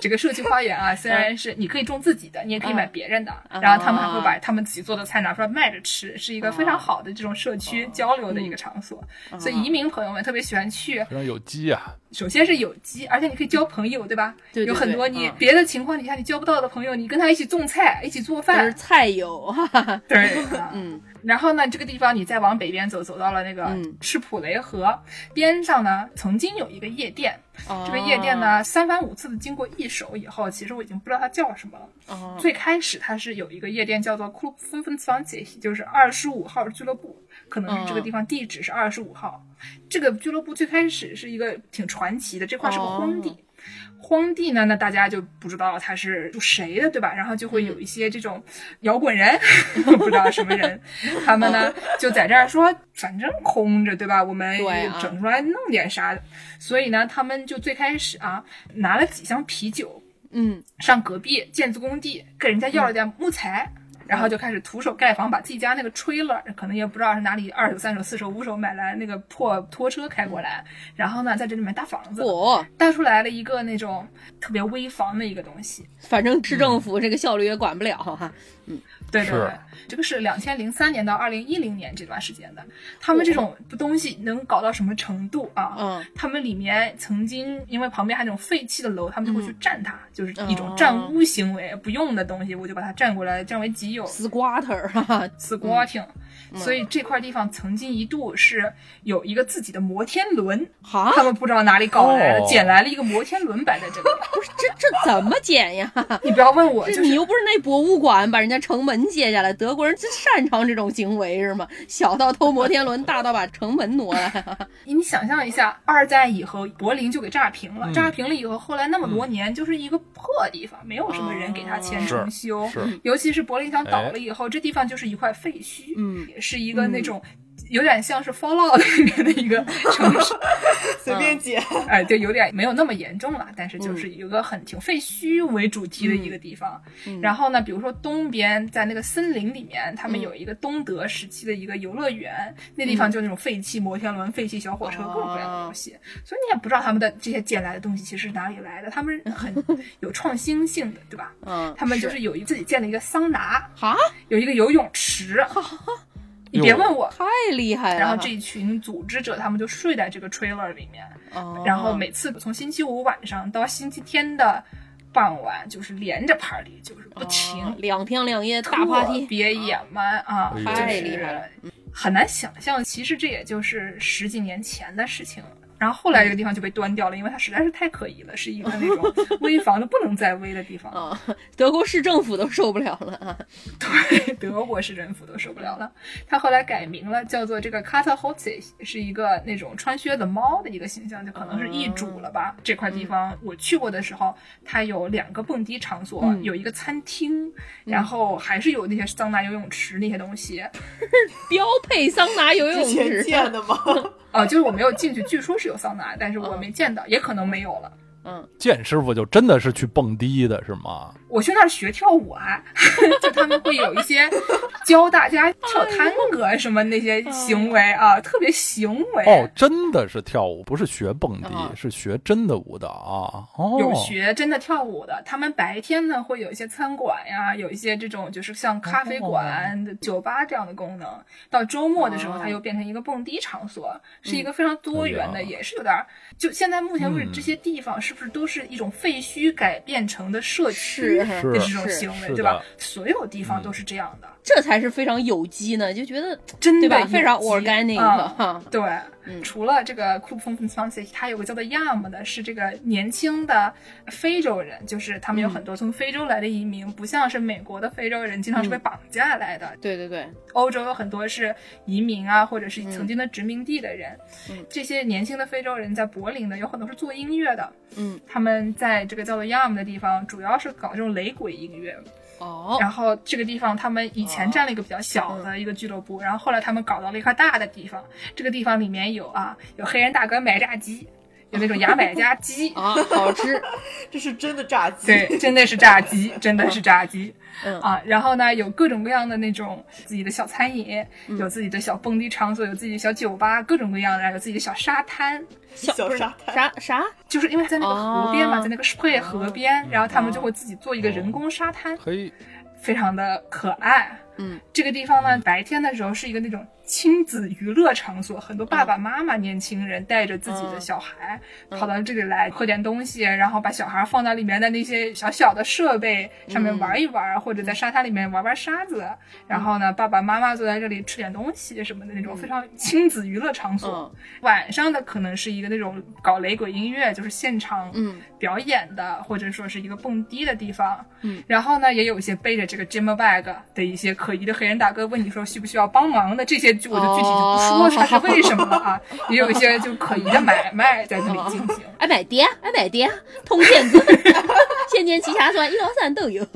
这个社区花园啊，虽然是你可以种自己的，你也可以买别人的，嗯嗯然后他们还会把他们自己做的菜拿出来卖着吃，是一个非常好的这种社区交流的一个场所。 所以移民朋友们特别喜欢去，非常有机啊，首先是有机，而且你可以交朋友，对吧？对对对有很多你嗯别的情况底下你交不到的朋友，你跟他一起种菜，一起做都是饭，菜友，哈哈哈。对，啊 嗯然后呢，这个地方你再往北边走，走到了那个嗯赤普雷河、边上呢，曾经有一个夜店。这个夜店哦呢，三番五次的经过一手以后，其实我已经不知道它叫什么了。哦，最开始它是有一个夜店叫做 Club f u n f e n z w a n z i 就是二十五号俱乐部，可能是这个嗯地方地址是二十五号。这个俱乐部最开始是一个挺传奇的，这块是个荒哦地。荒地呢，那大家就不知道它是住谁的，对吧？然后就会嗯有一些这种摇滚人， 不知道什么人，他们 呢就在这儿说，反正空着，对吧？我们对啊整出来弄点啥的。所以呢，他们就最开始啊，拿了几箱啤酒，嗯，上隔壁建筑工地跟人家要了点木材，然后就开始徒手盖房，把自己家那个 trailer 可能也不知道是哪里二手、三手、四手、五手买来那个破拖车开过来，然后呢在这里面搭房子，我搭出来了一个那种特别危房的一个东西。反正市政府这个效率也管不了哈。对对对是，这个是两千零三年到二零一零年这段时间的，他们这种东西能搞到什么程度啊？嗯，他们里面曾经因为旁边还有那种废弃的楼，他们就会去占它，就是一种嗯哦占屋行为，不用的东西我就把它占过来，占为己有，squatter 哈哈， ，squatting。所嗯以这块地方曾经一度是有一个自己的摩天轮，哈，他们不知道哪里搞来的，哦捡来了一个摩天轮摆在 这里。不是这这怎么剪呀？你不要问我，这就你是又不是那博物馆把人家城门借下来，德国人最擅长这种行为是吗？小到偷摩天轮，大到把城门挪来。你想象一下，二战以后柏林就给炸平了，嗯炸平了以后，后来那么多年就是一个破地方，没有什么人给它钱嗯哦重修。是尤其是柏林墙倒了以后，这地方就是一块废墟，嗯也是一个那种。有点像是 Fallout 里面的一个城 市，随便解。哎，对，有点没有那么严重了，但是就是有个很挺废墟为主题的一个地方。嗯然后呢，比如说东边在那个森林里面，他们有一个东德时期的一个游乐园，那地方就那种废弃摩天轮、废弃小火车、嗯哦各种各样的东西，所以你也不知道他们的这些捡来的东西其实是哪里来的，他们很有创新性的，对吧？嗯，他们就是有一自己建了一个桑拿，哈，有一个游泳池。你别问我。太厉害了。然后这一群组织者他们就睡在这个 trailer 里面，哦，然后每次从星期五晚上到星期天的傍晚，就是连着 party，就是不停，哦哦两天两夜大特 party，别野蛮啊哎，呦就是太厉害了。很难想象，其实这也就是十几年前的事情了。然后后来这个地方就被端掉了，因为它实在是太可疑了，是一个那种 危房的不能再危的地方。啊、德国市政府都受不了了啊！对，德国市政府都受不了了。它后来改名了，叫做这个 k a t a h o t z i 是一个那种穿靴子猫的一个形象，就可能是易主了嗯吧。这块地方我去过的时候，它有两个蹦迪场所，嗯有一个餐厅，然后还是有那些桑拿游泳池那些东西。标配桑拿游泳之前池，建的吗？ 呃，嗯就是我没有进去，据说是有桑拿，但是我没见到，也可能没有了。嗯，剑师傅就真的是去蹦迪的是吗？我去那儿学跳舞啊， 就他们会有一些教大家跳哎探戈什么那些行为嗯啊，特别行为。哦，真的是跳舞，不是学蹦迪，啊是学真的舞蹈啊。哦，嗯有学真的跳舞的，他们白天呢会有一些餐馆呀，有一些这种就是哦像咖啡馆、酒吧这样的功能。到周末的时候，哦嗯它又变成一个蹦迪场所，是一个非常多元的，哎呀也是有点儿。就现在目前为止，嗯这些地方是不是都是一种废墟改变成的社区是？是也是这种是行为，是对吧的？嗯所有地方都是这样的，这才是非常有机呢，就觉得真的对吧？有非常机 organic 啊哈，对，嗯除了这个 c o u p o n f a n c y 它有个叫做 Yam 的，是这个年轻的非洲人，就是他们有很多从非洲来的移民，不像是美国的非洲人经常是被嗯绑架来的，对对对，欧洲有很多是移民啊，或者是曾经的殖民地的人。嗯这些年轻的非洲人在柏林呢，有很多是做音乐的，嗯，他们在这个叫做 Yam 的地方，主要是搞这种雷鬼音乐，哦，，然后这个地方他们以前占了一个比较小的一个俱乐部，然后后来他们搞到了一块大的地方，这个地方里面有啊，有黑人大哥买炸鸡，有那种牙买加鸡 啊，好吃，这是真的炸鸡，对， 真的是炸鸡，真的是炸鸡。嗯啊，然后呢，有各种各样的那种自己的小餐饮，嗯有自己的小蹦迪场所，有自己的小酒吧，各种各样的，然后有自己的小沙滩，小小沙滩。啥啥就是因为在那个河边嘛，哦嗯在那个 s 配河边，然后他们就会自己做一个人工沙滩，嘿，非常的可爱。嗯，这个地方呢，白天的时候是一个那种亲子娱乐场所，很多爸爸妈妈、年轻人带着自己的小孩、跑到这里来喝点东西，然后把小孩放到里面的那些小小的设备上面玩一玩，或者在沙滩里面玩玩沙子。然后呢，爸爸妈妈坐在这里吃点东西什么的那种非常亲子娱乐场所。嗯晚上的可能是一个那种搞雷鬼音乐，就是现场嗯表演的，或者说是一个蹦迪的地方。嗯，然后呢，也有一些背着这个 j i m bag 的一些可疑的黑人大哥问你说需不需要帮忙的，这些就我就具体就不说哦它是为什么了啊。 也有一些就可疑的买卖在那里进 行。爱买碟，爱买碟，通电 子，仙剑奇侠传一到 三都有。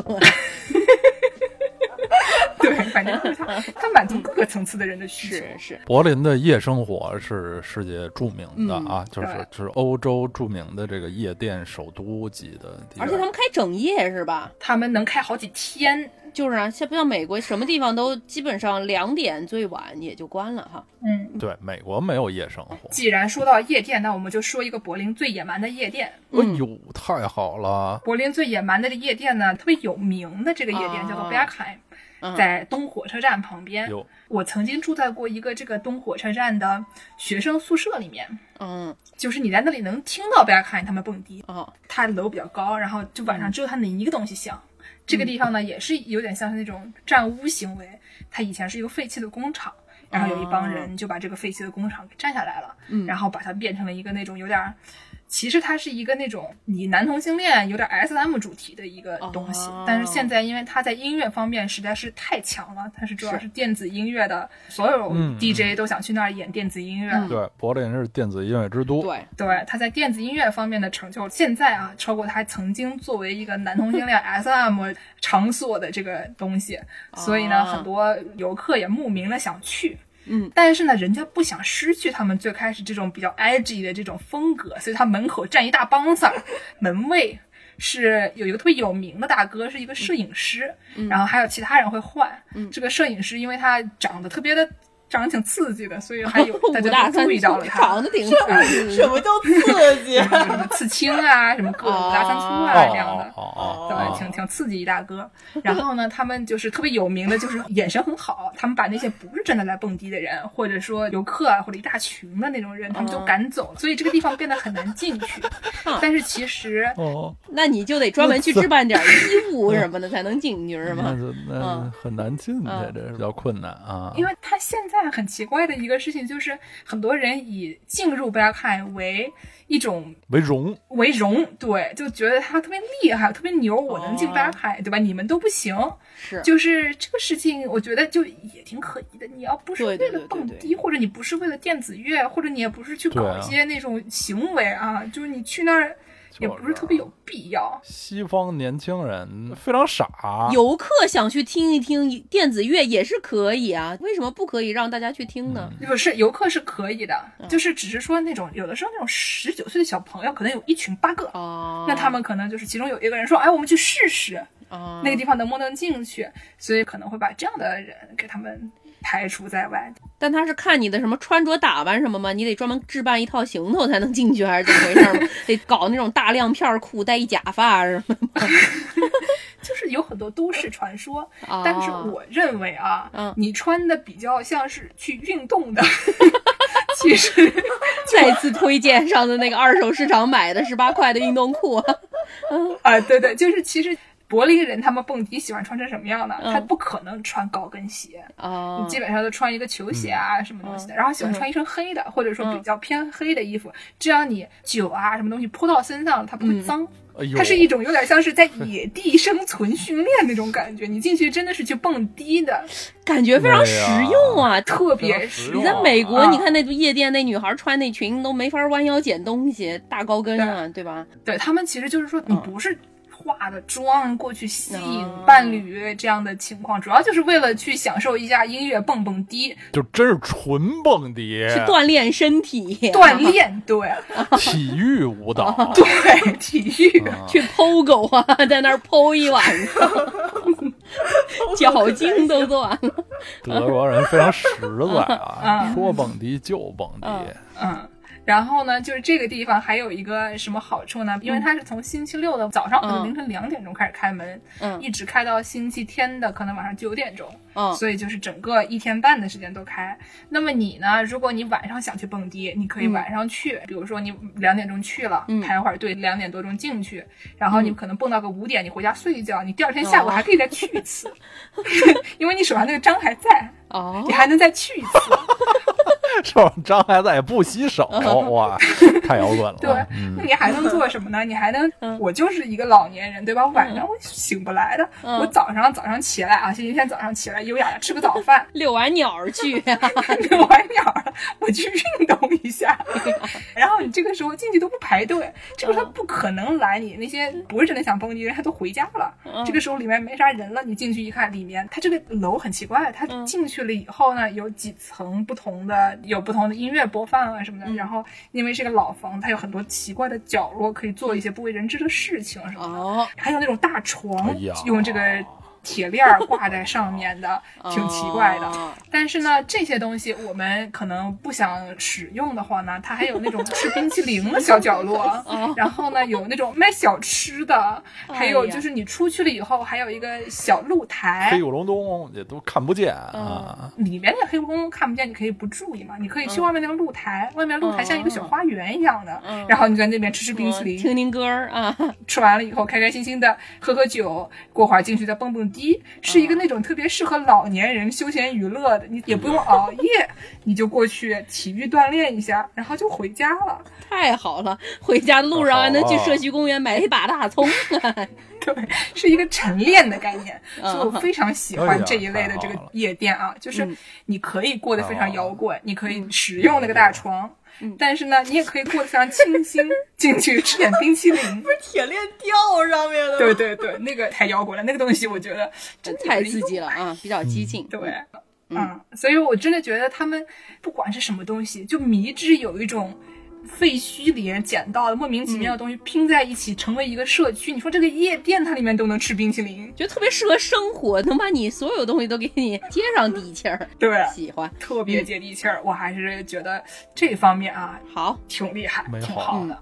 对，反正就是它它满足各个层次的人的需求。是是，柏林的夜生活是世界著名的啊，就是嗯对就是欧洲著名的这个夜店首都级的地方。而且他们开整夜是吧？他们能开好几天，就是啊，像不像美国什么地方都基本上两点最晚也就关了哈。嗯，对美国没有夜生活，既然说到夜店，那我们就说一个柏林最野蛮的夜店。哎嗯呦，太好了！柏林最野蛮的夜店呢，特别有名的这个夜店、啊叫做 Bergheim，、嗯在东火车站旁边。哟，我曾经住在过一个这个东火车站的学生宿舍里面，嗯就是你在那里能听到 Bergheim 他们蹦迪，哦它楼比较高，然后就晚嗯上只有它那一个东西响。这个地方呢，也是有点像是那种占屋行为，它以前是一个废弃的工厂。然后有一帮人就把这个废弃的工厂给占下来了，哦嗯然后把它变成了一个那种有点儿，其实它是一个那种以男同性恋有点 S M 主题的一个东西，哦但是现在因为它在音乐方面实在是太强了，它是主要是电子音乐的，所有嗯 DJ 都想去那儿演电子音乐，嗯对，柏林是电子音乐之都。对，对，他在电子音乐方面的成就，现在啊，超过他曾经作为一个男同 性恋 SM 场所的这个东西，所以呢，啊很多游客也慕名的想去。嗯，但是呢，人家不想失去他们最开始这种比较 edgy 的这种风格，所以他门口站一大帮 子儿门卫，是有一个特别有名的大哥，是一个摄影师，然后还有其他人会换。嗯这个摄影师因为他长得特别的，长得挺刺激的，所以还有哎大 五家大都三注粗意到了他。长得挺帅。什么叫刺 激？什么刺青啊，什么各种五大三粗啊哦这样哦的。哦对，哦挺挺刺激一大哥。然后呢，他们就是特别有名的，就是眼神很好。他们把那些不是真的来蹦迪的人，或者说游客啊，或者一大群的那种人，他们就赶走了。所以这个地方变得很难进去。但是其实哦哦，那你就得专门去置办点 衣服什么的才能进去是那吗？就那嗯很难进去，嗯这是比较困难啊。因为它现在汉很奇怪的一个事情，就是很多人以进入 Black 汉为一种为荣，为荣，对，就觉得他特别厉害，特别牛，我能进哦 Black 汉，对吧？你们都不行，是就是这个事情，我觉得就也挺可疑的。你要不是对为对了对对蹦对迪，或者你不是为了电子乐，或者你也不是去对搞啊一些那种行为啊，就是你去那儿也不是特别有必要。西方年轻人非常傻，啊嗯游客想去听一听电子乐也是可以啊，为什么不可以让大家去听呢？不是游客是可以的，嗯就是只是说那种有的时候那种十九岁的小朋友，可能有一群八个，嗯哦，那他们可能就是其中有一个人说，哎，我们去试试哦那个地方能不能进去，所以可能会把这样的人给他们排除在外。但他是看你的什么穿着打扮什么吗？你得专门置办一套行头才能进去，还是怎么回事儿 吗？得搞那种大亮片儿裤，戴一假发什么就是有很多都市传说，啊？但是我认为啊，嗯你穿的比较像是去运动的， 其实再次推荐上次那个二手市场买的十八块的运动裤， 啊，对对，就是其实柏林人他们蹦迪喜欢穿成什么样呢？嗯他不可能穿高跟鞋，哦嗯你，基本上都穿一个球鞋啊、什么东西的，然后喜欢穿一身黑的，或者说比较偏黑的衣服，这样你酒啊什么东西泼到身上它不嗯会脏。哎呦，它是一种有点像是在野地生存训练那种感觉，你进去真的是去蹦迪 的，感觉非常实用啊。特特非别常实实用用你在美国，啊你看那夜店那女孩穿那裙都没法弯腰捡东西，大高跟啊，对吧？对他们其实就是说，你不是化的妆过去吸嗯引伴侣这样的情况，主要就是为了去享受一下音乐，蹦蹦迪，就真是纯蹦迪，是锻炼身体，锻炼，对体育舞 蹈，哦对，嗯体育。啊 去剖狗啊，在那儿剖一晚上， 脚筋都做完了。德国人非常实在啊， 嗯说蹦迪就蹦迪，嗯嗯，然后呢，就是这个地方还有一个什么好处呢？因为它是从星期六的早上可能嗯凌晨两点钟开始开门，嗯一直开到星期天的可能晚上九点钟，嗯所以就是整个一天半的时间都开。那么你呢？如果你晚上想去蹦迪，你可以嗯晚上去，比如说你两点钟去了，嗯排会儿队，两点多钟进去，然后你可能蹦到个五点，你回家睡一觉，你第二天下午哦还可以再去一 次，因为你手上那个章还在， 哦你，还能再去一次。手张还在也不 洗手，哇，太摇滚了。对，那嗯，你还能做什么 呢？你还能，嗯我就是一个老年人，对吧？我晚上我醒不来的，嗯，我早上早上起来啊，星期天早上起来优雅的吃个早饭遛完鸟儿去啊，遛完鸟了， 我去运动一下。 然后你这个时候进去都不排队，这个时候他嗯不可能来你那些不是真的想蹦迪的人，他都回家了。嗯这个时候里面没啥人了，你进去一看，里面它这个楼很奇怪，它嗯进去了以后呢，有几层不同的，有不同的音乐播放啊什嗯么的。然后因为是个老房，它有很多奇怪的角落可以做一些不为人知的事情啊什么的。 哦，还有那种大床，哎呀用这个铁链儿挂在上面的， 嗯挺奇怪的。啊哦但是呢，这些东西我们可能不想使用的话呢，它还有那 种吃冰淇淋的小角落哦，然后呢有那种卖小吃的，哎呀还有就是你出去了以后还有一个小露台黑。咕隆咚也都看不见啊，里面的黑咕隆咚看不见，你可以不注意嘛。你可以去外面那个露台，外面露台像一个小花园一样的，嗯然后你在那边吃吃冰淇淋，听听歌儿啊，吃完了以后开开心心的喝喝酒，过会儿进去再蹦蹦迪，是啊一个那种特别适合老年人休闲娱乐的，你也不用熬夜，你就过去体育锻炼一下，然后就回家 了。太好了！回家路上还能去好啊社区公园买一把 大葱，对，是一个晨练的概念，嗯所以我非常喜哎欢呀这一类的这太个好了夜店啊，就是嗯你可以过得非常摇滚，你可以嗯使用那个大床，但是呢，你也可以过得非常清新，进去吃点冰淇 淋。铁链吊上面的，对对对，那个太摇滚了，那个东西我觉得真的有太人刺用激了啊，比较激进。对，嗯，所以我真的觉得他们不管是什么东西，就迷之有一种废墟里捡到的莫名其妙的东西拼在一起，成为一个社区。你说这个夜店它里面都能吃冰淇淋，觉得特别适合生活，能把你所有东西都给你接上底气儿，对，喜欢。特别接地气儿。我还是觉得这方面啊好，挺厉害，美挺好好的。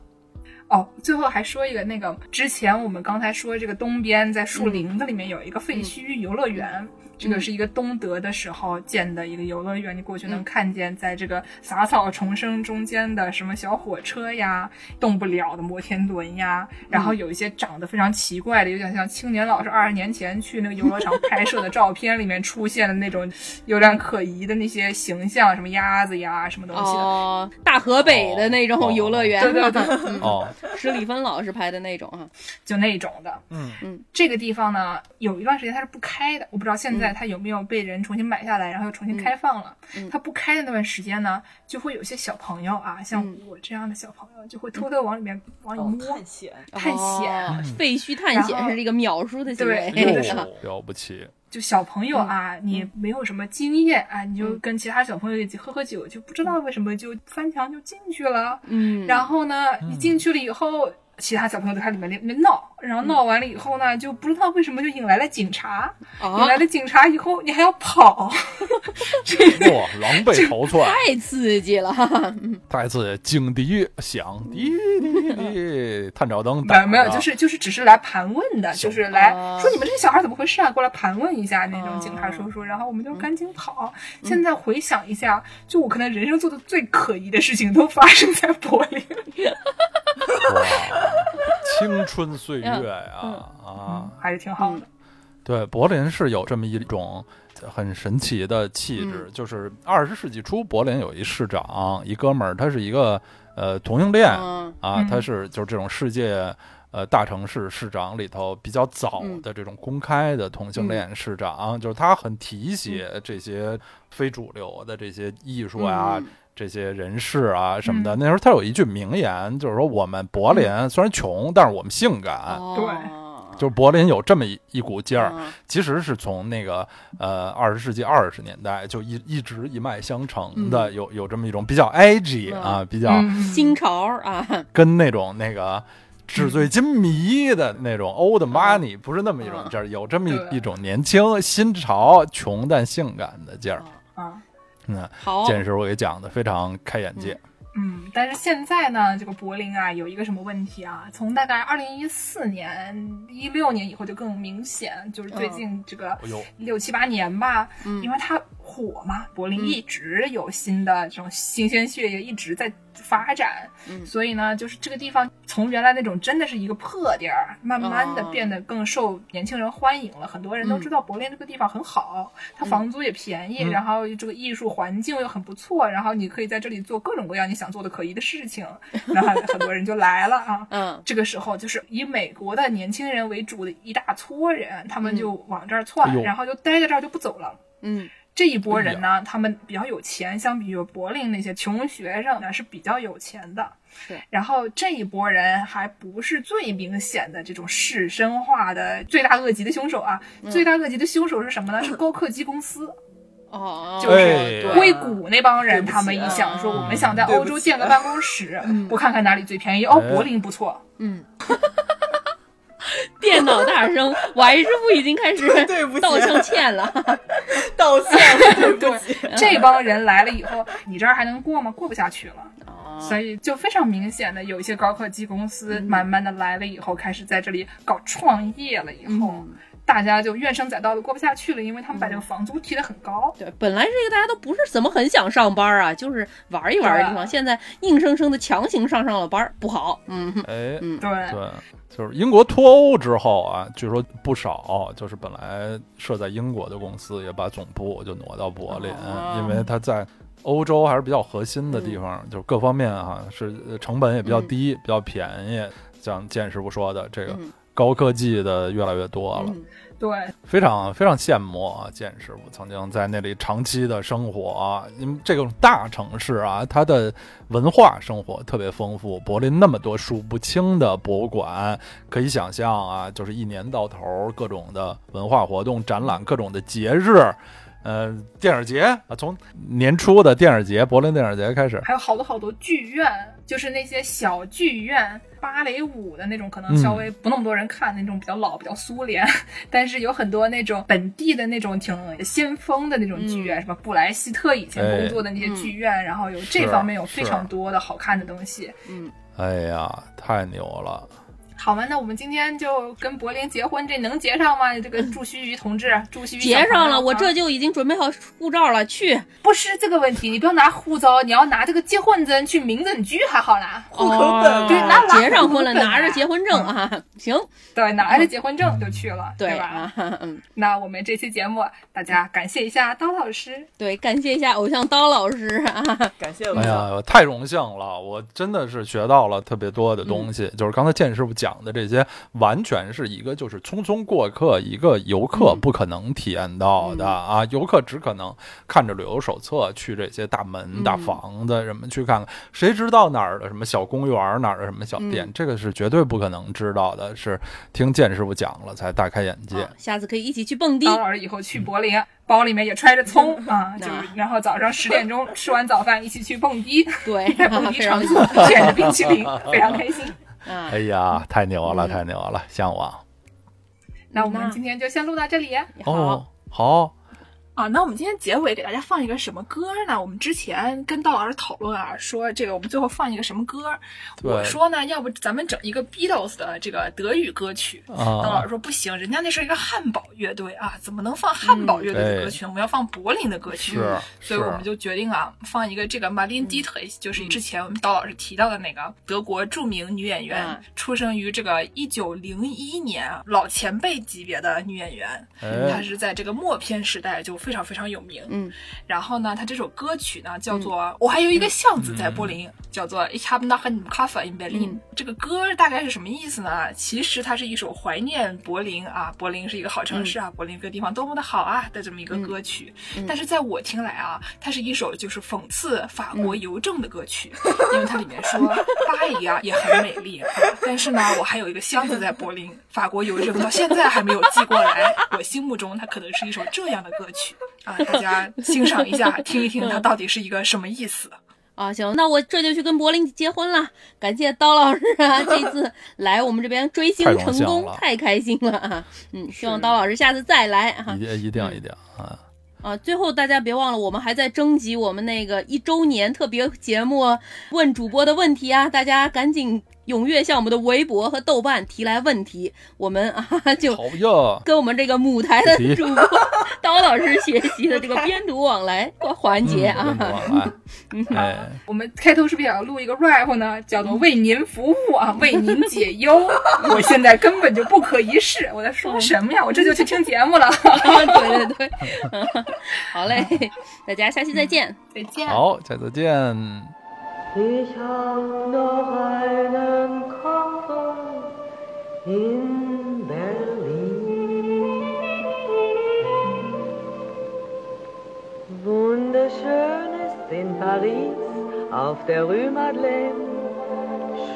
哦，最后还说一个，那个之前我们刚才说这个东边在树林子里面有一个废墟游乐园，这个是一个东德的时候建的一个游乐园，你过去能看见在这个杂草丛生中间的什么小火车呀、动不了的摩天轮呀，然后有一些长得非常奇怪的，有点像青年老师二十年前去那个游乐场拍摄的照片里面出现的那种有点可疑的那些形象，什么鸭子呀、什么东西的。哦，大河北的那种游乐园，啊对对对， 哦，是李芬老师拍的那种啊哈。就那种的。嗯嗯，这个地方呢，有一段时间它是不开的，我不知道现在它有没有被人重新买下来，然后又重新开放了。它不开的那段时间呢，就会有些小朋友啊，像我这样的小朋友，就会偷偷往里面往里哦，摸，探险，探险。嗯哦废墟探然险后是这个秒叔的行为。对那个时哟了不起，就小朋嗯友啊，你没有什么经验啊，你就跟其他小朋友一起喝喝酒，就不知道为什么就翻墙就进去了。嗯，然后呢，你进去了以后，其他小朋友就在里面里面闹，然嗯后闹完了以后呢，就不知道为什么就引来了警察。你啊来，了警察以后，你还要跑，哇，狼狈逃 窜，太刺激了！啊再次警笛响，滴滴滴，探照灯嗯没有打没有，着就是就是只是来盘问的，就是来哦说你们这些小孩怎么回事啊？过来盘问一下那哦嗯种警察叔叔，然后我们就赶紧跑。现在回想一下，就我可能人生做的最可疑的事情都发生在柏林，啊 哇，青春岁月呀嗯嗯啊！还是挺好的。对，柏林是有这么一种很神奇的气质，嗯就是二十世纪初，柏林有一市长，一哥们儿，他是一个呃同性恋、嗯啊嗯，他是就是这种世界。呃，大城市市长里头比较早嗯的这种公开的同性恋市长，就是他很嗯提携这些非主流的这些艺术啊、嗯这些人士啊什么的。那时候他有一句名言，就是说我们嗯柏林虽然穷，但是我们性感。哦，就是柏林有这么一一股劲儿，嗯其实是从那个呃二十世纪二十年代就一一直一脉相承的，有有这么一种比较埃及嗯啊，比较嗯，新潮 啊，跟那种那个纸醉嗯金迷的那种 old money 不是那么一种劲儿，有这么对一一种年轻新潮、穷但性感的劲儿。啊，嗯，好，这是我给讲的非常开眼界。嗯，但是现在呢，这个柏林啊有一个什么问题啊？从大概二零一四年、一六年以后就更明显，就是最嗯近这个哎呦，六七八年吧，嗯因为它火嘛，柏林嗯一直有新的这种新鲜血液一直在发展，嗯所以呢，就是这个地方从原来那种真的是一个破地儿，慢慢的哦变得更受年轻人欢迎了。很多人都嗯知道柏林这个地方很好，它房租也便宜，嗯然后这个艺术环境又很不错，然后你可以在这里做各种各样你想做的可疑的事 情，然后很多人就来了啊。嗯这个时候，就是以美国的年轻人为主的一大撮人，他们嗯就往这儿窜，哎呦然后就待在这儿就不走了。嗯这一波人哎呢，他们比较有钱，相比于柏林那些穷学生呢，是比较有钱的。是然后这一波人还不是最明显的这种士绅化的罪大恶极的凶手啊！嗯罪大恶极的凶手是什 么呢？是高科技公司。哦，就是哎呀硅谷那帮人，啊对不起啊他们一想说，嗯我们想在啊欧洲建个办公室，嗯我看看哪里最便宜。哦，哎柏林不错。嗯。电脑大声，瓦伊师傅已经开始对不起道声歉了。道歉，对不起。这帮人来了以后，你这儿还能过吗？过不下去了。哦嗯所以就非常明显的，有一些高科技公司慢慢的来了以后，开始在这里搞创业了以嗯后，嗯大家就怨声载道的过不下去了，因为他们把这个房租提得很高。对，本来这个大家都不是怎么很想上班啊，就是玩一玩的地对啊方，现在硬生生的强行上上了班，不好。嗯哼，哎，对，对，就是英国脱欧之后啊，据说不少就是本来设在英国的公司也把总部就挪到柏林，哦嗯因为它在欧洲还是比较核心的地方，就是各方面啊是呃成本也比较低，比较便宜。像剑师傅说的，这个嗯高科技的越来越多了，嗯对，非常非常羡慕啊！剑师傅曾经在那里长期的生活、啊，因为这种大城市啊，它的文化生活特别丰富。柏林那么多数不清的博物馆，可以想象啊，就是一年到头各种的文化活动、展览、各种的节日，呃，电影节啊，从年初的电影节，柏林电影节开始，还有好多好多剧院，就是那些小剧院。芭蕾舞的那种可能嗯稍微不那么多人看，那种比较老、比较苏联， 但是有很多那种本地的那种挺先锋的那种剧院，什么布莱希特以前哎工作的那些剧院，然后有这嗯是方面有非是常多的好看的东西。哎呀，太牛了！好吧，那我们今天就跟柏林结婚，这能结上吗？这个祝须臾同志，祝须臾小朋友结上了，我啊这就已经准备好护照了，去不是这个问题，你不要拿护照，你要拿这个结婚证去民政局还好拿。户口本对拿拿哦结上婚了，户口本啊拿着结婚证啊，行，对，拿着结婚证就去了，对吧？啊，嗯，那我们这期节目，大家感谢一下刀老师。对，感谢一下偶像刀老师啊，感谢我 哎们。呀，太荣幸了！我真的是学到了特别多的东西，就是刚才建师傅讲的这些，完全是一个就是匆匆过客，一个游客不可能体验到的、啊！游客只可能看着旅游手册去这些大门、大房子什么去看看，谁知道哪儿的什么小公园，哪儿的什么小店，这个是绝对不可能知道的。是听建师傅讲了才大开眼界。啊好下次可以一起去蹦迪刀， 老师以后去柏林，包里面也揣着葱啊，就是啊然后早上十点钟吃完早饭一起去蹦迪，对， 在蹦啊迪非场常所卷着冰淇淋，非常开 心。啊哎，呀，太牛了，嗯太牛了，向往那我们今天就先录到这里哦好，，好。啊。那我们今天结尾给大家放一个什么歌呢？我们之前跟道老师讨论啊，说这个我们最后放一个什么歌？对我说呢，要不咱们整一个 Beatles 的这个德语歌曲。啊邓老师说不行，人家那是一个汉堡乐队啊，怎么能放汉堡乐队的歌曲呢？我们要放柏林的歌曲。哎是，所以是我们就决定啊，放一个这个玛丽迪特，就是之前我们刀老师提到的那个德国著名女演员，嗯出生于这个一九零一年啊，老前辈级别的女演员，哎她是在这个默片时代就非常非常有名。嗯，然后呢，她这首歌曲呢叫做《我还有一个巷子在柏林》，叫做 Ich habe noch einen Kaffee in Berlin、嗯这个歌大概是什么意思呢？其实它是一首怀念柏林啊，柏林是一个好城市啊，柏林这个地方多么的好啊的这么一个歌曲。但是在我听来啊，它是一首就是讽刺法国邮政的歌曲，因为它里面说巴黎啊也很美丽，但是呢，我还有一个箱子在柏林，法国邮政到现在还没有寄过来。我心目中它可能是一首这样的歌曲啊，大家欣赏一下，听一听它到底是一个什么意思。啊，行，那我这就去跟柏林结婚了，感谢刀老师 啊，这次来我们这边追星太荣成幸功了，太开心了啊，嗯，希望刀老师下次再来啊，一一定一定啊！啊，最后大家别忘了，我们还在征集我们那个一周年特别节目问主播的问题啊，大家赶紧踊跃向我们的微博和豆瓣提来问题，我们啊就好呀，跟我们这个母台的提主播 刀老师学习的这个编读往来环节啊嗯嗯， 跟我来，哎，我们开头是不是也要录一个 rap 呢？叫做“为您服务啊，为您解忧”。我现在根本就不可一世，我在说什么呀？我这就去听节目了。 对对对，啊好嘞，大家下期再见。再见。好，下次见。 Ich hab noch einen Koffer in Berlin. Wunderschön ist in Paris auf der Rue Madeleine.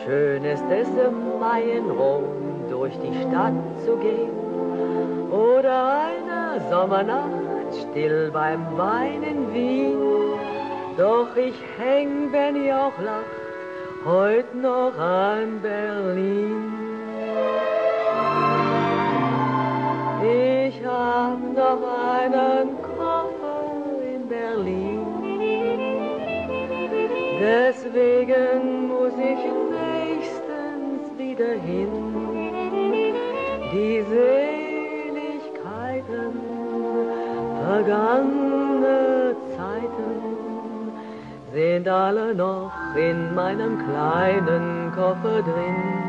Schön ist es im Mai in Rom durch die Stadt zu gehen. Oder eine Sommernacht still beim Wein in Wien. Doch ich häng, wenn ihr auch lacht, heut noch an Berlin. Ich hab noch einen Koffer in Berlin. Deswegen muss ich nächstens wieder hin. Die Seligkeiten vergangene Zeiten sind alle noch in meinem kleinen Koffer drin.